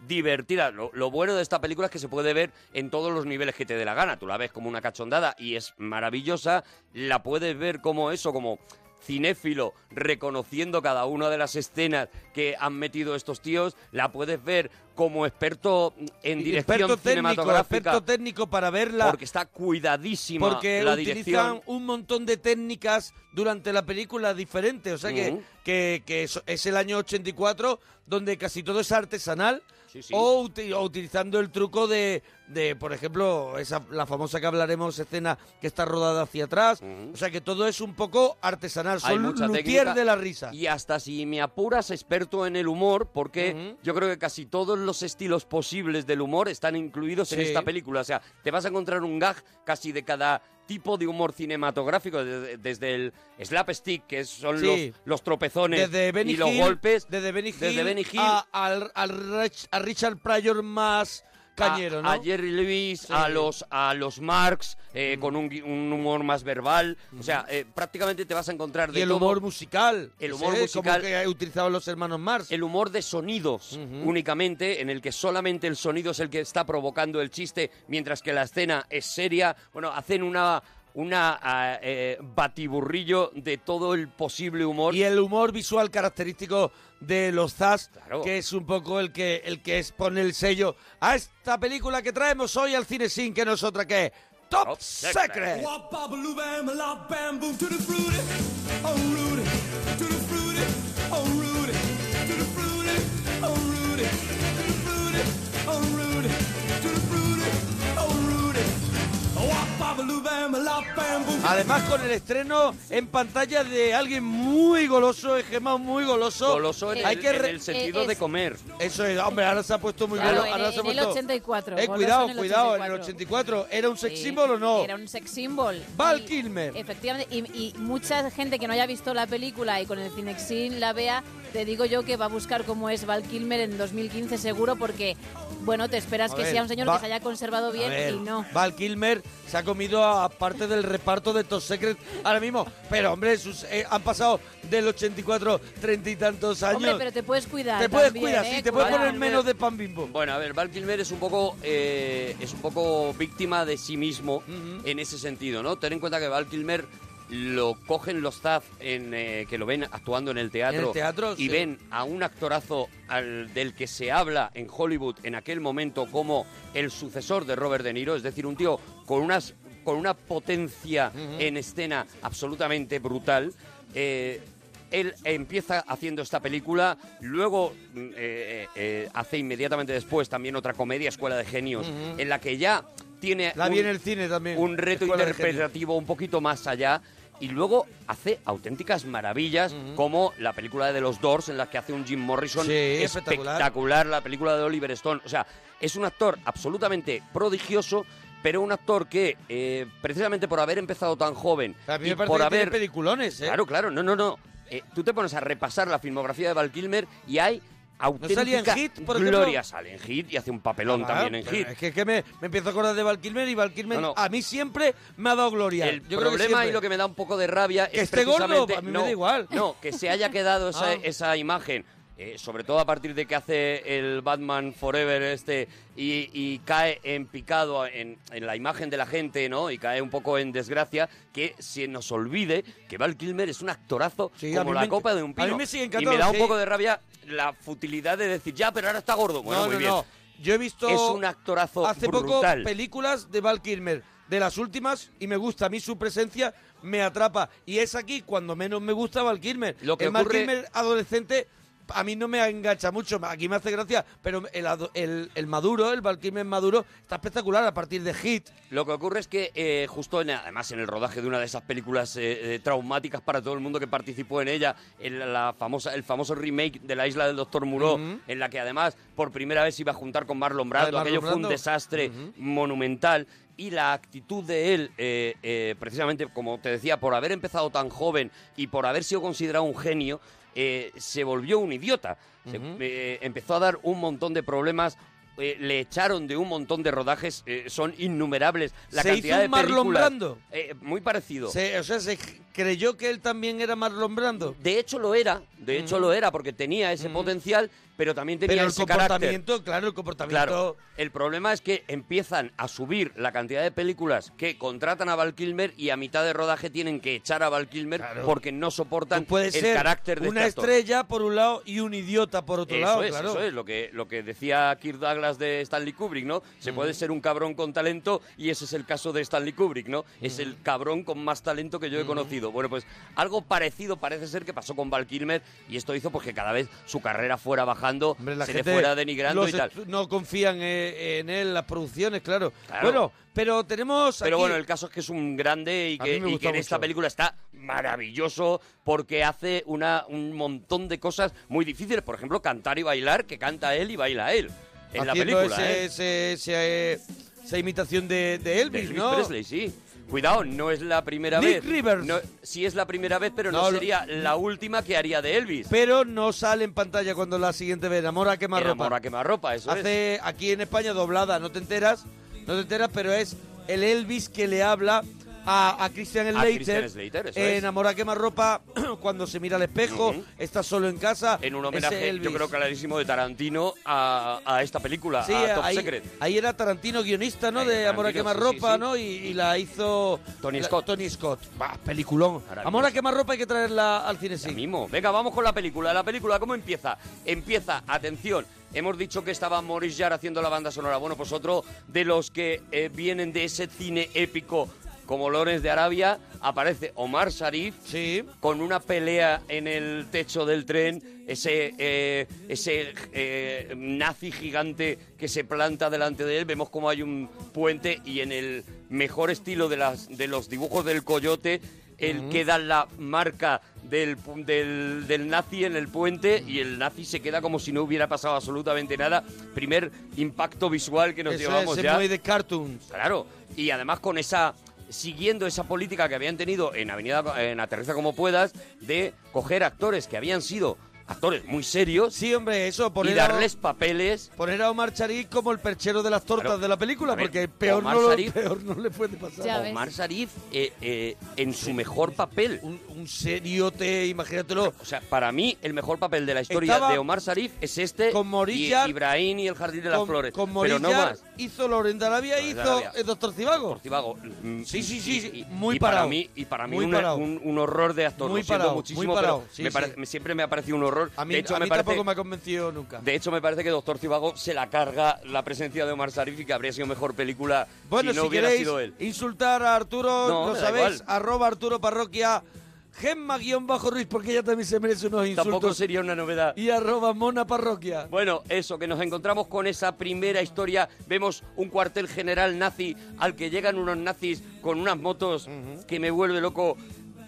S3: divertidas. Lo, lo bueno de esta película es que se puede ver en todos los niveles que te dé la gana. Tú la ves como una cachondada y es maravillosa. La puedes ver como eso, como cinéfilo reconociendo cada una de las escenas que han metido estos tíos, la puedes ver como experto en dirección
S2: experto técnico,
S3: cinematográfica
S2: experto técnico para verla.
S3: porque está cuidadísima
S2: porque
S3: la
S2: utilizan
S3: dirección.
S2: un montón de técnicas durante la película diferentes. O sea que-
S3: Ujú.
S2: que, que eso- es el año 84 donde casi todo es artesanal.
S3: sí. Oh,
S2: O, uti- o utilizando el truco de, de, por ejemplo, esa, la famosa que hablaremos, escena que está rodada hacia atrás. O sea que todo es un poco artesanal.
S3: Hay
S2: Son
S3: mucha
S2: luthier
S3: técnica.
S2: de la risa.
S3: Y hasta si me apuras, experto en el humor, porque yo creo que casi todos los estilos posibles del humor están incluidos en
S2: Sí.
S3: esta película. O sea, te vas a encontrar un gag casi de cada tipo de humor cinematográfico, desde, desde el slapstick, que son
S2: Sí.
S3: los, los tropezones
S2: Desde Benny
S3: y los
S2: Hill-
S3: golpes,
S2: Desde Benny Hill,
S3: desde Benny Hill
S2: A, al- al Rich- a Richard Pryor más cañero,
S3: a,
S2: ¿no?
S3: a Jerry Lewis, a los a los Marx, eh,
S2: Mm.
S3: con un, gui- un humor más verbal. O sea, eh, prácticamente te vas a encontrar de
S2: y el
S3: todo.
S2: humor musical.
S3: El
S2: ese
S3: humor
S2: es
S3: musical.
S2: Como que utilizaban los hermanos Mars.
S3: El humor de sonidos únicamente, en el que solamente el sonido es el que está provocando el chiste, mientras que la escena es seria. Bueno, hacen una una ah, eh, batiburrillo de todo el posible humor.
S2: Y el humor visual característico de los Zaz,
S3: Claro.
S2: que es un poco el que el que es, pone el sello a esta película que traemos hoy al cine sin que no es otra que Top, Secret.
S4: Wop, bop, loo, bam, lop, bam, boom, to the fruity. Oh, Rudy. To the fruity. Oh, Rudy. To the fruity. Oh, Rudy. To the fruity. Oh, Rudy. To the fruity. Oh, Rudy. Wop, bop, loo, bam, lop, bam, boom.
S2: Además con el estreno en pantalla de alguien muy goloso, es Gemma muy goloso.
S3: Goloso en el- en
S2: re-
S3: el sentido de Es- comer.
S2: Eso es, hombre, ahora se ha puesto muy
S15: Claro,
S2: golo-
S15: en,
S2: ahora se ha
S15: en el
S2: puesto-
S15: 84.
S2: Eh,
S15: goloso
S2: cuidado,
S15: en el
S2: cuidado, en el
S15: 84.
S2: 84. ¿Era un sex
S15: Sí,
S2: symbol o no?
S15: Era un sex symbol.
S2: Val
S15: Y-
S2: Kilmer.
S15: Efectivamente, y, y mucha gente que no haya visto la película y con el Cinexin la vea, te digo yo que va a buscar cómo es Val Kilmer en 2015 seguro porque, bueno, te esperas
S2: A
S15: que
S2: ver,
S15: sea un señor
S2: va-
S15: que se haya conservado
S2: A
S15: bien
S2: ver,
S15: y no.
S2: Val Kilmer se ha comido a parte del reparto de Top Secret ahora mismo. Pero, hombre, sus- eh, han pasado del 84 treinta y tantos años.
S15: Hombre, pero te puedes cuidar.
S2: Te puedes
S15: también,
S2: cuidar,
S15: ¿eh?
S2: sí, te puedes
S15: Cuidado.
S2: poner menos de pan bimbo.
S3: Bueno, a ver, Val Kilmer es un poco, eh, es un poco víctima de sí mismo en ese sentido, ¿no? Ten en cuenta que Val Kilmer lo cogen los staff en, eh, que lo ven actuando en el teatro,
S2: En el teatro,
S3: y
S2: sí.
S3: ven a un actorazo al, del que se habla en Hollywood en aquel momento como el sucesor de Robert De Niro, es decir, un tío con unas con una potencia en escena absolutamente brutal. eh, él empieza haciendo esta película, luego mm, eh, eh, hace inmediatamente después también otra comedia, Escuela de Genios,
S2: Ujú.
S3: en la que ya tiene
S2: La
S3: un,
S2: vi en el cine también.
S3: un reto
S2: Escuela de Genios.
S3: interpretativo un poquito más allá. Y luego hace auténticas maravillas, como la película de los Doors, en la que hace un Jim Morrison
S2: Sí, espectacular.
S3: espectacular, la película de Oliver Stone. O sea, es un actor absolutamente prodigioso, pero un actor que, eh, precisamente por haber empezado tan joven
S2: A mí me
S3: y
S2: parece
S3: por
S2: que
S3: haber
S2: tiene peliculones, ¿eh?
S3: Claro, claro, no, no, no. Eh, tú te pones a repasar la filmografía de Val Kilmer y hay auténtica
S2: salía en Hit, por ejemplo?
S3: gloria. Sale en Hit y hace un papelón
S2: Ah,
S3: también en
S2: pero
S3: Hit.
S2: Es que, es que me, me empiezo a acordar de Val Kilmer y Val Kilmer
S3: No, no.
S2: a mí siempre me ha dado gloria.
S3: El
S2: Yo creo que
S3: problema
S2: siempre.
S3: y lo que me da un poco de rabia
S2: Que
S3: es
S2: esté gordo,
S3: precisamente-
S2: a mí me
S3: no,
S2: da igual.
S3: No, que se haya quedado esa,
S2: Ah.
S3: esa imagen. eh, sobre todo a partir de que hace el Batman Forever este y, y cae en picado en, en la imagen de la gente, ¿no? Y cae un poco en desgracia, que se nos olvide que Val Kilmer es un actorazo
S2: a
S3: como
S2: mí
S3: la
S2: me-
S3: copa de un
S2: a mí
S3: pino.
S2: me sigue
S3: y
S2: encantando,
S3: me da un
S2: sí.
S3: poco de rabia la futilidad de decir, ya, pero ahora está gordo. Bueno,
S2: no,
S3: muy
S2: no,
S3: bien.
S2: no. Yo he visto.
S3: Es un actorazo
S2: Hace
S3: brutal.
S2: poco películas de Val Kilmer, de las últimas, y me gusta. A mí su presencia me atrapa. Y es aquí cuando menos me gusta Val Kilmer.
S3: Lo que
S2: el Val
S3: ocurre-
S2: Kilmer adolescente. A mí no me engancha mucho, aquí me hace gracia, pero el, ado- el, el maduro, el Val Kilmer maduro, está espectacular a partir de Hit.
S3: Lo que ocurre es que eh, justo en, además en el rodaje de una de esas películas eh, eh, traumáticas para todo el mundo que participó en ella, el, la famosa, el famoso remake de la isla del Doctor Muró,
S2: Ujú.
S3: en la que además por primera vez se iba a juntar con Marlon Brando,
S2: Marlon
S3: aquello fue un
S2: Brando.
S3: desastre monumental. Y la actitud de él, eh, eh, precisamente como te decía, por haber empezado tan joven y por haber sido considerado un genio, eh, se volvió un idiota. Se-
S2: Ujú.
S3: eh, empezó a dar un montón de problemas. eh, le echaron de un montón de rodajes, eh, son innumerables la
S2: ¿Se
S3: cantidad
S2: hizo un
S3: de
S2: Marlon
S3: películas.
S2: Brando?
S3: Eh, muy parecido.
S2: Se- o sea, se creyó que él también era Marlon Brando.
S3: De hecho lo era, de hecho lo era, porque tenía ese potencial, pero también tenía
S2: Pero el
S3: ese carácter.
S2: comportamiento, claro, el comportamiento.
S3: Claro, el problema es que empiezan a subir la cantidad de películas que contratan a Val Kilmer y a mitad de rodaje tienen que echar a Val Kilmer porque no soportan
S2: Puede
S3: el
S2: ser
S3: carácter de
S2: una
S3: este actor.
S2: estrella por un lado y un idiota por otro
S3: eso
S2: lado,
S3: es,
S2: claro.
S3: Eso es lo que, lo que decía Kirk Douglas de Stanley Kubrick, ¿no? Se puede ser un cabrón con talento y ese es el caso de Stanley Kubrick, ¿no? Es el cabrón con más talento que yo he conocido. Bueno, pues algo parecido parece ser que pasó con Val Kilmer y esto hizo pues que cada vez su carrera fuera bajando,
S2: La
S3: se
S2: gente-
S3: le fuera denigrando
S2: los
S3: y tal.
S2: estu- No confían eh, en él, las producciones, claro.
S3: Claro.
S2: Bueno, pero tenemos
S3: Pero
S2: aquí-
S3: bueno, el caso es que es un grande y
S2: A
S3: que,
S2: mí me
S3: y
S2: gusta
S3: que en esta
S2: mucho.
S3: película está maravilloso porque hace una, un montón de cosas muy difíciles. Por ejemplo, cantar y bailar, que canta él y baila él. En la
S2: haciendo
S3: película,
S2: ese-
S3: ¿eh?
S2: ese- ese, eh, esa imitación de, de Elvis,
S3: Elvis
S2: ¿no?
S3: Presley, sí. Cuidado, no es la primera
S2: Nick
S3: vez. No, sí es la primera vez, pero no,
S2: No, lo-
S3: sería la última que haría de Elvis.
S2: Pero no sale en pantalla cuando la siguiente ve Enamora a quemarropa.
S3: Enamora a quemarropa, eso es.
S2: Hace aquí en España doblada, no te enteras, no te enteras, pero es el Elvis que le habla a, a Christian
S3: A Christian
S2: Slater.
S3: Slater, eso es.
S2: Enamora a quemarropa <clears throat> cuando se mira al espejo, está solo en casa.
S3: En un homenaje,
S2: Ese Elvis.
S3: yo creo clarísimo, de Tarantino a, a esta película,
S2: Sí,
S3: a Top
S2: ahí,
S3: Secret.
S2: ahí era Tarantino guionista, ¿no?
S3: Ahí
S2: de
S3: era
S2: Amor a
S3: Tarantino,
S2: quemar
S3: sí,
S2: ropa,
S3: sí, sí.
S2: ¿no? Y, y la hizo
S3: Tony
S2: la-
S3: Scott.
S2: Tony Scott. Bah, peliculón.
S3: Maravilloso.
S2: Amor a quemar ropa hay que traerla al cine sí.
S3: mismo. Venga, vamos con la película. La película, ¿cómo empieza? Empieza, atención, hemos dicho que estaba Maurice Jarre haciendo la banda sonora. Bueno, pues otro de los que eh, vienen de ese cine épico como Lorenz de Arabia, aparece Omar Sharif con una pelea en el techo del tren, ese, eh, ese eh, nazi gigante que se planta delante de él, vemos como hay un puente y en el mejor estilo de, las, de los dibujos del coyote, él
S2: Ujú.
S3: queda da la marca del, pu- del, del nazi en el puente y el nazi se queda como si no hubiera pasado absolutamente nada. Primer impacto visual que nos
S2: Eso
S3: llevamos
S2: es,
S3: ya.
S2: muy de cartoons.
S3: Claro, y además con esa siguiendo esa política que habían tenido en Avenida en Aterriza como puedas de coger actores que habían sido actores muy serios.
S2: Sí, hombre, eso por
S3: y darles papeles.
S2: Poner a Omar Sharif como el perchero de las tortas de la película, porque peor
S3: Omar
S2: no, lo-
S3: Sharif-
S2: peor no le puede pasar.
S3: Ya ves. Omar Sharif eh, en su mejor papel.
S2: Un, un seriote, imagínatelo.
S3: O sea, para mí el mejor papel de la historia
S2: Estaba
S3: de Omar Sharif es este
S2: con
S3: y
S2: Morillar-
S3: Ibrahim y el Jardín de las
S2: con-
S3: Flores,
S2: con
S3: pero no
S2: Morillar
S3: más.
S2: hizo Lorenz de Arabia,
S3: Lorenz de
S2: hizo
S3: Arabia.
S2: el Doctor Cibago.
S3: Cibago. Sí,
S2: sí, sí,
S3: y-
S2: muy
S3: y para
S2: parado.
S3: mí- y para mí
S2: Muy
S3: un-
S2: parado.
S3: un, un horror de actor.
S2: Muy
S3: lo siento
S2: parado,
S3: muchísimo,
S2: muy parado,
S3: pero
S2: sí,
S3: me pare-
S2: sí.
S3: siempre me ha parecido un horror.
S2: A mí,
S3: de hecho,
S2: a
S3: me
S2: mí
S3: parece,
S2: tampoco me ha convencido nunca.
S3: de hecho, me parece que Doctor Cibago se la carga la presencia de Omar Sharif y que habría sido mejor película
S2: Bueno,
S3: si no
S2: si
S3: hubiera
S2: queréis
S3: sido él.
S2: insultar a Arturo,
S3: No,
S2: lo
S3: me da
S2: sabéis,
S3: igual.
S2: arroba Arturo Parroquia, Gemma-Ruiz, porque ella también se merece unos insultos.
S3: Tampoco sería una novedad.
S2: Y arroba Mona Parroquia.
S3: Bueno, eso, que nos encontramos con esa primera historia. Vemos un cuartel general nazi al que llegan unos nazis con unas motos que me vuelve loco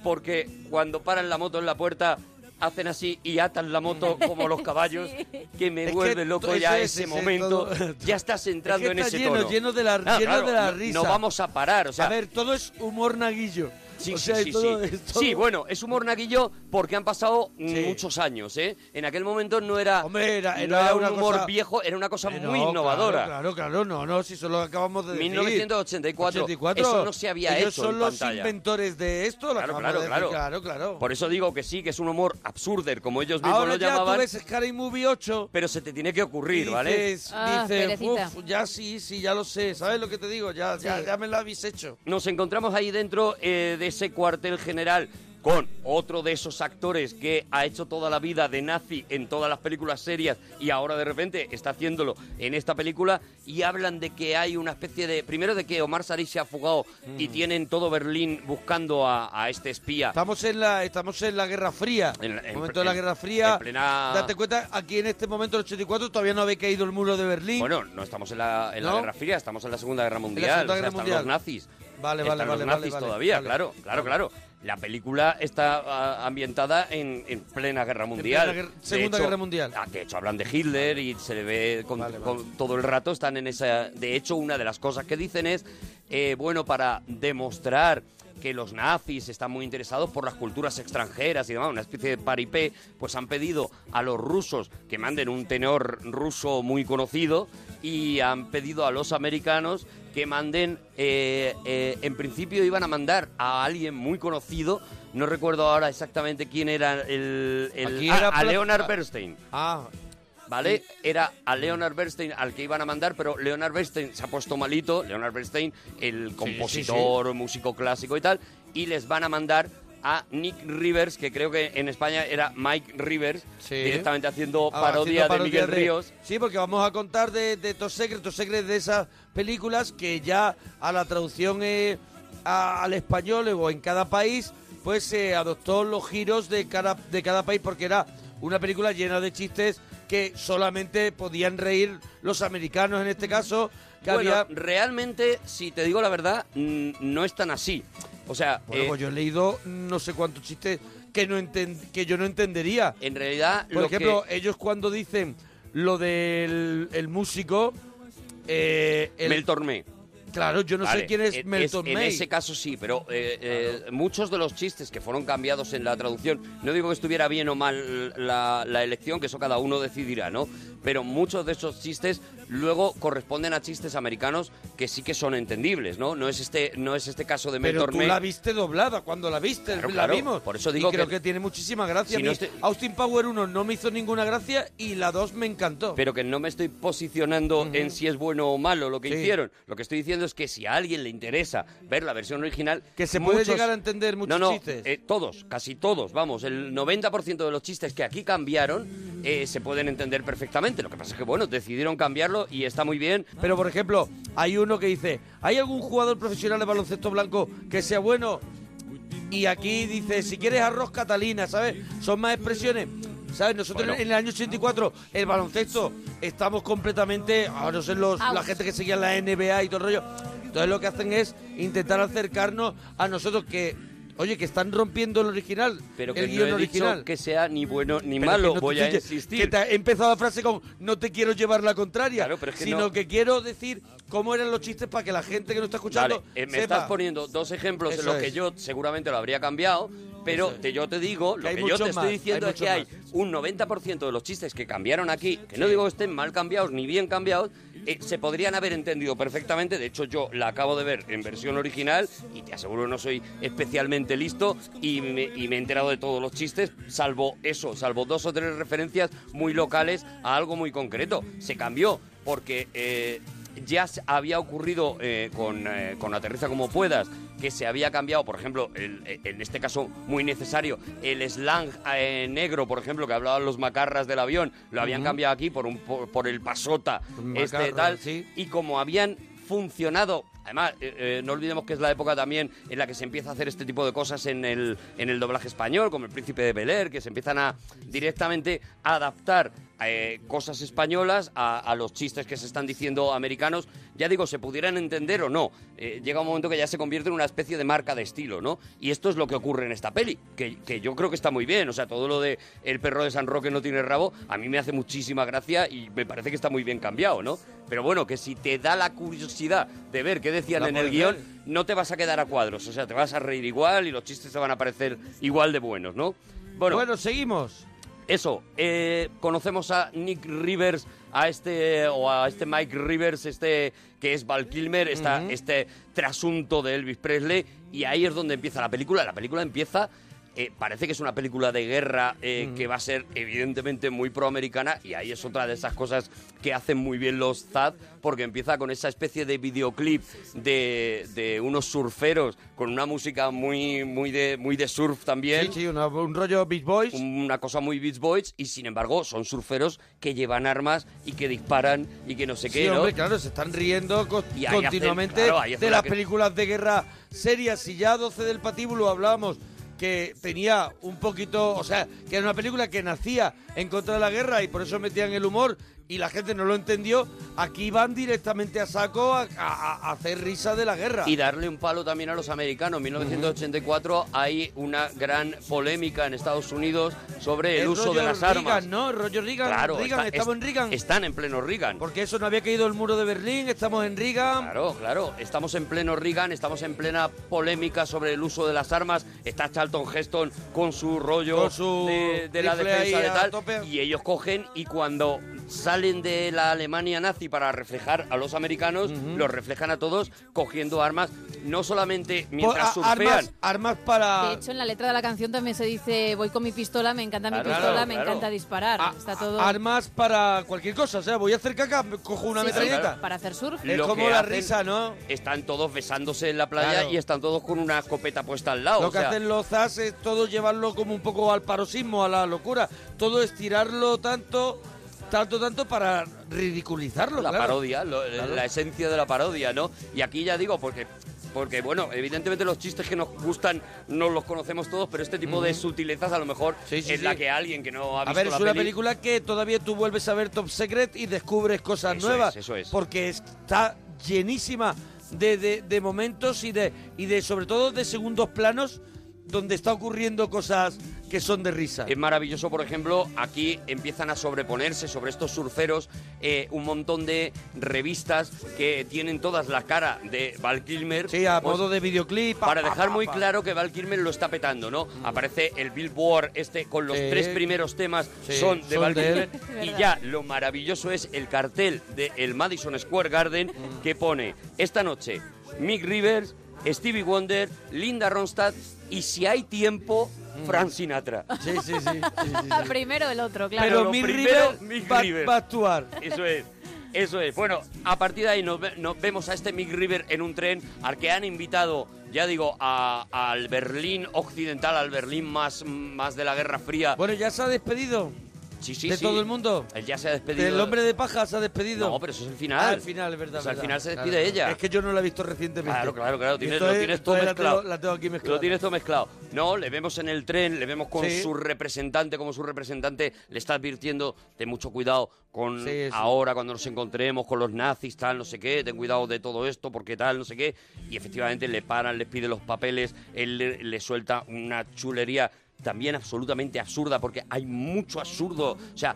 S3: porque cuando paran la moto en la puerta hacen así y atan la
S2: <laughs>
S3: moto como los caballos que me
S2: Es que
S3: vuelve loco
S2: to-
S3: ya ese,
S2: ese- ese
S3: momento.
S2: todo-
S3: Ya estás <laughs> entrando
S2: Es que
S3: en
S2: está
S3: ese
S2: lleno,
S3: tono.
S2: lleno de la-
S3: Ah,
S2: lleno de la
S3: no-
S2: risa.
S3: No vamos a parar, o sea,
S2: a ver, todo es humor naguillo.
S3: Sí,
S2: O
S3: sí,
S2: sea,
S3: sí,
S2: todo-
S3: sí.
S2: es todo-
S3: Sí, bueno, es humor naguillo porque han pasado muchos años, ¿eh? En aquel momento no era,
S2: era
S3: no era un
S2: una
S3: humor
S2: cosa-
S3: viejo, era una cosa
S2: Eh,
S3: muy
S2: no,
S3: innovadora.
S2: Claro, claro, claro, no, no, si solo acabamos de decir.
S3: 1984.
S2: 84,
S3: Eso no se había
S2: ellos
S3: hecho
S2: son
S3: en
S2: los
S3: pantalla.
S2: inventores de esto, lo
S3: Claro,
S2: acabamos
S3: claro,
S2: de decir,
S3: claro.
S2: claro, claro.
S3: Por eso digo que sí, que es un humor absurder, como ellos mismos
S2: Ahora
S3: lo
S2: ya tú
S3: llamaban.
S2: ves Scary Movie 8
S3: Pero se te tiene que
S2: y
S3: ocurrir,
S2: dices,
S3: ¿vale?
S15: Ah,
S2: dices,
S15: perecita.
S2: "Uf, ya sí, sí, ya lo sé, ¿sabes lo que te digo? Ya, ya,
S3: Sí.
S2: ya me lo habéis hecho.
S3: Nos encontramos ahí dentro eh, de ese cuartel general con otro de esos actores que ha hecho toda la vida de nazi en todas las películas serias y ahora de repente está haciéndolo en esta película y hablan de que hay una especie de... Primero de que Omar Saris se ha fugado y
S2: Mm.
S3: tienen todo Berlín buscando a, a este espía.
S2: Estamos en la, estamos en la Guerra Fría.
S3: En la- en-
S2: momento de la
S3: en-
S2: Guerra Fría.
S3: en plena-
S2: Date cuenta, aquí en este momento, el 84, todavía no había caído el muro de Berlín.
S3: Bueno, no estamos en la, en la
S2: ¿No?
S3: Guerra Fría, estamos en la Segunda Guerra Mundial.
S2: Segunda
S3: o sea,
S2: Guerra
S3: están
S2: Mundial.
S3: los nazis.
S2: Vale, vale,
S3: Están los
S2: vale, vale,
S3: nazis
S2: vale,
S3: todavía,
S2: vale.
S3: claro, claro, claro. La película está ah, ambientada en, en plena Guerra Mundial.
S2: plena guer-
S3: De
S2: Segunda
S3: hecho-
S2: Guerra Mundial.
S3: ah, de hecho, hablan de Hitler y se le ve con- con- todo el rato, están en esa... De hecho, una de las cosas que dicen es, eh, bueno, para demostrar que los nazis están muy interesados por las culturas extranjeras y demás, una especie de paripé, pues han pedido a los rusos que manden un tenor ruso muy conocido y han pedido a los americanos que manden, eh, eh, en principio iban a mandar a alguien muy conocido, no recuerdo ahora exactamente quién era el... el-
S2: Aquí
S3: ah,
S2: era
S3: a
S2: Pla-
S3: Leonard Bernstein.
S2: Ah,
S3: ¿Vale? Era a Leonard Bernstein al que iban a mandar, pero Leonard Bernstein se ha puesto malito, Leonard Bernstein, el compositor, músico clásico y tal, y les van a mandar a Nick Rivers, que creo que en España era Mike Rivers, directamente haciendo
S2: Ah, haciendo
S3: parodia, de
S2: parodia
S3: Miguel
S2: de-
S3: Ríos.
S2: Sí, porque vamos a contar de, de Top Secret, Top Secret de esas películas que ya a la traducción eh, a- al español o en cada país, pues se adoptó los giros de cada, de cada país porque era una película llena de chistes que solamente podían reír los americanos en este caso. Que
S3: Bueno,
S2: había...
S3: realmente, si te digo la verdad, mm, no es tan así. O sea,
S2: Bueno,
S3: eh,
S2: pues yo he leído no sé cuántos chistes que, no enten- que yo no entendería.
S3: en realidad,
S2: Por
S3: lo
S2: ejemplo,
S3: que-
S2: ellos cuando dicen lo del el músico. eh, el-
S3: Mel Tormé.
S2: Claro, yo no
S3: Vale,
S2: sé quién es
S3: en-
S2: Mel
S3: es-
S2: Tormé.
S3: En ese caso sí, pero eh, eh, muchos de los chistes que fueron cambiados en la traducción, no digo que estuviera bien o mal la, la elección, que eso cada uno decidirá, ¿no? Pero muchos de esos chistes luego corresponden a chistes americanos que sí que son entendibles, ¿no? No es este, no es este caso de Mel
S2: Pero tú
S3: Tormé.
S2: la viste doblada cuando la viste,
S3: Claro,
S2: la
S3: claro,
S2: vimos.
S3: por eso digo
S2: y creo
S3: que-
S2: que, tiene muchísima gracia.
S3: Si
S2: A
S3: no
S2: mí
S3: estoy-
S2: Austin Power 1 no me hizo ninguna gracia y la 2 me encantó.
S3: pero que no me estoy posicionando en si es bueno o malo lo que
S2: Sí.
S3: hicieron. Lo que estoy diciendo es que si a alguien le interesa ver la versión original...
S2: que se puede
S3: muchos-
S2: llegar a entender muchos
S3: no, no,
S2: chistes.
S3: eh, todos, casi todos, vamos, el 90% de los chistes que aquí cambiaron eh, se pueden entender perfectamente. Lo que pasa es que, bueno, decidieron cambiarlo y está muy bien.
S2: Pero, por ejemplo, hay uno que dice, ¿hay algún jugador profesional de baloncesto blanco que sea bueno? Y aquí dice, si quieres arroz Catalina, ¿sabes? Son más expresiones. ¿Sabes? Nosotros
S3: Bueno.
S2: en el año 84, el baloncesto, estamos completamente, a no ser los, la
S3: Out.
S2: gente que seguía la NBA y todo el rollo. Entonces lo que hacen es intentar acercarnos a nosotros que, oye, que están rompiendo el original,
S3: Pero que
S2: el
S3: no
S2: guión
S3: he
S2: original.
S3: dicho que sea ni bueno ni
S2: Pero
S3: malo,
S2: que no te
S3: voy a
S2: estoy- Que
S3: insistir.
S2: te ha empezado la frase con no te quiero llevar la contraria,
S3: pero es que
S2: sino
S3: no-
S2: que quiero decir cómo eran los chistes para que la gente que nos está escuchando
S3: Vale, eh, me
S2: sepa.
S3: estás poniendo dos ejemplos en
S2: Eso
S3: los que
S2: es.
S3: yo seguramente lo habría cambiado, pero te- yo te digo,
S2: Que
S3: lo
S2: hay
S3: que yo
S2: muchos
S3: te
S2: más,
S3: estoy diciendo
S2: hay
S3: es que hay
S2: muchos
S3: un 90% de los chistes que cambiaron aquí, que no digo que estén mal cambiados ni bien cambiados, eh, se podrían haber entendido perfectamente. De hecho, yo la acabo de ver en versión original y te aseguro que no soy especialmente listo y me, y me he enterado de todos los chistes, salvo eso, salvo dos o tres referencias muy locales a algo muy concreto. Se cambió porque... eh, ya se- había ocurrido eh, con, eh, con Aterriza como puedas, que se había cambiado, por ejemplo, el- el- en este caso muy necesario, el slang eh, negro, por ejemplo, que hablaban los macarras del avión, lo habían
S2: Ujú.
S3: cambiado aquí por, un, por, por el pasota,
S2: Macarra,
S3: este tal,
S2: sí.
S3: y como habían funcionado. Además, eh, eh, no olvidemos que es la época también en la que se empieza a hacer este tipo de cosas en el, en el doblaje español, como El Príncipe de Bel Air, que se empiezan a directamente a adaptar eh, cosas españolas a, a los chistes que se están diciendo americanos. Ya digo, se pudieran entender o no. Eh, llega un momento que ya se convierte en una especie de marca de estilo, ¿no? Y esto es lo que ocurre en esta peli, que, que yo creo que está muy bien. O sea, todo lo de el perro de San Roque no tiene rabo, a mí me hace muchísima gracia y me parece que está muy bien cambiado, ¿no? Pero bueno, que si te da la curiosidad de ver qué decían
S2: La
S3: en el
S2: puedes
S3: guión,
S2: ver.
S3: no te vas a quedar a cuadros. O sea, te vas a reír igual y los chistes te van a parecer igual de buenos, ¿no? Bueno,
S2: seguimos.
S3: Eso, eh, conocemos a Nick Rivers, a este, o a este Mike Rivers, este que es Val Kilmer, esta- este trasunto de Elvis Presley, y ahí es donde empieza la película. La película empieza, eh, parece que es una película de guerra eh,
S2: Ujú.
S3: que va a ser evidentemente muy proamericana, y ahí es otra de esas cosas que hacen muy bien los Zad, porque empieza con esa especie de videoclip de, de unos surferos con una música muy, muy, de, muy de surf también
S2: Sí, sí, una- un rollo Beach Boys.
S3: una cosa muy Beach Boys y sin embargo son surferos que llevan armas y que disparan y que no sé qué,
S2: Sí,
S3: ¿no?
S2: hombre, claro, se están riendo co-
S3: Y ahí
S2: continuamente
S3: hacen- claro, ahí hacen
S2: de
S3: la
S2: las
S3: que-
S2: películas de guerra serias. Si ya 12 del Patíbulo hablábamos que tenía un poquito, o sea, que era una película que nacía en contra de la guerra y por eso metían el humor y la gente no lo entendió, aquí van directamente a saco a, a- a hacer risa de la guerra.
S3: Y darle un palo también a los americanos. En 1984 hay una gran polémica en Estados Unidos sobre el,
S2: El
S3: uso
S2: rollo
S3: de las
S2: Reagan,
S3: armas.
S2: ¿no? El rollo Reagan,
S3: Claro,
S2: Reagan,
S3: está-
S2: estamos
S3: es-
S2: en Reagan.
S3: Están en pleno Reagan.
S2: Porque eso no había caído el muro de Berlín, estamos en Reagan.
S3: Claro, claro. Estamos en pleno Reagan, estamos en plena polémica sobre el uso de las armas. Está Charlton Heston con su rollo
S2: Con su
S3: de, de la
S2: rifle ahí
S3: defensa de
S2: a
S3: tal.
S2: tope.
S3: Y ellos cogen y cuando salen de la Alemania nazi para reflejar a los americanos, los reflejan a todos cogiendo armas, no solamente mientras
S2: Pues, a-
S3: surfean.
S2: armas, armas para...
S3: Ah.
S15: De hecho, en la letra de la canción también se dice voy con mi pistola, me encanta mi
S2: Claro,
S15: pistola,
S2: claro,
S15: me
S2: claro.
S15: encanta disparar.
S3: Ah,
S15: Está todo
S2: armas para cualquier cosa. O sea, voy a hacer caca, me cojo una
S15: Sí, sí,
S2: metralleta.
S15: para hacer surf.
S2: Es
S3: Lo
S2: como
S3: que
S2: la
S3: hacen-
S2: risa, ¿no?
S3: Están todos besándose en la playa
S2: Claro.
S3: y están todos con una escopeta puesta al lado.
S2: Lo
S3: o
S2: que
S3: sea,
S2: hacen los zas es todo llevarlo como un poco al paroxismo, a la locura. Todo estirarlo tanto, tanto, tanto para ridiculizarlo.
S3: La
S2: claro.
S3: parodia, lo- eh,
S2: Claro.
S3: la esencia de la parodia, ¿no? Y aquí ya digo, porque, porque bueno, evidentemente los chistes que nos gustan no los conocemos todos, pero este tipo de
S2: Ujú.
S3: sutilezas a lo mejor
S2: sí,
S3: es la
S2: sí.
S3: que alguien que no ha
S2: A
S3: visto
S2: ver, es
S3: la
S2: una
S3: peli-
S2: película que todavía tú vuelves a ver Top Secret y descubres cosas
S3: Eso
S2: nuevas.
S3: es, eso es.
S2: Porque está llenísima de, de- de momentos y de, y de, sobre todo, de segundos planos donde está ocurriendo cosas que son de risa.
S3: Es maravilloso, por ejemplo, aquí empiezan a sobreponerse sobre estos surferos eh, un montón de revistas que tienen todas la cara de Val Kilmer.
S2: Sí, a
S3: Pues,
S2: modo de videoclip. pa,
S3: Para
S2: pa,
S3: dejar
S2: pa,
S3: muy
S2: pa. Mm.
S3: claro que Val Kilmer lo está petando, ¿no? Aparece el Billboard este con los
S2: Sí.
S3: tres primeros temas
S2: Sí,
S3: son de
S2: son
S3: Val
S2: de él.
S3: Kilmer y ya lo maravilloso es el cartel del Madison Square Garden que pone esta noche Mick Rivers, Stevie Wonder, Linda Ronstadt y si hay tiempo Frank Sinatra.
S2: Sí, sí, sí.
S15: <laughs> Primero el otro, claro.
S2: Pero mi
S3: Mick
S2: River, va, va a actuar.
S3: Eso es. Eso es. Bueno, a partir de ahí nos, ve- nos vemos a este Mick River en un tren al que han invitado, ya digo, a- al Berlín occidental, al Berlín más, más de la Guerra Fría.
S2: Bueno, ya se ha despedido.
S3: Sí, sí,
S2: de
S3: sí.
S2: todo el mundo.
S3: Él ya se ha despedido.
S2: El hombre de paja se ha despedido.
S3: No, pero eso es el final.
S2: Ah, el final, es verdad.
S3: Eso al
S2: verdad.
S3: final se despide
S2: Claro.
S3: ella.
S2: Es que yo no la he visto recientemente.
S3: Claro, claro, claro.
S2: Y
S3: Tienes,
S2: entonces-
S3: lo tienes todo
S2: entonces la
S3: mezclado.
S2: tengo- la tengo aquí mezclada.
S3: Lo tienes todo mezclado. No, le vemos en el tren, le vemos con
S2: Sí.
S3: su representante, como su representante le está advirtiendo de mucho cuidado con
S2: Sí, sí.
S3: ahora cuando nos encontremos con los nazis, tal, no sé qué, ten cuidado de todo esto, porque tal, no sé qué. Y efectivamente le paran, les pide los papeles, él le, le suelta una chulería también absolutamente absurda, porque hay mucho absurdo. O sea,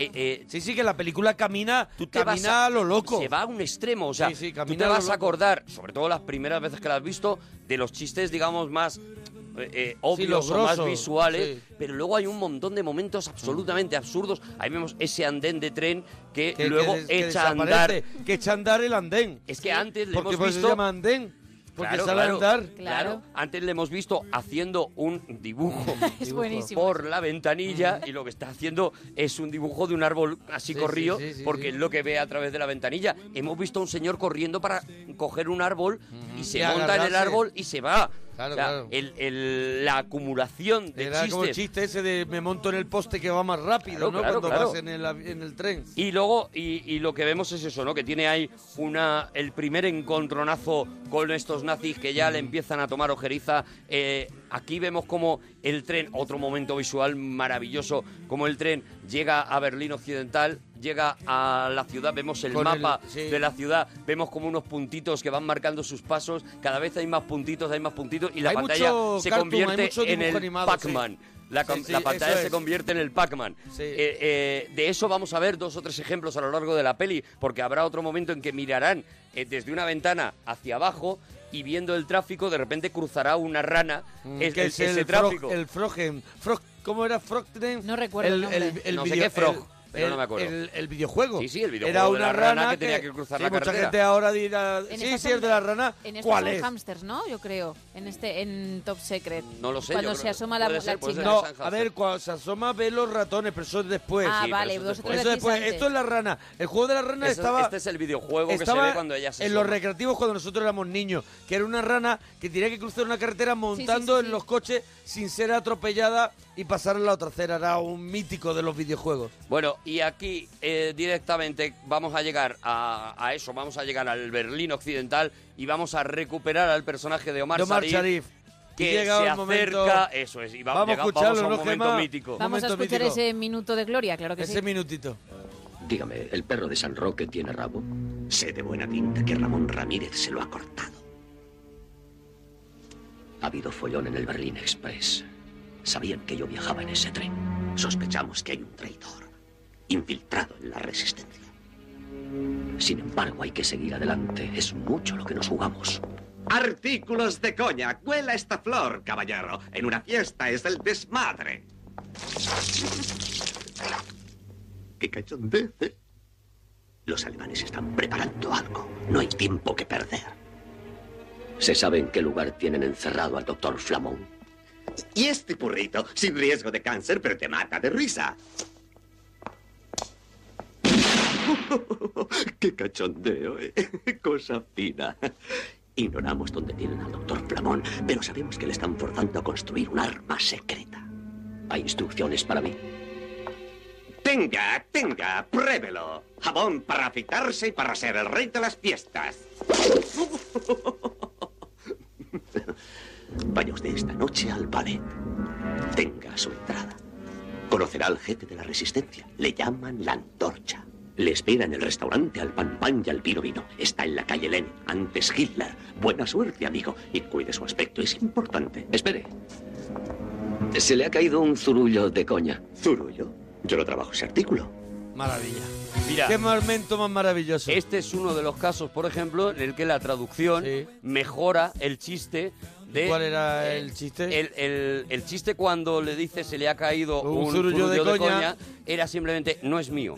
S3: eh,
S2: sí, sí, que la película camina, camina a lo loco.
S3: Se va a un extremo, o sea,
S2: Sí, sí,
S3: tú
S2: camina
S3: te
S2: a lo
S3: vas a
S2: loco.
S3: acordar, sobre todo las primeras veces que la has visto, de los chistes, digamos, más eh, eh, obvios
S2: los
S3: o más ¿eh?
S2: grosos,
S3: visuales,
S2: sí.
S3: pero luego hay un montón de momentos absolutamente absurdos. Ahí vemos ese andén de tren que,
S2: Que-
S3: luego
S2: que des- que
S3: echa a andar.
S2: desaparece, Que echa a andar el andén.
S3: Es que antes le
S2: Porque
S3: hemos
S2: por eso
S3: visto...
S2: se llama andén. Porque
S3: Claro,
S2: sale a
S3: claro,
S2: andar.
S3: Claro. Antes le hemos visto haciendo un
S2: <laughs>
S3: dibujo
S2: buenísimo.
S3: por la ventanilla y lo que está haciendo es un dibujo de un árbol así
S2: Mm. Sí,
S3: corrido
S2: sí, sí, sí,
S3: porque
S2: sí.
S3: es lo que ve a través de la ventanilla. Hemos visto a un señor corriendo para coger un árbol y se monta en
S2: Mm-hmm. Y
S3: el
S2: agarrarse.
S3: árbol y se va.
S2: Claro,
S3: O sea,
S2: claro.
S3: el- el- la acumulación de
S2: Era como el
S3: chistes.
S2: chiste ese de me monto en el poste que va más rápido,
S3: Claro,
S2: ¿no?
S3: claro,
S2: Cuando
S3: claro.
S2: vas en el, avi- en el tren.
S3: Y luego, y, y lo que vemos es eso, ¿no? Que tiene ahí una el primer encontronazo con estos nazis que ya le empiezan a tomar ojeriza. Eh, aquí vemos como el tren, otro momento visual maravilloso, como el tren llega a Berlín Occidental, llega a la ciudad, vemos el
S2: Con el-
S3: mapa
S2: sí.
S3: de la ciudad, vemos como unos puntitos que van marcando sus pasos, cada vez hay más puntitos, hay más puntitos, y la
S2: Hay
S3: pantalla
S2: mucho
S3: se
S2: cartoon, hay
S3: convierte
S2: mucho
S3: en
S2: dibujo
S3: el
S2: animado,
S3: Pac-Man.
S2: sí.
S3: La, com-
S2: Sí, sí,
S3: la
S2: eso
S3: pantalla se
S2: es.
S3: convierte en el Pac-Man. Eh, eh, de eso vamos a ver dos o tres ejemplos a lo largo de la peli, porque habrá otro momento en que mirarán eh, desde una ventana hacia abajo y viendo el tráfico, de repente cruzará una rana
S2: Mm,
S3: es,
S2: que
S3: es-
S2: es
S3: ese
S2: el
S3: tráfico.
S2: Frog, el Froggen. Frog, ¿Cómo era Froggen?
S15: No recuerdo el nombre.
S3: No sé qué Frog, pero no me acuerdo.
S2: El, el videojuego.
S3: Sí, sí, el videojuego
S2: Era
S3: de
S2: una
S3: la rana
S2: rana,
S3: que tenía que cruzar
S2: sí,
S3: la
S2: Mucha
S3: carretera.
S2: gente ahora dirá,
S15: En
S2: sí,
S15: esta
S2: sí,
S15: son-
S2: es de la rana.
S15: En estos
S2: ¿Cuál
S15: son
S2: es?
S15: hamsters, ¿no? Yo creo. En este, en Top Secret.
S3: No lo sé,
S15: Cuando
S3: yo
S15: se
S3: creo-
S15: asoma la,
S3: puede
S15: la
S3: ser, puede
S15: chica.
S3: ser.
S2: No,
S3: San Hansen.
S2: a ver, cuando se asoma ve los ratones, pero eso es después.
S15: Ah, Sí, pero vale, eso es vosotros
S2: Eso
S15: decís
S2: después.
S15: antes.
S2: Esto es la rana. El juego de la rana
S3: Eso-
S2: estaba...
S3: este es el videojuego que se
S2: estaba
S3: ve cuando ella se
S2: en
S3: asoma.
S2: los recreativos cuando nosotros éramos niños, que era una rana que tenía que cruzar una carretera montando en los coches sin ser atropellada y pasar a la otra acera. Era un mítico de los videojuegos.
S3: Bueno, y aquí eh, directamente vamos a llegar a, a eso, vamos a llegar al Berlín Occidental y vamos a recuperar al personaje de Omar,
S2: de Omar
S3: Sharif,
S2: Sharif.
S3: que
S2: Y llega
S3: se
S2: el
S3: acerca,
S2: momento-
S3: eso es, y va-
S2: Vamos a
S3: llega- vamos
S2: escucharlo,
S3: a un
S2: ¿no,
S3: momento
S2: Gemma?
S3: mítico.
S15: Vamos a
S2: Momento
S15: escuchar
S2: mítico.
S15: ese minuto de gloria, claro que sí.
S2: minutito.
S10: Dígame, ¿el perro de San Roque tiene rabo? Sé de buena pinta que Ramón Ramírez se lo ha cortado. Ha habido follón en el Berlín Express. Sabían que yo viajaba en ese tren. Sospechamos que hay un traidor infiltrado en la resistencia. Sin embargo, hay que seguir adelante. Es mucho lo que nos jugamos.
S25: Artículos de coña. Huela esta flor, caballero. En una fiesta es el desmadre.
S10: ¿Qué cachondez,
S25: este?
S10: eh? Los alemanes están preparando algo. No hay tiempo que perder. ¿Se sabe en qué lugar tienen encerrado al doctor Flamón?
S25: Y este burrito, sin riesgo de cáncer, pero te mata de risa. <laughs>
S10: ¡Qué cachondeo!
S25: <laughs>
S10: ¿eh? Cosa fina. Ignoramos dónde tienen al doctor Flamón, pero sabemos que le están forzando a construir un arma secreta. ¿Hay instrucciones para mí?
S25: Tenga, tenga, pruébelo. Jabón para afeitarse y para ser el rey de las fiestas.
S10: <laughs> Vaya usted esta noche al ballet. Tenga su entrada. Conocerá al jefe de la resistencia. Le llaman la antorcha. Le espera en el restaurante al pan pan y al vino vino. Está en la calle Lenin, antes Hitler. Buena suerte, amigo. Y cuide su aspecto, es importante. Espere. Se le ha caído un zurullo de coña. ¿Zurullo? Yo no trabajo ese artículo.
S2: Maravilla.
S3: Mira.
S2: Qué momento más maravilloso.
S3: Este es uno de los casos, por ejemplo, en el que la traducción mejora el chiste de...
S2: ¿Y cuál era
S3: eh,
S2: el chiste?
S3: El, el- el chiste cuando le dice se le ha caído
S2: Un
S3: un,
S2: zurullo
S3: zurullo
S2: de
S3: de,
S2: coña.
S3: coña. era simplemente no es mío.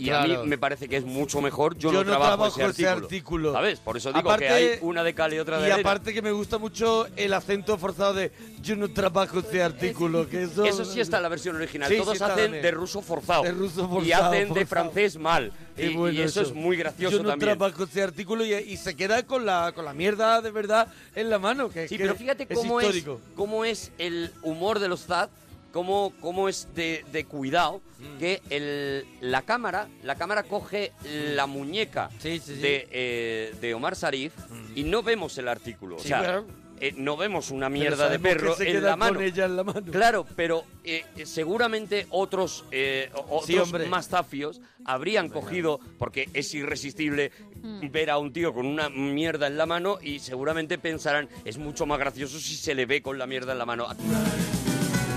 S3: Y a
S2: Claro.
S3: mí me parece que es mucho mejor. Yo, no,
S2: Yo no
S3: trabajo,
S2: trabajo ese artículo.
S3: ¿Sabes? Por eso digo
S2: Aparte-
S3: que hay una de cal y otra de
S2: Y
S3: arena.
S2: aparte que me gusta mucho el acento forzado de yo no trabajo este artículo. Que eso...
S3: Eso sí está en la versión original.
S2: Sí, sí
S3: Todos
S2: está,
S3: hacen
S2: Dani.
S3: de ruso forzado.
S2: De ruso
S3: Y
S2: forzado,
S3: hacen de
S2: forzado.
S3: francés mal. Y,
S2: Qué bueno
S3: y eso, es muy gracioso
S2: Yo no
S3: también.
S2: trabajo este artículo y, y se queda con la, con la mierda de verdad en la mano. Que,
S3: Sí,
S2: que
S3: pero fíjate
S2: es
S3: cómo es,
S2: histórico.
S3: cómo es el humor de los Zad, cómo, cómo es de, de cuidado
S2: Mm.
S3: que el, la cámara la cámara coge la muñeca
S2: Mm. sí. Mm.
S3: De, eh, de Omar Sarif y no vemos el artículo.
S2: Sí,
S3: o sea,
S2: claro.
S3: eh, no vemos una
S2: Pero
S3: mierda de
S2: sabemos
S3: perro
S2: que se
S3: en
S2: queda
S3: la mano.
S2: con ella en la mano.
S3: Claro, pero eh, eh, seguramente otros, eh, o-
S2: Sí,
S3: otros
S2: hombre.
S3: más zafios habrían cogido, porque es irresistible ver a un tío con una mierda en la mano y seguramente pensarán, es mucho más gracioso si se le ve con la mierda en la mano.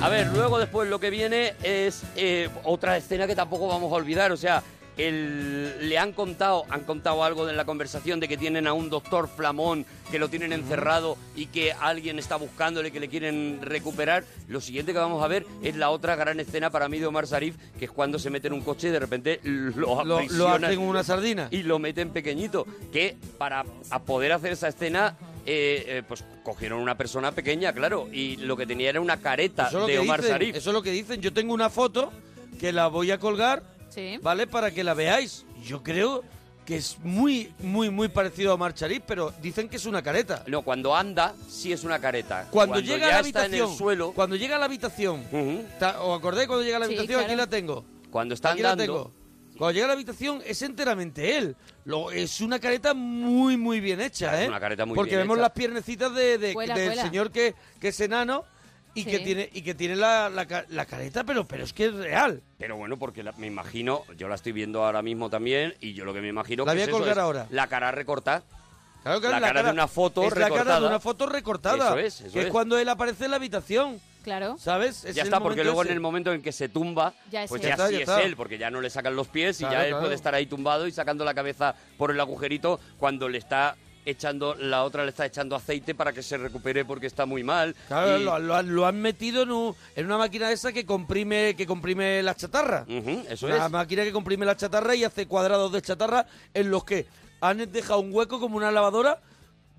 S3: A ver, luego después lo que viene es eh, otra escena que tampoco vamos a olvidar, o sea, el- le han contado, han contado algo en la conversación de que tienen a un doctor Flamón, que lo tienen encerrado y que alguien está buscándole, que le quieren recuperar. Lo siguiente que vamos a ver es la otra gran escena para mí de Omar Sarif, que es cuando se mete en un coche y de repente lo
S2: Lo, lo
S3: aprisionan
S2: hacen una sardina.
S3: y lo meten pequeñito. Que para a poder hacer esa escena, eh, eh, pues cogieron una persona pequeña, claro, y lo que tenía era una careta
S2: Eso es, lo
S3: de
S2: que
S3: Omar
S2: dicen,
S3: Sharif.
S2: eso es lo que dicen. Yo tengo una foto que la voy a colgar,
S15: Sí.
S2: ¿vale? Para que la veáis. Yo creo que es muy, muy, muy parecido a Marchariz, pero dicen que es una careta.
S3: No, cuando anda, sí es una careta.
S2: Cuando, llega a
S3: ya
S2: la
S3: está en
S2: habitación,
S3: el suelo.
S2: cuando llega a la habitación, ta- ¿os acordáis cuando llega a la
S3: Sí,
S2: habitación? Aquí
S3: claro.
S2: la tengo.
S3: Cuando está
S2: Aquí
S3: andando.
S2: La tengo. Cuando llega a la habitación es enteramente él. Lo- es una careta muy, muy bien hecha, ¿eh?
S3: Es una careta muy
S2: Porque
S3: bien
S2: vemos
S3: hecha.
S2: las piernecitas de, de-
S3: Cuela,
S2: del
S3: cuela.
S2: señor que, que es enano y que
S3: Sí.
S2: tiene y que tiene la, la ca- la careta, pero, pero es que es real.
S3: Pero bueno, porque la- me imagino, yo la estoy viendo ahora mismo también, y yo lo que me imagino
S2: La
S3: que
S2: voy
S3: es
S2: a
S3: eso,
S2: colgar
S3: es
S2: ahora.
S3: La cara recortada.
S2: Claro, claro,
S3: la, cara de una foto
S2: es
S3: recortada.
S2: la cara de una foto recortada.
S3: Eso es, eso
S2: que es.
S3: es.
S2: cuando él aparece en la habitación.
S15: Claro.
S2: ¿Sabes? Es
S3: ya
S2: el
S3: está, porque
S2: momento
S3: luego
S2: ese.
S3: en el momento en que se tumba,
S2: Ya es
S3: pues ya,
S2: él. Ya está,
S3: sí
S2: ya
S3: es
S2: está.
S3: él, porque ya no le sacan los pies y
S2: Claro,
S3: ya él
S2: claro.
S3: puede estar ahí tumbado y sacando la cabeza por el agujerito cuando le está echando, la otra le está echando aceite para que se recupere porque está muy mal.
S2: Claro,
S3: y-
S2: lo, lo han- lo han metido en, un- en una máquina de esa que comprime, que comprime la chatarra.
S3: eso
S2: una
S3: es.
S2: máquina que comprime la chatarra y hace cuadrados de chatarra en los que han dejado un hueco como una lavadora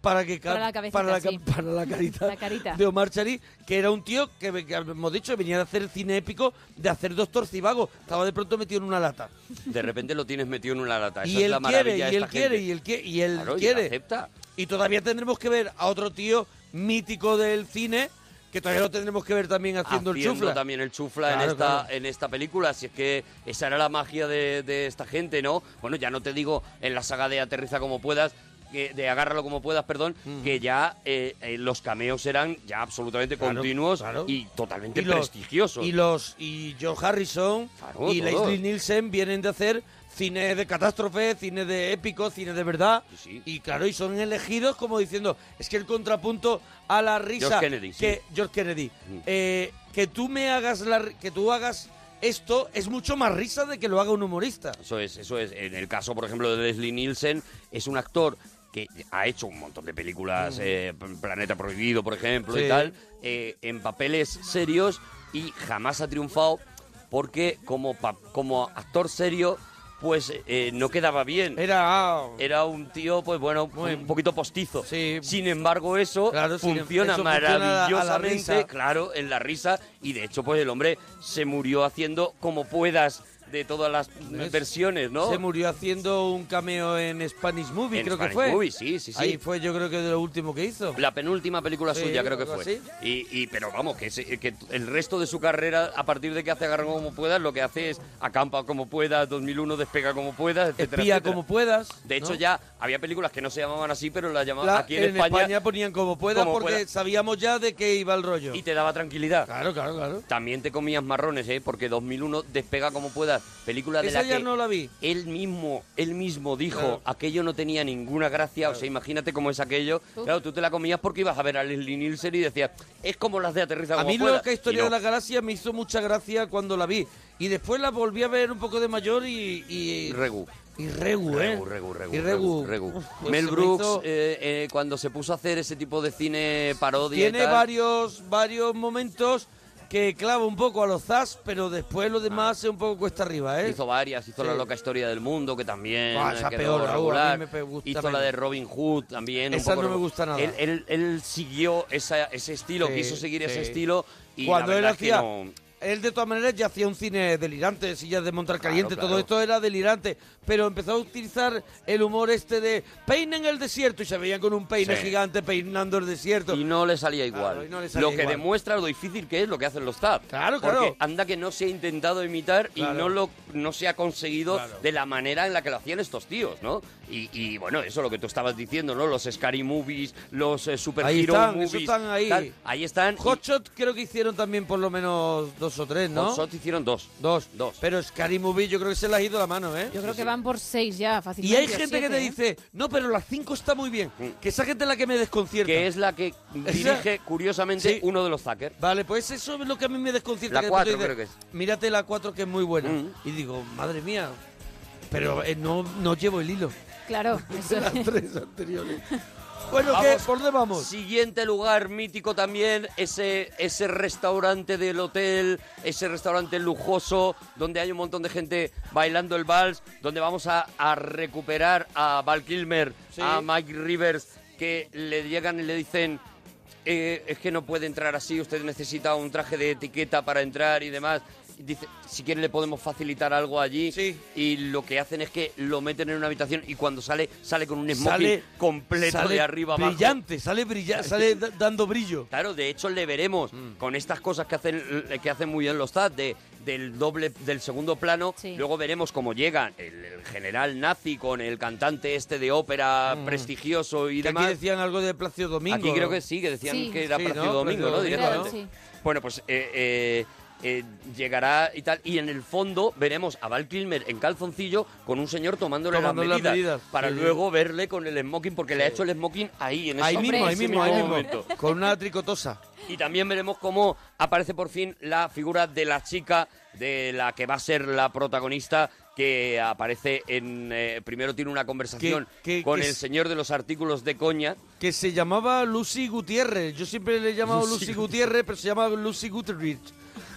S2: para que ca-
S15: Para la cabecita,
S2: para la, ca-
S15: sí.
S2: para la
S15: <laughs>
S2: carita
S15: La carita.
S2: de Omar Charí, que era un tío que, ve- que hemos dicho venía de hacer cine épico, de hacer Doctor Cibago, estaba de pronto metido en una lata.
S3: De repente lo tienes metido en una lata. Esa
S2: Y
S3: es
S2: él
S3: la
S2: quiere, y
S3: maravilla de
S2: él
S3: esta
S2: quiere,
S3: gente.
S2: y él quiere, y él
S3: Claro, y él
S2: quiere.
S3: acepta.
S2: Y todavía tendremos que ver a otro tío mítico del cine, que todavía lo tendremos que ver también haciendo, el chufla.
S3: también el chufla en,
S2: Claro,
S3: esta,
S2: claro.
S3: en esta película. Si es que esa era la magia de, de esta gente, ¿no? Bueno, ya no te digo en la saga de Aterriza como puedas, que- de Agárralo como puedas, perdón, que ya eh, eh, los cameos eran ya absolutamente
S2: Claro,
S3: continuos
S2: claro.
S3: y totalmente
S2: Y los-
S3: prestigiosos.
S2: Y los y Joe Harrison
S3: Claro,
S2: y
S3: todos.
S2: Leslie Nielsen vienen de hacer cine de catástrofe, cine de épico, cine de verdad. Y claro, y son elegidos como diciendo, es que el contrapunto a la risa
S3: George Kennedy, sí. Mm.
S2: que George Kennedy, eh, que tú me hagas la ri- que tú hagas esto es mucho más risa de que lo haga un humorista.
S3: Eso es, eso es. En el caso, por ejemplo, de Leslie Nielsen, es un actor que ha hecho un montón de películas,
S2: Mm.
S3: eh, P- Planeta Prohibido, por ejemplo,
S2: Sí.
S3: y tal, eh, en papeles serios y jamás ha triunfado porque como, pa- como actor serio, pues eh, no quedaba bien.
S2: Era, ah,
S3: un tío, pues bueno, un poquito postizo. Sin embargo, eso
S2: sin em-
S3: funciona
S2: eso funciona a la- a la
S3: maravillosamente,
S2: risa.
S3: claro, en la risa. Y de hecho, pues el hombre se murió haciendo como puedas de todas las
S2: ¿Ves?
S3: versiones, ¿no?
S2: Se murió haciendo un cameo en Spanish Movie,
S3: En
S2: creo
S3: Spanish
S2: que fue.
S3: Movie, sí, sí, sí.
S2: Ahí fue yo creo que de lo último que hizo.
S3: La penúltima película
S2: Sí,
S3: suya creo que
S2: algo
S3: fue.
S2: así.
S3: Y, y- pero vamos, que, se- que el resto de su carrera, a partir de que hace Agarra como puedas, lo que hace es acampa como puedas, 2001 despega como puedas, etcétera,
S2: Pía
S3: etcétera.
S2: como puedas.
S3: De hecho
S2: ¿no?
S3: ya había películas que no se llamaban así, pero las llamaban
S2: La-
S3: aquí en, España,
S2: ponían como pueda
S3: como
S2: porque
S3: pueda.
S2: sabíamos ya de qué iba el rollo.
S3: y te daba tranquilidad.
S2: Claro, claro, claro.
S3: También te comías marrones, ¿eh? Porque 2001 despega como puedas, película de
S2: Esa
S3: la
S2: ya
S3: que
S2: no la vi.
S3: él mismo, él mismo dijo,
S2: Claro.
S3: aquello no tenía ninguna gracia, o sea, imagínate cómo es aquello.
S2: Uf.
S3: Claro, tú te la comías porque ibas a ver a Leslie Nielsen y decías, es como las de Aterriza
S2: A
S3: como
S2: mí
S3: pueda.
S2: lo que Historia
S3: Y no.
S2: de la Galaxia me hizo mucha gracia cuando la vi. Y después la volví a ver un poco de mayor y... Y
S3: Regu.
S2: Y Regu, ¿eh?
S3: Regu, Regu, Regu,
S2: Y
S3: Regu,
S2: Regu.
S3: Regu.
S2: Uf, pues
S3: Mel
S2: se me
S3: Brooks,
S2: hizo-
S3: eh, eh, cuando se puso a hacer ese tipo de cine parodia y
S2: Tiene
S3: tal,
S2: varios, varios momentos que clava un poco a los Zas, pero después lo demás es un poco cuesta arriba, ¿eh?
S3: Ah. Hizo varias, hizo
S2: Sí.
S3: La loca historia del mundo, que también
S2: Buah, esa
S3: quedó
S2: peor, aún,
S3: regular.
S2: a mí me gusta
S3: hizo la
S2: menos.
S3: de Robin Hood también. un
S2: Esa
S3: poco
S2: no me
S3: regu-
S2: gusta nada.
S3: Él, él- él siguió esa- ese estilo,
S2: Sí,
S3: quiso seguir ese
S2: sí.
S3: estilo. Y
S2: Cuando
S3: la
S2: él
S3: verdad es que
S2: hacía...
S3: no-
S2: Él de todas maneras ya hacía un cine delirante, sillas de montar caliente,
S3: claro.
S2: todo esto era delirante, pero empezó a utilizar el humor este de peinen el desierto y se veían con un peine
S3: Sí.
S2: gigante peinando el desierto.
S3: Y no le salía igual.
S2: Claro, y no le salía
S3: lo que
S2: igual.
S3: demuestra lo difícil que es lo que hacen los TAP.
S2: Claro,
S3: Porque
S2: claro.
S3: anda que no se ha intentado imitar
S2: Claro.
S3: y no lo no se ha conseguido
S2: Claro.
S3: de la manera en la que lo hacían estos tíos, ¿no? Y, y, bueno, eso lo que tú estabas diciendo, ¿no? Los Scary Movies, los eh, Super
S2: Ahí
S3: Hero
S2: están,
S3: Movies.
S2: eso están ahí.
S3: tal. ahí están.
S2: Hotshot creo que hicieron también por lo menos dos o tres, ¿no?
S3: Hotshot hicieron dos.
S2: Dos. Dos. Pero Scary Movie yo creo que se le ha ido la mano, ¿eh?
S15: Yo creo que van por seis ya,
S2: Y
S15: fácilmente.
S2: hay
S15: o
S2: gente
S15: siete,
S2: que te
S15: ¿eh?
S2: dice, no, pero las cinco está muy bien. Que esa gente es la que me desconcierta.
S3: Mm. Que es la que dirige, curiosamente, uno de los Zucker.
S2: Vale, pues eso es lo que a mí me
S3: La
S2: desconcierta. de pronto
S3: cuatro,
S2: dices,
S3: creo que es. Mm.
S2: Mírate la 4 que es muy buena. Y digo, madre mía, pero eh, no, no llevo el <laughs> hilo.
S15: Claro, eso
S2: De las <laughs>
S15: es.
S2: tres anteriores. Bueno,
S3: Vamos.
S2: ¿qué? ¿por dónde vamos?
S3: Siguiente lugar mítico también, ese, ese restaurante del hotel, ese restaurante lujoso, donde hay un montón de gente bailando el vals, donde vamos a, a recuperar a Val Kilmer,
S2: Sí.
S3: a Mike Rivers, que le llegan y le dicen, eh, es que no puede entrar así, usted necesita un traje de etiqueta para entrar y demás. dice, si quiere le podemos facilitar algo allí. Y lo que hacen es que lo meten en una habitación y cuando sale, sale con un smoking
S2: Sale
S3: completo
S2: sale
S3: de arriba abajo.
S2: Brillante, sale brillante, sale da- dando brillo.
S3: Claro, de hecho le veremos con estas cosas que hacen que hacen muy bien los TAD de del doble del segundo plano. Luego veremos cómo llegan el, el general nazi con el cantante este de ópera
S2: Mm.
S3: prestigioso y
S2: Que
S3: demás.
S2: aquí decían algo de Placio Domingo.
S3: Aquí creo
S2: ¿no?
S3: que sí, que decían
S2: Sí.
S3: que era
S2: Sí,
S3: Plácido
S2: ¿no?
S3: Domingo, ¿no?
S2: Plácido Domingo,
S3: Directamente.
S2: ¿no?
S3: Bueno, pues eh, eh, eh, llegará y tal. Y en el fondo veremos a Val Kilmer en calzoncillo con un señor tomándole,
S2: Tomándole
S3: las
S2: las
S3: medidas.
S2: medidas,
S3: Para
S2: sí, sí.
S3: luego verle con el smoking, porque le ha hecho el smoking ahí, en
S2: Ahí
S3: ese
S2: mismo, ahí
S3: ese
S2: mismo, ahí mismo.
S3: momento.
S2: Con una tricotosa.
S3: Y también veremos cómo aparece por fin la figura de la chica de la que va a ser la protagonista que aparece en eh, primero tiene una conversación
S2: Que- que-
S3: con
S2: que
S3: el
S2: es-
S3: señor de los artículos de coña
S2: Que se llamaba Lucy Gutiérrez. Yo siempre le he llamado
S3: Lucy
S2: Lucy, Gutiérrez, pero se llama Lucy Gutierrez.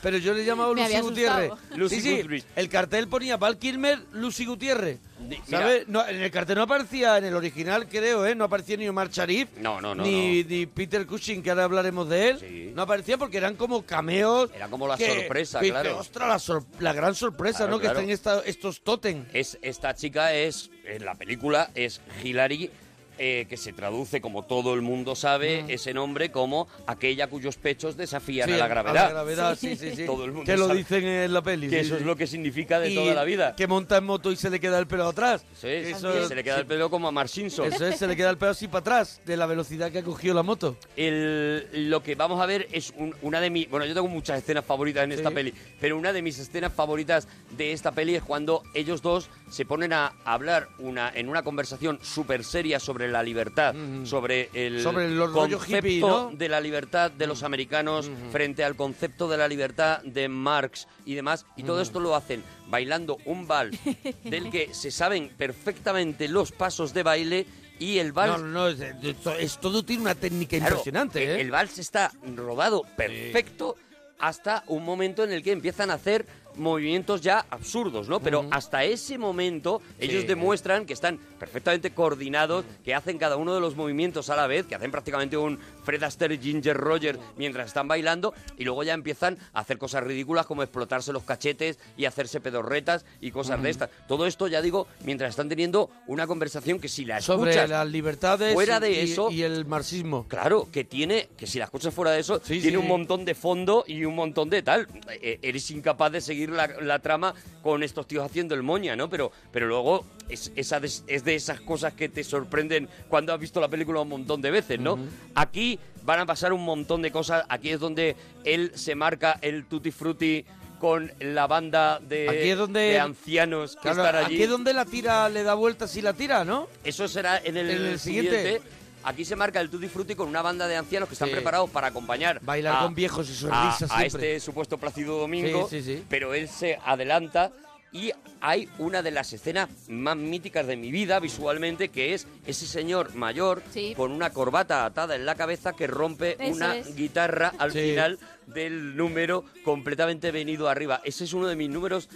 S2: Pero yo le he llamado
S3: Me
S2: Lucy
S3: había asustado.
S2: Gutiérrez.
S3: Lucy
S2: sí, sí,
S3: Gutierrez.
S2: El cartel ponía Val Kilmer, Lucy Gutiérrez.
S3: Di-
S2: ¿Sabes? No, en el cartel no aparecía, en el original creo, ¿eh? No aparecía ni Omar Sharif.
S3: No, no, no,
S2: Ni, ni Peter Cushing, que ahora hablaremos de él. No aparecía porque eran como cameos.
S3: Era como la
S2: que-
S3: sorpresa,
S2: que-
S3: claro.
S2: Ostras, la, sor- la gran sorpresa,
S3: Claro,
S2: ¿no?
S3: claro.
S2: Que estén esta- estos totem.
S3: es esta chica es en la película es Hilary eh, que se traduce como todo el mundo sabe ese nombre como aquella cuyos pechos desafían
S2: Mm. Sí,
S3: a la gravedad
S2: gravedad, sí, sí, sí.
S3: todo el mundo
S2: que lo
S3: sabe
S2: dicen en la peli.
S3: que
S2: sí,
S3: eso
S2: sí.
S3: es lo que significa de
S2: Y
S3: toda la vida
S2: Que monta en moto y se le queda el pelo atrás.
S3: Eso es,
S2: Eso
S3: que
S2: es-
S3: se le queda el
S2: sí.
S3: pelo como a Marcinson
S2: Eso es, se le queda el pelo así para atrás, de la velocidad que ha cogido la moto.
S3: El- lo que vamos a ver es un- una de mis... Bueno, yo tengo muchas escenas favoritas en esta
S2: Sí.
S3: peli, pero una de mis escenas favoritas de esta peli es cuando ellos dos se ponen a hablar una, en una conversación súper seria sobre la libertad, sobre el
S2: Sobre el rollo
S3: concepto
S2: hippie, ¿no?
S3: de la libertad de los americanos frente al concepto de la libertad de Marx y demás. Y todo
S2: Ujú.
S3: esto lo hacen bailando un
S2: <laughs>
S3: vals del que se saben perfectamente los pasos de baile y el vals...
S2: No, no, no, es, es- es- todo tiene una técnica
S3: Claro,
S2: impresionante,
S3: eh,
S2: ¿eh?
S3: El vals está rodado perfecto hasta un momento en el que empiezan a hacer movimientos ya absurdos, ¿no? Pero hasta ese momento ellos
S2: Sí.
S3: demuestran que están perfectamente coordinados, que hacen cada uno de los movimientos a la vez, que hacen prácticamente un Fred Astaire Ginger Rogers mientras están bailando y luego ya empiezan a hacer cosas ridículas como explotarse los cachetes y hacerse pedorretas y cosas de
S2: Ujú.
S3: estas. Todo esto ya digo mientras están teniendo una conversación que si la
S2: Sobre
S3: escuchas
S2: las libertades
S3: fuera de
S2: y-
S3: eso
S2: y el marxismo.
S3: Claro, que tiene, que si las cosas fuera de eso, tiene
S2: sí,
S3: un
S2: sí.
S3: montón de fondo y un montón de tal. E- eres incapaz de seguir la, la trama con estos tíos haciendo el moña, ¿no? Pero, pero luego es, esa des- es de esas cosas que te sorprenden cuando has visto la película un montón de veces, ¿no?
S2: Ujú.
S3: Aquí van a pasar un montón de cosas. Aquí es donde él se marca el tutti frutti con la banda de,
S2: Aquí es donde-
S3: de ancianos que
S2: Claro,
S3: están allí.
S2: aquí es donde la tira le da vueltas y la tira, ¿no?
S3: Eso será en el,
S2: En el
S3: siguiente.
S2: siguiente.
S3: Aquí se marca el Tutti Frutti con una banda de ancianos que están
S2: Sí.
S3: preparados para acompañar.
S2: Bailar
S3: a-
S2: con viejos y
S3: a,
S2: sonrisas
S3: a
S2: siempre.
S3: este supuesto Plácido Domingo.
S2: Sí, sí, sí.
S3: Pero él se adelanta y hay una de las escenas más míticas de mi vida visualmente, que es ese señor mayor
S2: Sí.
S3: con una corbata atada en la cabeza que rompe
S2: Eso
S3: una
S2: es.
S3: guitarra al
S2: Sí.
S3: final del número completamente venido arriba. Ese es uno de mis números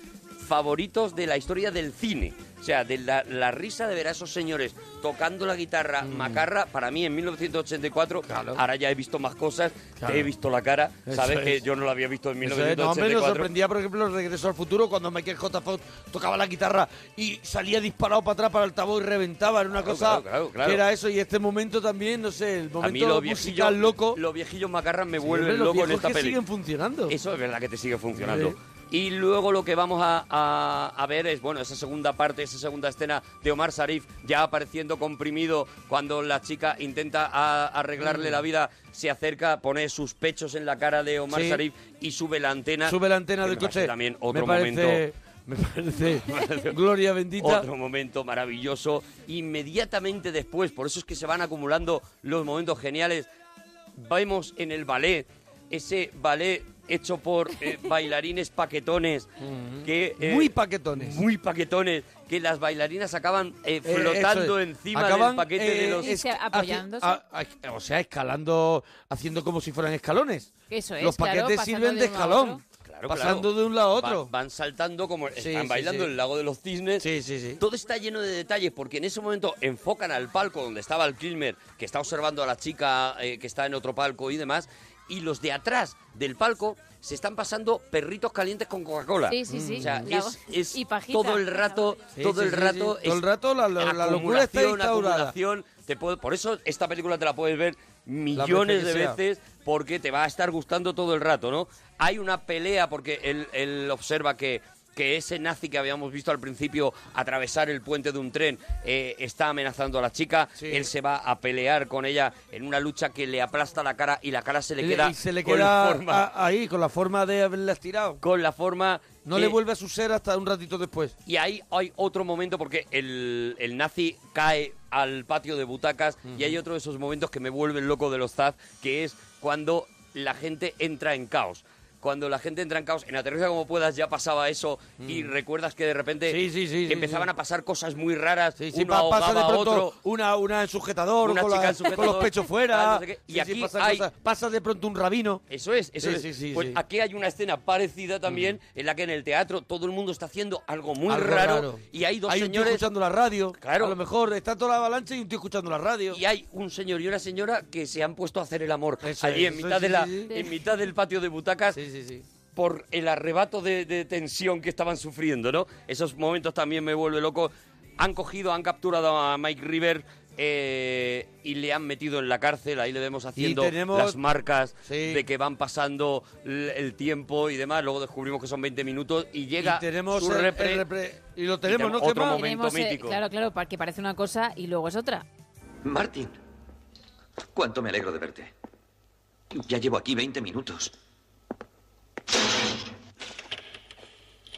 S3: favoritos de la historia del cine. O sea, de la, la risa de ver a esos señores tocando la guitarra
S2: Mm.
S3: macarra, para mí en 1984, ahora ya he visto más cosas,
S2: Claro.
S3: te he visto la cara,
S2: Eso
S3: sabes
S2: es.
S3: que yo no la había visto en
S2: Eso es, no, hombre, nos
S3: 1984.
S2: sorprendía, por ejemplo, el regreso al futuro cuando Michael J. Fox tocaba la guitarra y salía disparado para atrás para el altavoz y reventaba. Era una
S3: Claro,
S2: cosa
S3: claro, claro, claro.
S2: que era eso. Y este momento también, no sé, el
S3: A
S2: momento
S3: mí los
S2: musical
S3: viejillos,
S2: loco.
S3: los viejillos macarras me
S2: Sí,
S3: vuelven
S2: hombre, los
S3: loco en
S2: viejos
S3: esta
S2: que
S3: peli.
S2: siguen funcionando.
S3: Eso es verdad que te sigue funcionando. Y luego lo que vamos a, a- a ver es, bueno, esa segunda parte, esa segunda escena de Omar Sharif ya apareciendo comprimido cuando la chica intenta a- arreglarle
S2: Mm.
S3: la vida, se acerca, pone sus pechos en la cara de Omar
S2: Sí.
S3: Sharif y sube la antena.
S2: Sube la antena
S3: que
S2: del
S3: me parece
S2: coche.
S3: También otro
S2: me parece,
S3: momento
S2: <laughs> Me
S3: <laughs>
S2: parece. Gloria bendita.
S3: otro momento maravilloso. Inmediatamente después, por eso es que se van acumulando los momentos geniales. Vemos en el ballet, ese ballet hecho por
S2: <laughs>
S3: eh, bailarines paquetones. Que, eh,
S2: Muy paquetones.
S3: Muy paquetones. Que las bailarinas acaban eh,
S2: Eh,
S3: flotando
S2: eso es.
S3: encima del
S2: Acaban,
S3: paquete de
S2: eh,
S3: los.
S15: Y se
S2: esca-
S15: apoyándose.
S2: haci- a- a- o sea, escalando, haciendo como si fueran escalones.
S15: Eso es,
S2: Los
S15: claro,
S2: paquetes
S15: pasando
S2: sirven
S15: de
S2: de
S15: uno a
S2: escalón.
S3: Claro,
S2: pasando
S3: claro.
S2: de un lado a
S3: Va-
S2: otro.
S3: Van, saltando como están
S2: sí,
S3: bailando
S2: sí.
S3: el lago de los cisnes. Todo está lleno de detalles porque en ese momento enfocan al palco donde estaba el Kilmer, que está observando a la chica eh, que está en otro palco y demás, y los de atrás del palco se están pasando perritos calientes con Coca-Cola.
S15: Sí, sí, sí.
S3: O sea,
S15: La-
S3: es, es
S15: y pajita.
S3: todo el rato,
S2: Sí,
S3: todo
S2: sí,
S3: el
S2: sí,
S3: rato.
S2: sí. Todo el rato la- la- la locura está
S3: acumulación,
S2: instaurada.
S3: acumulación. Te puedo- por eso esta película te la puedes ver millones
S2: veces
S3: de
S2: que sea.
S3: veces porque te va a estar gustando todo el rato, ¿no? Hay una pelea porque él, él observa que, que ese nazi que habíamos visto al principio atravesar el puente de un tren eh, está amenazando a la chica. Él se va a pelear con ella en una lucha que le aplasta la cara y la cara se le queda
S2: y se le
S3: con
S2: queda
S3: la forma-
S2: a- ahí, con la forma de haberla estirado.
S3: Con la forma.
S2: No
S3: que-
S2: le vuelve a su ser hasta un ratito después.
S3: Y ahí hay otro momento porque el, el nazi cae al patio de butacas y hay otro de esos momentos que me vuelven loco de los Zaz, que es cuando la gente entra en caos. Cuando la gente entra en caos, en Aterriza como puedas ya pasaba eso y
S2: Mm.
S3: recuerdas que de repente
S2: sí,
S3: empezaban
S2: sí.
S3: a pasar cosas muy raras,
S2: Si
S3: uno
S2: pa- pasa
S3: ahogaba
S2: de
S3: a
S2: pronto
S3: otro.
S2: una, una en sujetador,
S3: Una
S2: con,
S3: chica
S2: la-
S3: en sujetador,
S2: con los pechos
S3: tal,
S2: fuera.
S3: no sé qué. Y
S2: Sí, sí,
S3: aquí
S2: pasa
S3: hay-
S2: cosas. pasa de pronto un rabino.
S3: Eso es, eso
S2: Sí,
S3: es.
S2: sí, sí,
S3: pues
S2: sí. Mm.
S3: aquí hay una escena parecida también en la que en el teatro todo el mundo está haciendo algo muy
S2: Algo
S3: raro,
S2: raro.
S3: y hay dos
S2: Hay un tío
S3: señores
S2: escuchando la radio.
S3: Claro.
S2: A lo mejor está toda la avalancha y un tío escuchando la radio.
S3: y hay un señor y una señora que se han puesto a hacer el amor allí
S2: es,
S3: en
S2: eso
S3: mitad
S2: es,
S3: de
S2: sí,
S3: la
S2: sí, sí.
S3: en mitad del patio de butacas por el arrebato de, de tensión que estaban sufriendo no esos momentos también me vuelve loco han cogido han capturado a Mike River eh, y le han metido en la cárcel ahí le vemos haciendo
S2: tenemos-
S3: las marcas
S2: Sí.
S3: de que van pasando l- el tiempo y demás luego descubrimos que son 20 minutos y llega
S2: Y tenemos
S3: su
S2: el- el
S3: repre-
S2: repre- y lo tenemos, ¿no?
S3: otro
S2: Gemma?
S3: momento
S15: Tenemos, eh,
S3: mítico
S15: claro, claro, pa- que parece una cosa y luego es otra.
S6: Martin, cuánto me alegro de verte. Ya llevo aquí 20 minutos.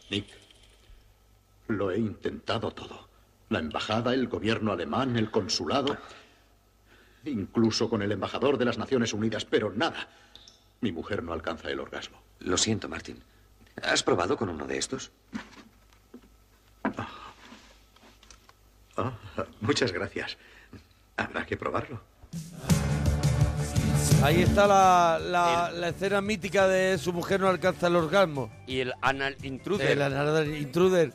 S10: Nick, lo he intentado todo. La embajada, el gobierno alemán, el consulado, incluso con el embajador de las Naciones Unidas, pero nada. Mi mujer no alcanza el orgasmo.
S6: Lo siento, Martin. ¿Has probado con uno de estos?
S10: Ah, muchas gracias. Habrá que probarlo.
S2: Ahí está la, la- la escena mítica de su mujer no alcanza el orgasmo.
S3: y el anal intruder
S2: El Another Intruder.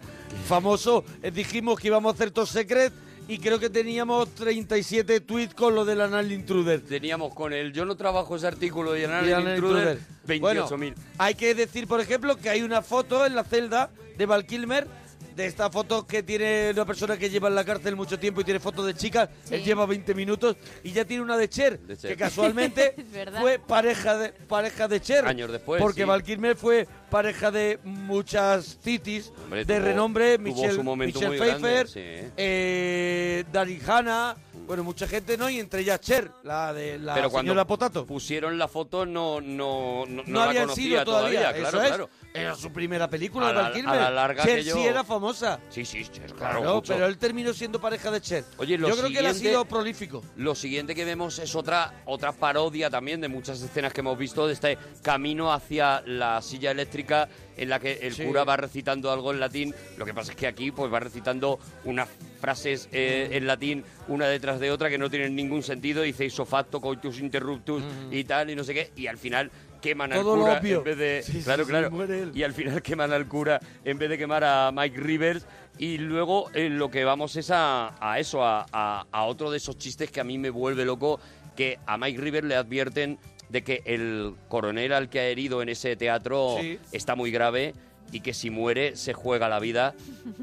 S2: Famoso. Eh, Dijimos que íbamos a hacer Top Secret y creo que teníamos 37 tweets con lo del Anal Intruder.
S3: Teníamos con el yo no trabajo ese artículo y el
S2: Y
S3: Anal
S2: Anal
S3: Intruder,
S2: Bueno,
S3: 28.000.
S2: hay que decir, por ejemplo, que hay una foto en la celda de Val Kilmer. De esta foto que tiene una persona que lleva en la cárcel mucho tiempo y tiene fotos de chicas, él lleva 20 minutos y ya tiene una de Cher,
S3: Cher.
S2: que
S3: <laughs>
S2: casualmente
S15: Es verdad.
S2: fue pareja de pareja de Cher.
S3: Años después,
S2: Porque
S3: sí.
S2: Val Kilmer fue pareja de muchas titis
S3: Hombre,
S2: de
S3: tuvo-
S2: renombre,
S3: tuvo
S2: Michelle,
S3: su momento muy
S2: Michelle Pfeiffer,
S3: grande, sí, ¿eh?
S2: eh, Daryl Hannah, bueno, mucha gente, ¿no? Y entre ellas Cher, la de la
S3: Pero cuando
S2: señora
S3: pusieron la foto no, no, no, no
S2: no,
S3: la
S2: habían
S3: conocía
S2: sido todavía,
S3: claro,
S2: eso es.
S3: claro.
S2: Era su primera película,
S3: A la-
S2: Val Kilmer.
S3: a la larga que
S2: Cher
S3: yo-
S2: sí era famosa.
S3: Sí, sí, Cher, claro,
S2: Claro,
S3: mucho.
S2: pero él terminó siendo pareja de Cher.
S3: Oye, lo
S2: yo creo que él ha
S3: siguiente-
S2: sido prolífico.
S3: Lo siguiente que vemos es otra, otra parodia también de muchas escenas que hemos visto de este camino hacia la silla eléctrica en la que el
S2: Sí.
S3: cura va recitando algo en latín. Lo que pasa es que aquí pues va recitando unas frases eh, en latín una detrás de otra que no tienen ningún sentido. Dice iso facto, coitus interruptus y tal y no sé qué. Y al final queman
S2: Todo
S3: al
S2: lo
S3: cura
S2: obvio.
S3: en vez de...
S2: Sí, sí,
S3: claro,
S2: sí,
S3: claro.
S2: muere él.
S3: Y al final queman al cura en vez de quemar a Mike Rivers. Y luego eh, lo que vamos es a, a eso, a, a- a otro de esos chistes que a mí me vuelve loco, que a Mike Rivers le advierten de que el coronel al que ha herido en ese teatro
S2: Sí.
S3: está muy grave y que si muere se juega la vida.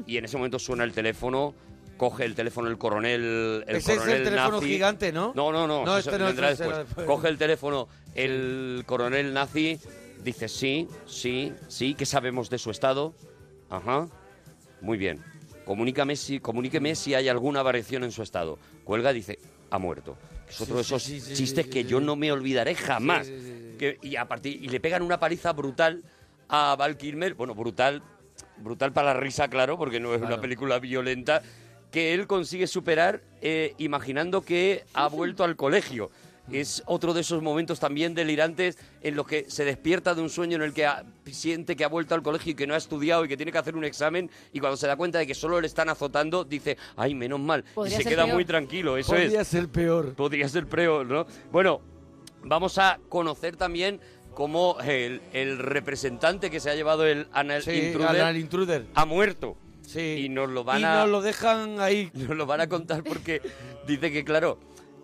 S3: Y en ese momento suena el teléfono, coge el teléfono el coronel, el
S2: Ese es
S3: coronel
S2: el teléfono
S3: nazi.
S2: gigante, ¿no?
S3: No, no, no.
S2: No,
S3: eso
S2: este no,
S3: vendrá
S2: este será
S3: después.
S2: después.
S3: Coge el teléfono el coronel nazi, dice sí, sí, sí, ¿qué sabemos de su estado? Ajá, muy bien. Comunícame si, comuníqueme si hay alguna variación en su estado. Cuelga, dice, ha muerto. Es otro de esos chistes que yo no me olvidaré jamás. Que- y, a partir, y le pegan una paliza brutal a Val Kilmer. Bueno, brutal, brutal para la risa, claro, porque no es una película violenta. Que él consigue superar eh, imaginando que ha vuelto al colegio.
S2: Mm.
S3: Es otro de esos momentos también delirantes en los que se despierta de un sueño en el que ha- siente que ha vuelto al colegio y que no ha estudiado y que tiene que hacer un examen y cuando se da cuenta de que solo le están azotando dice, ay, menos mal. Y
S2: Podría
S3: se
S2: ser
S3: queda
S2: peor.
S3: muy tranquilo, eso es.
S2: Podría ser peor.
S3: <laughs> Podría ser peor, ¿no? Bueno, vamos a conocer también cómo el, el representante que se ha llevado el Anal
S2: Sí,
S3: Intruder
S2: Anal Intruder.
S3: ha muerto. Y nos lo van
S2: y
S3: a
S2: nos lo dejan ahí.
S3: <laughs> nos lo van a contar porque dice que claro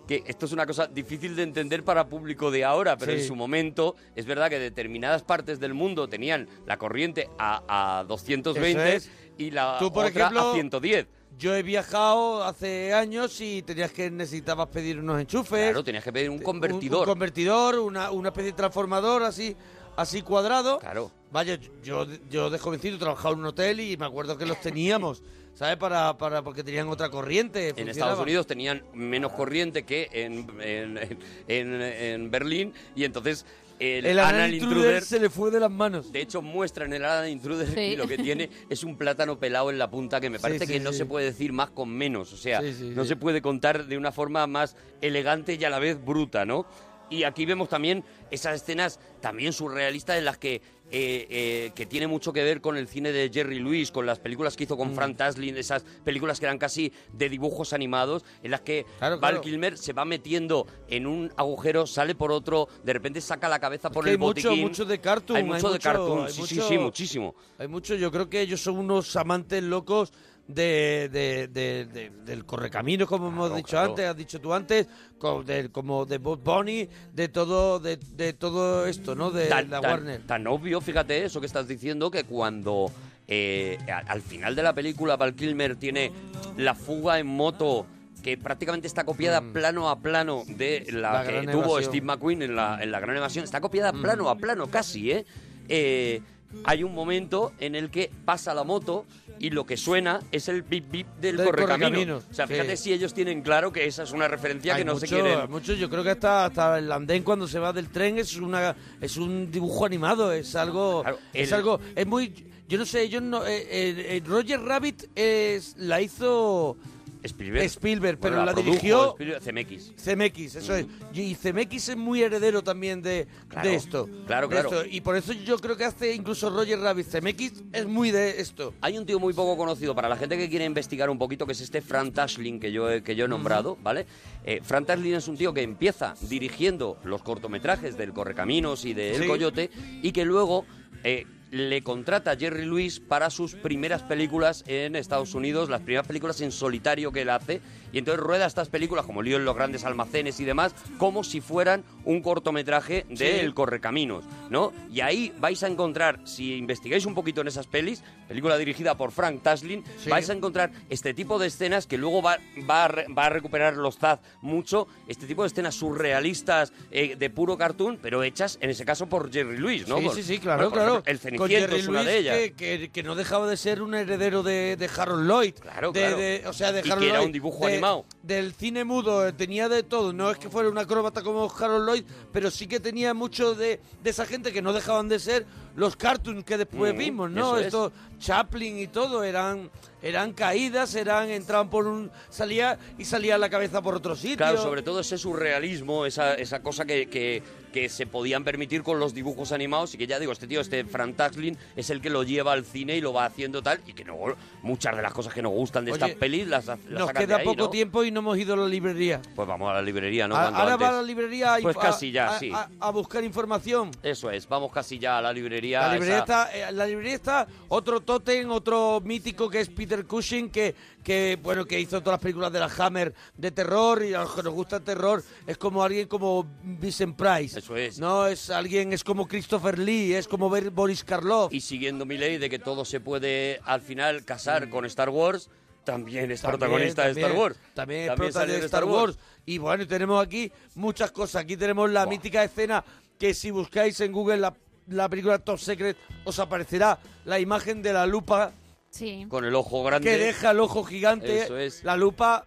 S3: que esto es una cosa difícil de entender para público de ahora, pero
S2: Sí.
S3: en su momento es verdad que determinadas partes del mundo tenían la corriente a, a 220
S2: Eso es.
S3: y la
S2: Tú, por
S3: Ah, otra
S2: ejemplo,
S3: a 110.
S2: Yo he viajado hace años y tenías que necesitabas pedir unos enchufes.
S3: Claro, tenías que pedir un
S2: Un,
S3: convertidor.
S2: convertidor, una, una especie de transformador así, así cuadrado.
S3: Claro.
S2: Vaya, yo, yo de jovencito trabajaba en un hotel y me acuerdo que los
S3: <laughs>
S2: teníamos, ¿sabes? Para, para, porque tenían otra corriente.
S3: En
S2: funcionaba.
S3: Estados Unidos tenían menos corriente que en, en- en- en Berlín y entonces el,
S2: El
S3: Anal,
S2: anal
S3: Intruder,
S2: intruder se le fue de las manos.
S3: de hecho muestran el Anal Intruder
S2: Sí.
S3: y lo que tiene es un plátano pelado en la punta que me
S2: Sí,
S3: parece
S2: sí,
S3: que no
S2: sí.
S3: se puede decir más con menos, o sea,
S2: Sí, sí,
S3: no
S2: sí.
S3: se puede contar de una forma más elegante y a la vez bruta, ¿no? Y aquí vemos también esas escenas también surrealistas en las que eh, eh, que tiene mucho que ver con el cine de Jerry Lewis, con las películas que hizo
S2: Mm.
S3: con Frank Taslin, esas películas que eran casi de dibujos animados, en las que Val
S2: claro.
S3: Kilmer se va metiendo en un agujero, sale por otro, de repente saca la cabeza por
S2: que
S3: el
S2: hay mucho-
S3: botiquín.
S2: mucho de cartoon,
S3: Hay mucho,
S2: hay
S3: de
S2: mucho-
S3: cartoon,
S2: hay
S3: sí, sí,
S2: mucho-
S3: sí, muchísimo.
S2: Hay muchos, yo creo que ellos son unos amantes locos de, de- de- de- del correcamino, como hemos dicho
S3: claro.
S2: antes, has dicho tú antes, co- de- como de Bob Bunny, de todo, de, de todo esto, ¿no? De
S3: tan,
S2: la
S3: tan-
S2: Warner.
S3: tan obvio, fíjate eso que estás diciendo, que cuando eh, a- al final de la película Val Kilmer tiene la fuga en moto que prácticamente está copiada plano a plano de la,
S2: Mm. La
S3: que
S2: gran
S3: tuvo
S2: evasión.
S3: Steve McQueen en la, en la gran evasión. Está copiada
S2: Mm.
S3: plano a plano casi, ¿eh? Eh, Hay un momento en el que pasa la moto y lo que suena es el bip bip del,
S2: Del
S3: correcamino.
S2: correcaminos,
S3: O sea,
S2: sí.
S3: fíjate si ellos tienen claro que esa es una referencia
S2: Hay
S3: que no
S2: mucho- eh,
S3: se quieren.
S2: hay mucho, yo creo que hasta, hasta el andén cuando se va del tren es una es un dibujo animado, es algo es
S3: el-
S2: algo es muy yo no sé, yo no eh, eh, eh, Roger Rabbit es, la hizo
S3: Spielberg,
S2: Spielberg, pero
S3: Bueno,
S2: la,
S3: produjo
S2: dirigió
S3: Spielberg- CMX.
S2: CMX, eso es. Y CMX es muy heredero también de,
S3: Mm. Claro,
S2: de esto.
S3: claro,
S2: de
S3: claro.
S2: esto. Y por eso yo creo que hace incluso Roger Rabbit. CMX es muy de esto.
S3: Hay un tío muy poco conocido para la gente que quiere investigar un poquito, que es este Fran Tashlin que yo, he- que yo he nombrado, ¿vale? Eh, Fran Tashlin es un tío que empieza dirigiendo los cortometrajes del Correcaminos y de El
S2: Sí.
S3: Coyote y que luego eh, le contrata a Jerry Lewis para sus primeras películas en Estados Unidos, las primeras películas en solitario que él hace. Y entonces rueda estas películas, como Lío en los grandes almacenes y demás, como si fueran un cortometraje de
S2: Sí.
S3: El Correcaminos, ¿no? Y ahí vais a encontrar, si investigáis un poquito en esas pelis, película dirigida por Frank Taslin,
S2: Sí.
S3: vais a encontrar este tipo de escenas que luego va, va, a, re- va a recuperar los Zaz mucho, este tipo de escenas surrealistas eh, de puro cartoon, pero hechas en ese caso por Jerry Lewis, ¿no?
S2: Sí,
S3: Por-
S2: sí, sí, claro,
S3: por
S2: claro.
S3: ejemplo, el
S2: Con
S3: Ceniciento
S2: Jerry
S3: es una
S2: Lewis,
S3: de ellas.
S2: Que, que- que no dejaba de ser un heredero de, de Harold Lloyd. Claro,
S3: claro.
S2: o sea, de
S3: Y que
S2: Harold
S3: era un
S2: Lloyd,
S3: dibujo
S2: de-
S3: animado.
S2: Del cine mudo, eh, tenía de todo. No es que fuera un acróbata como Harold Lloyd, pero sí que tenía mucho de, de esa gente que no dejaban de ser los cartoons que después
S3: Mm,
S2: vimos, ¿no?
S3: eso es.
S2: Estos Chaplin y todo eran eran caídas, eran entraban por un salía y salía la cabeza por otro sitio.
S3: Claro, sobre todo ese surrealismo, esa, esa cosa que, que- que se podían permitir con los dibujos animados y que ya digo, este tío, este Frank Taslin, es el que lo lleva al cine y lo va haciendo tal y que no, muchas de las cosas que nos gustan de
S2: Oye,
S3: estas pelis las, las
S2: Nos
S3: sacan de
S2: queda
S3: ahí,
S2: poco
S3: ¿no?
S2: tiempo y no hemos ido a la librería.
S3: Pues vamos a la librería, ¿no?
S2: A-
S3: Cuanto
S2: Ahora va a
S3: antes.
S2: la librería y
S3: Pues
S2: a-
S3: casi ya,
S2: a-
S3: sí.
S2: a- a buscar información.
S3: Eso es, vamos casi ya a la librería.
S2: La librería,
S3: esa-
S2: está, eh, la librería está otro tótem, otro mítico que es Peter Cushing, que, que bueno que hizo todas las películas de la Hammer de terror y a los que nos gusta el terror es como alguien como Vincent Price.
S3: Eso es.
S2: No es alguien es como Christopher Lee, es como ver Boris Karloff.
S3: Y siguiendo mi ley de que todo se puede al final casar con Star Wars, también es
S2: Mm. También,
S3: protagonista de Star
S2: también,
S3: Wars.
S2: También es
S3: salió
S2: protagonista de Star Wars. Y bueno, tenemos aquí muchas cosas. Aquí tenemos la mítica escena que si buscáis en Google la, la película Top Secret os aparecerá la imagen de la lupa
S15: Sí.
S3: Con el ojo Oh, grande.
S2: que deja el ojo gigante.
S3: Eso es.
S2: La lupa,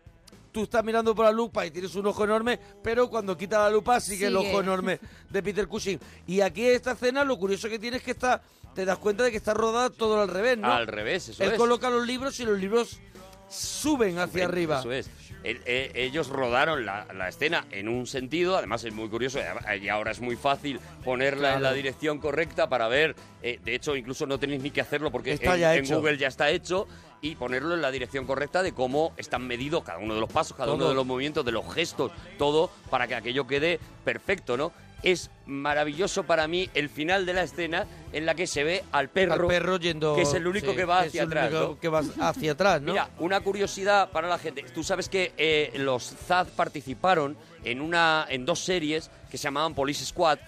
S2: tú estás mirando por la lupa y tienes un ojo enorme, pero cuando quita la lupa sigue, el
S3: Sigue.
S2: ojo enorme de Peter Cushing. Y aquí esta escena, lo curioso que tiene es que está, te das cuenta de que está rodada todo al revés, ¿no?
S3: Al revés, eso
S2: Él
S3: es.
S2: coloca los libros y los libros suben hacia
S3: Ven,
S2: arriba.
S3: Eso es. El- eh, ellos rodaron la, la escena en un sentido, además es muy curioso eh, y ahora es muy fácil ponerla en la
S2: Claro.
S3: dirección correcta para ver. eh, de hecho, incluso no tenéis ni que hacerlo porque
S2: Está
S3: en,
S2: ya
S3: en
S2: hecho.
S3: Google ya está hecho y ponerlo en la dirección correcta de cómo están medidos cada uno de los pasos, cada uno
S2: Todo.
S3: de los movimientos, de los gestos, todo para que aquello quede perfecto, ¿no? es maravilloso para mí el final de la escena en la que se ve al perro,
S2: Al perro yendo-
S3: que es el único
S2: sí,
S3: que va
S2: es
S3: hacia
S2: el
S3: atrás.
S2: único
S3: ¿no?
S2: que va hacia atrás, ¿no?
S3: Mira, una curiosidad para la gente. Tú sabes que eh, los Zaz participaron en una en dos series que se llamaban Police Squad,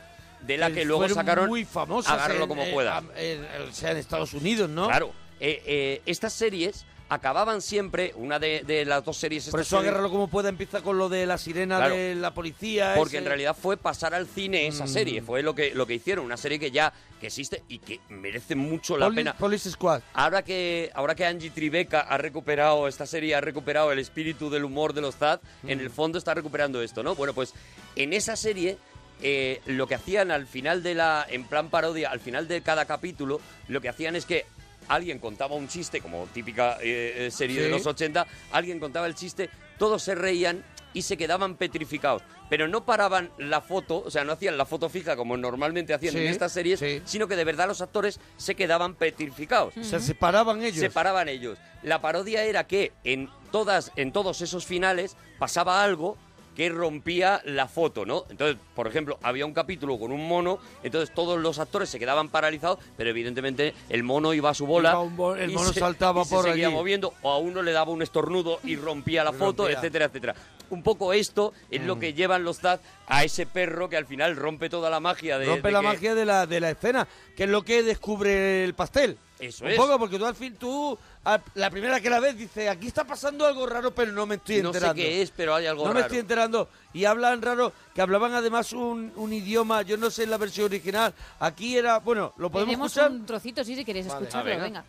S3: de la que luego
S2: Fueron
S3: sacaron
S2: muy famosas
S3: Agárralo
S2: en-
S3: como
S2: eh,
S3: pueda.
S2: am- en- o sea, en Estados Unidos, ¿no?
S3: Claro. Eh, eh, estas series acababan siempre, una de, de las dos series...
S2: Por
S3: estas
S2: eso
S3: series-
S2: agárralo como pueda, empieza con lo de la sirena
S3: Claro.
S2: de la policía.
S3: Porque
S2: ese.
S3: en realidad fue pasar al cine esa
S2: Mm.
S3: serie, fue lo que, lo que hicieron, una serie que ya que existe y que merece mucho la
S2: Poli-
S3: pena.
S2: Police Squad.
S3: Ahora que, ahora que Angie Tribeca ha recuperado esta serie, ha recuperado el espíritu del humor de los Zaz, en
S2: Mm.
S3: el fondo está recuperando esto, ¿no? Bueno, pues en esa serie eh, lo que hacían al final de la, en plan parodia, al final de cada capítulo, lo que hacían es que alguien contaba un chiste, como típica eh, eh, serie de
S2: Sí.
S3: los 80, alguien contaba el chiste, todos se reían y se quedaban petrificados, pero no paraban la foto, o sea, no hacían la foto fija como normalmente hacían
S2: Sí,
S3: en estas series, sino que de verdad los actores se quedaban petrificados.
S2: O sea, se paraban ellos.
S3: Se paraban ellos. La parodia era que en todas, en todos esos finales pasaba algo que rompía la foto, ¿no? Entonces, por ejemplo, había un capítulo con un mono, entonces todos los actores se quedaban paralizados, pero evidentemente el mono iba a su bola,
S2: Iba un bo- el
S3: y
S2: mono saltaba
S3: y se
S2: por
S3: seguía
S2: allí.
S3: moviendo, o a uno le daba un estornudo y rompía la
S2: Y
S3: foto,
S2: rompía.
S3: etcétera, etcétera. Un poco esto es lo
S2: Mm.
S3: que llevan los Zaz a ese perro que al final rompe toda la magia de,
S2: Rompe
S3: de
S2: la
S3: que-
S2: magia de la, de la escena, que es lo que descubre el pastel.
S3: Eso
S2: Un
S3: es.
S2: poco, porque tú al fin, tú, a- la primera que la ves, dices, aquí está pasando algo raro, pero no me estoy
S3: No sé
S2: enterando.
S3: qué es, pero hay algo
S2: No me
S3: raro.
S2: estoy enterando. Y hablan raro, que hablaban además un, un idioma, yo no sé en la versión original. Aquí era, bueno, lo podemos
S15: Tenemos
S2: escuchar.
S15: un trocito, sí, si queréis
S2: Vale.
S15: escucharlo,
S2: Ah, venga.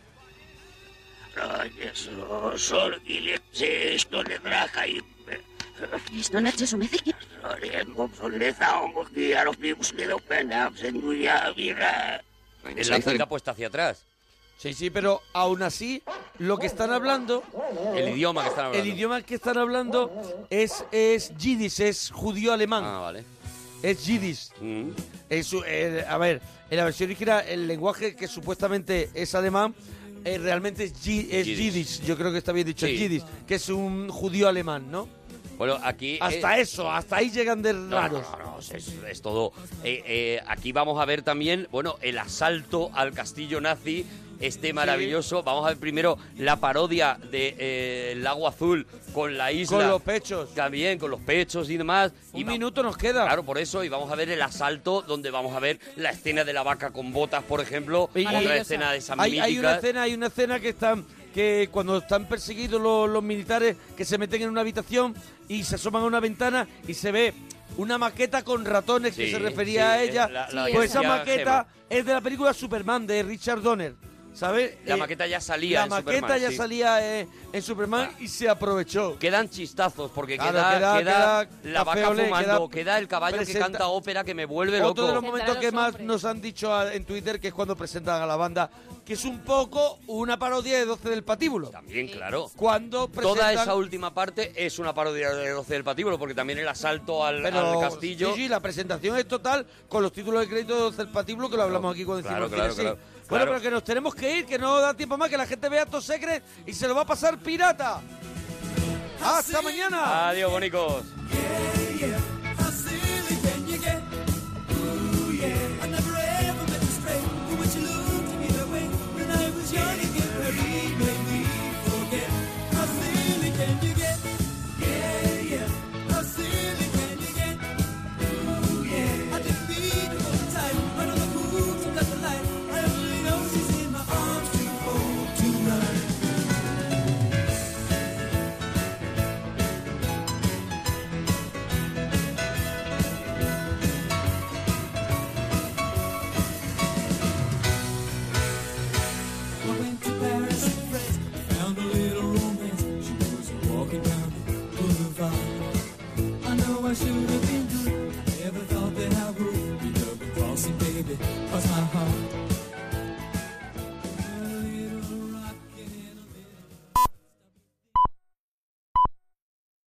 S15: venga.
S5: Rayos, sorgiles, con el braja y...
S9: Esto no es un mecillo.
S3: Es la cinta puesta hacia atrás.
S2: Sí, sí, pero aún así, lo que están hablando.
S3: El idioma que están hablando.
S2: El idioma que están hablando es, es yiddish, es judío-alemán. Ah,
S3: vale. Mm.
S2: Es yiddish. Es, eh, a ver, en la versión original, el lenguaje que supuestamente es alemán. eh, realmente es, yi- es
S3: Yiddish.
S2: yiddish. yo creo que está bien dicho,
S3: Sí.
S2: es yiddish, que es un judío alemán, ¿no?
S3: Bueno, aquí...
S2: Hasta
S3: eh,
S2: eso, hasta ahí llegan de
S3: No, no,
S2: raros.
S3: no, no, es, es todo. Eh, eh, aquí vamos a ver también, bueno, el asalto al castillo nazi, este maravilloso. Vamos a ver primero la parodia de eh, el lago azul con la isla.
S2: Con los
S3: pechos. También, con los pechos y demás. Un minuto
S2: nos queda.
S3: Claro, por eso. Y vamos a ver el asalto, donde vamos a ver la escena de la vaca con botas, por ejemplo.
S2: Y-
S3: otra
S2: y-
S3: escena de esas
S2: hay, hay una
S3: míticas.
S2: escena, hay una escena que están que cuando están perseguidos los, los militares que se meten en una habitación y se asoman a una ventana y se ve una maqueta con ratones que
S3: Sí,
S2: se refería
S3: sí,
S2: a
S3: es
S2: ella.
S3: la- la que
S2: pues esa
S3: decía
S2: maqueta es de la película Superman de Richard Donner. ¿Sabes?
S3: La
S2: Eh,
S3: maqueta ya salía
S2: La
S3: en
S2: maqueta
S3: Superman,
S2: ya
S3: sí.
S2: salía eh, en Superman y se aprovechó.
S3: Ah. Quedan chistazos porque
S2: Claro,
S3: queda,
S2: queda-
S3: queda
S2: queda
S3: la vaca
S2: café olé,
S3: fumando, queda,
S2: queda-
S3: el caballo que
S2: presenta-
S3: canta ópera que me vuelve loco.
S2: Otro de los momentos que más nos han dicho a- en Twitter que es cuando presentan a la banda, que es un poco una parodia de 12 del patíbulo.
S3: Bien, claro.
S2: Cuando presentan...
S3: Toda esa última parte es una parodia de 12 del patíbulo, porque también el asalto al, al
S2: Pero,
S3: castillo.
S2: Sí, sí, la presentación es total con los títulos de crédito de 12 del patíbulo que lo hablamos aquí cuando
S3: claro,
S2: hicimos el
S3: claro,
S2: cine,
S3: claro,
S2: sí. Bueno,
S3: claro.
S2: pero que nos tenemos que ir, que no da tiempo más, que la gente vea estos secrets y se lo va a pasar pirata. ¡Hasta mañana!
S3: Adiós, bonicos.
S4: How silly can you get? Ooh, yeah. I never ever meant to stray, but when you looked at me that way, when I was young again, Mary made me forget. How silly can you get? Yeah, yeah. How silly can you get? Ooh, yeah. I didn't mean to hold you tight, right on the pool to let the light. I only know she's in my arms too cold to run. I went to Paris and France, found a little romance. She was walking down the boulevard. I know I should have been good. I never thought that I would be double crossing, baby, cross my heart.